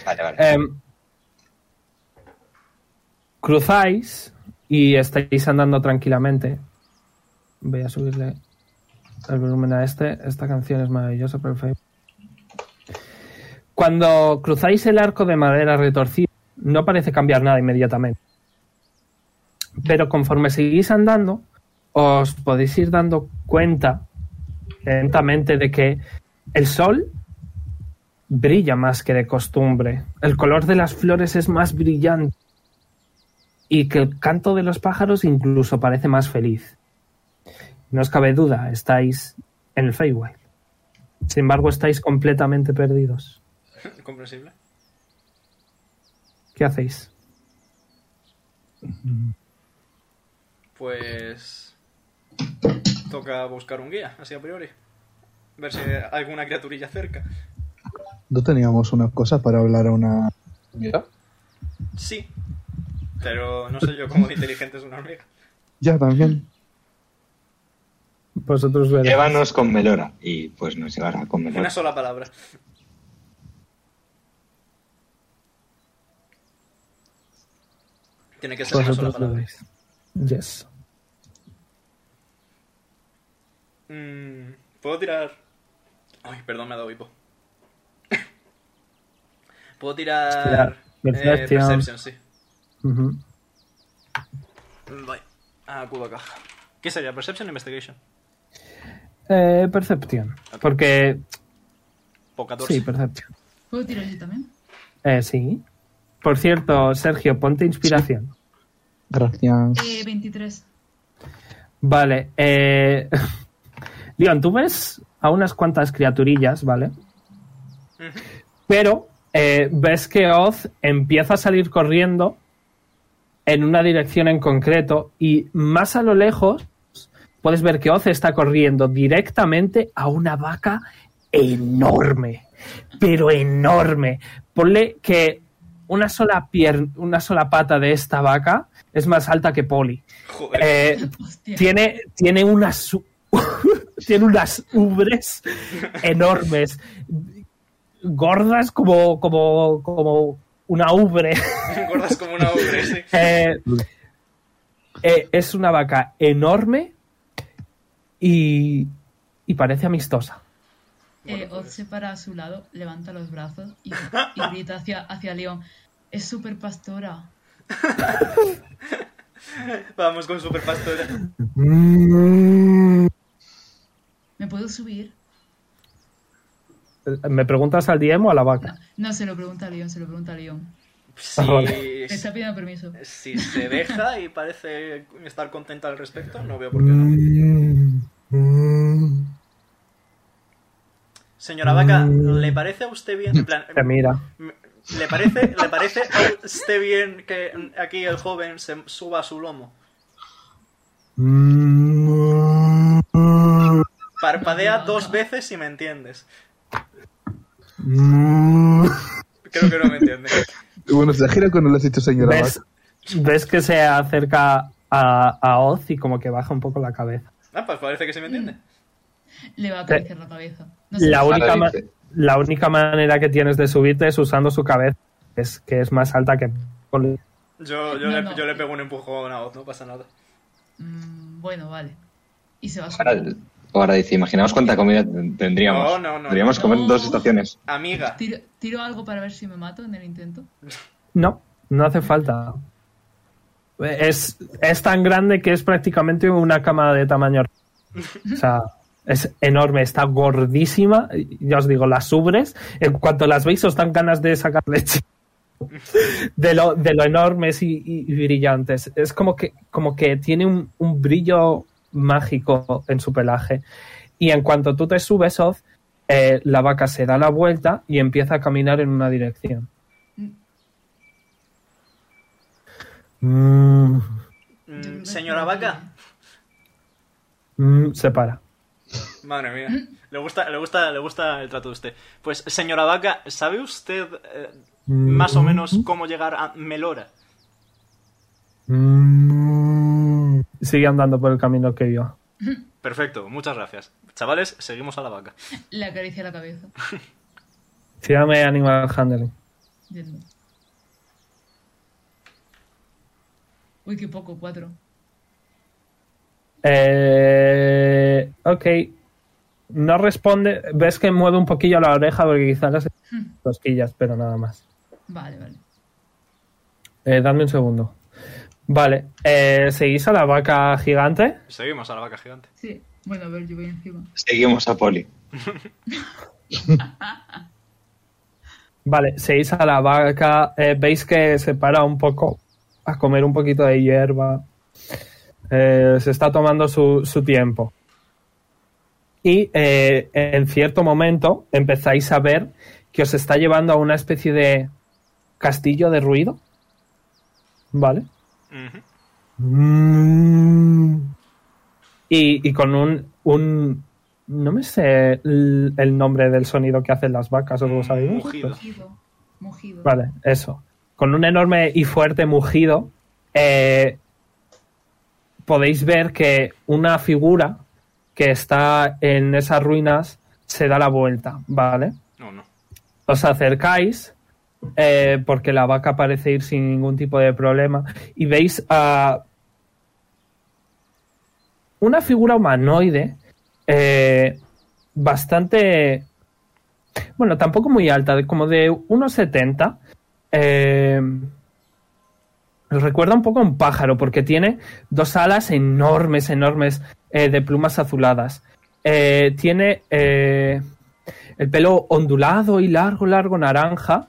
Speaker 5: Vale, vale.
Speaker 8: Em, cruzáis y estáis andando tranquilamente. Voy a subirle el volumen a este. Esta canción es maravillosa, perfecto. Cuando cruzáis el arco de madera retorcido, no parece cambiar nada inmediatamente. Pero conforme seguís andando, os podéis ir dando cuenta lentamente de que el sol brilla más que de costumbre. El color de las flores es más brillante. Y que el canto de los pájaros incluso parece más feliz. No os cabe duda, estáis en el Feywild. Sin embargo, estáis completamente perdidos.
Speaker 1: Comprensible.
Speaker 8: ¿Qué hacéis?
Speaker 1: Pues. Toca buscar un guía, así a priori. Ver si hay alguna criaturilla cerca.
Speaker 4: No teníamos una cosa para hablar a una. Mira.
Speaker 1: Sí. Pero no sé yo cómo de inteligente es una hormiga.
Speaker 4: Ya, también.
Speaker 8: Vosotros veréis.
Speaker 5: Llévanos con Melora. Y pues nos llevará con Melora.
Speaker 1: Una sola palabra. Tiene que ser una sola
Speaker 8: Vosotros
Speaker 1: palabra.
Speaker 8: veréis. Yes.
Speaker 1: Mm, ¿Puedo tirar? Ay, perdón, me ha dado hipo. ¿Puedo tirar...
Speaker 8: Tirar percepción.
Speaker 1: eh, perception, sí.
Speaker 8: Ujú.
Speaker 1: Vale. Acudo a Ah, caja. ¿Qué sería? ¿Perception o Investigation?
Speaker 8: Eh, percepción. Porque.
Speaker 1: O 14.
Speaker 8: Sí, percepción.
Speaker 3: ¿Puedo tirar yo también?
Speaker 8: Eh, sí. Por cierto, Sergio, ponte inspiración.
Speaker 4: Gracias.
Speaker 8: Pues
Speaker 3: Eh, 23.
Speaker 8: Vale. Eh... Leon, tú ves a unas cuantas criaturillas, ¿vale? Pero eh, ves que Oz empieza a salir corriendo en una dirección en concreto y más a lo lejos puedes ver que Oz está corriendo directamente a una vaca enorme, pero enorme. Ponle que una sola, pier- una sola pata de esta vaca es más alta que Poli.
Speaker 1: Joder.
Speaker 8: Eh,
Speaker 3: Hostia.
Speaker 8: tiene, tiene unas u- tiene unas ubres enormes gordas como como como una ubre
Speaker 1: Engordas como una ogre, sí.
Speaker 8: Eh, eh, es una vaca enorme y, y parece amistosa
Speaker 3: Eh, Oz se para a su lado, levanta los brazos y, y grita hacia, hacia León. Es súper pastora.
Speaker 1: Vamos con Super Pastora.
Speaker 3: ¿Me puedo subir?
Speaker 8: me preguntas al DM o a la
Speaker 3: No,
Speaker 8: vaca
Speaker 3: no se lo pregunta a León, se lo pregunta a León.
Speaker 1: Si,
Speaker 3: Te está pidiendo permiso.
Speaker 1: si se deja y parece estar contenta al respecto, no veo por qué no. Señora Vaca, ¿le parece a usted bien? En plan,
Speaker 8: te mira
Speaker 1: ¿Le parece, le parece a usted bien que aquí el joven se suba a su lomo? Parpadea dos veces si me entiendes. Creo que no me entiendes.
Speaker 4: Y Bueno, se gira cuando le has dicho señora.
Speaker 8: ves ves que se acerca a, a Oz y como que baja un poco la cabeza
Speaker 1: Ah, pues parece que sí me entiende.
Speaker 3: Le va a acariciar la cabeza. No sé,
Speaker 8: la única, ma-
Speaker 5: dice.
Speaker 8: la única manera que tienes de subirte es usando su cabeza, que es, que es más alta que...
Speaker 1: Yo, yo,
Speaker 3: No,
Speaker 1: le,
Speaker 3: no.
Speaker 1: yo le pego un empujón a Oz, no pasa nada.
Speaker 3: mm, bueno, vale. Y se va a
Speaker 5: Ahora,
Speaker 3: subir.
Speaker 5: ahora dice, imaginaos cuánta comida ten- tendríamos.
Speaker 1: No, no, no,
Speaker 5: Podríamos
Speaker 1: no.
Speaker 5: comer dos
Speaker 3: No.
Speaker 5: estaciones.
Speaker 1: Amiga,
Speaker 3: Tiro, tiro algo para ver si me mato en el intento.
Speaker 8: No, no hace falta. Es, es tan grande que es prácticamente una cama de tamaño. O sea, es enorme, está gordísima. y Ya os digo, las ubres, en cuanto las veis os dan ganas de sacar leche. De lo, de lo enormes y, y brillantes. Es como que, como que tiene un, un brillo mágico en su pelaje. Y en cuanto tú te subes, Oz, eh, la vaca se da la vuelta y empieza a caminar en una dirección. Mm,
Speaker 1: mm,
Speaker 3: Yo creo que
Speaker 1: señora
Speaker 3: es
Speaker 1: Vaca.
Speaker 8: mm, se para.
Speaker 1: Madre mía. Le gusta, le, gusta, le gusta el trato de usted. Pues, señora Vaca, ¿sabe usted eh, más
Speaker 8: Mm,
Speaker 1: o menos cómo llegar a Melora?
Speaker 8: mm, Sigue andando por el camino que vio.
Speaker 1: Perfecto, muchas gracias. Chavales, seguimos a la vaca.
Speaker 3: Le acaricia la cabeza.
Speaker 8: Tírame Animal Handling.
Speaker 3: Yendo. Uy, qué poco, cuatro.
Speaker 8: Eh, ok.
Speaker 2: No responde. Ves que mueve un poquillo la oreja porque quizás las cosquillas, pero nada más.
Speaker 3: Vale, vale.
Speaker 2: Eh, dame un segundo. Vale. eh, ¿Seguís a la vaca gigante?
Speaker 1: Seguimos a la vaca gigante.
Speaker 3: Sí. Bueno, a ver, yo voy encima.
Speaker 5: Seguimos a Poli.
Speaker 2: Vale, seguís a la vaca. eh, Veis que se para un poco a comer un poquito de hierba. Eh, se está tomando su, su tiempo. Y eh, en cierto momento empezáis a ver que os está llevando a una especie de castillo de ruido. Vale.
Speaker 1: Ujú.
Speaker 2: Mm. Y, y con un, un- No me sé el, el nombre del sonido que hacen las vacas, ¿os lo sabéis?
Speaker 1: Mugido.
Speaker 3: Mugido. Mugido.
Speaker 2: Vale, eso. Con un enorme y fuerte mugido, eh, podéis ver que una figura que está en esas ruinas se da la vuelta, ¿vale?
Speaker 1: No, no.
Speaker 2: os acercáis eh, porque la vaca parece ir sin ningún tipo de problema y veis a una figura humanoide eh, bastante bueno tampoco muy alta de- como de 1,70 eh, os recuerda un poco a un pájaro porque tiene dos alas enormes enormes eh, de plumas azuladas Eh, tiene eh, el pelo ondulado y largo, largo, naranja,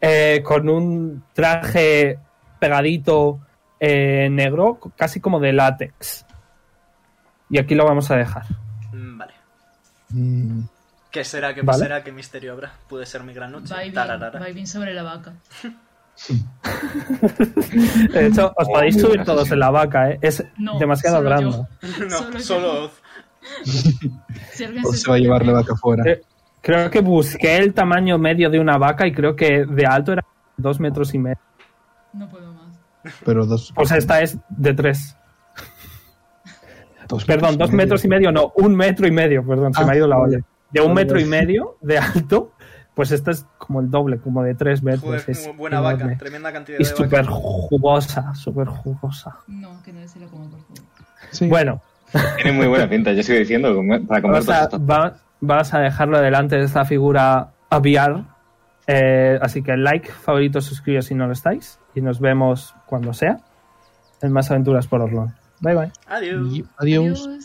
Speaker 2: eh, con un traje pegadito eh, negro, casi como de látex. Y aquí lo vamos a dejar.
Speaker 1: Mm, Vale.
Speaker 4: Mm,
Speaker 1: ¿Qué será? ¿Qué
Speaker 2: Vale.
Speaker 1: será? ¿Qué misterio habrá? Puede ser mi gran noche.
Speaker 3: Va y bien,
Speaker 1: Tararara.
Speaker 3: va y bien sobre la vaca.
Speaker 2: De hecho, os
Speaker 5: Oh,
Speaker 2: podéis
Speaker 5: muy
Speaker 2: subir
Speaker 5: buena
Speaker 2: todos
Speaker 5: sesión.
Speaker 2: en la vaca, ¿eh? es
Speaker 3: No,
Speaker 2: demasiado
Speaker 3: solo
Speaker 2: grande.
Speaker 1: No,
Speaker 3: Solo
Speaker 1: solo,
Speaker 3: yo.
Speaker 1: Oz.
Speaker 3: Si alguien
Speaker 4: o Pues se va a llevar la vaca fuera.
Speaker 2: Eh, Creo que busqué el tamaño medio de una vaca y creo que de alto era dos metros y medio.
Speaker 3: No puedo más.
Speaker 4: Pero dos.
Speaker 2: Pues esta es de tres.
Speaker 4: dos
Speaker 2: Perdón, dos metros y medio, no, un metro y medio, perdón, se
Speaker 4: Ah,
Speaker 2: me ha ido la
Speaker 4: vale.
Speaker 2: olla. De un
Speaker 4: Vale,
Speaker 2: metro y
Speaker 4: vale.
Speaker 2: medio de alto, pues esta es como el doble, como de tres metros.
Speaker 1: Joder,
Speaker 2: Pues es
Speaker 1: muy buena
Speaker 2: enorme.
Speaker 1: vaca. Tremenda cantidad
Speaker 2: Y
Speaker 1: de
Speaker 2: súper
Speaker 1: vaca.
Speaker 2: jugosa, súper jugosa.
Speaker 3: No, que no se lo como, por favor.
Speaker 4: Sí.
Speaker 2: Bueno,
Speaker 5: Tiene muy buena pinta, yo sigo diciendo, comer- para comer
Speaker 2: vas
Speaker 5: todo
Speaker 2: a,
Speaker 5: esto.
Speaker 2: va- vas a dejarlo delante de esta figura aviar. eh, así que like, favorito, suscribíos si no lo estáis. Y nos vemos cuando sea en más aventuras por Orlon. Bye bye.
Speaker 1: Adiós.
Speaker 4: Y- Adiós.
Speaker 3: Adiós.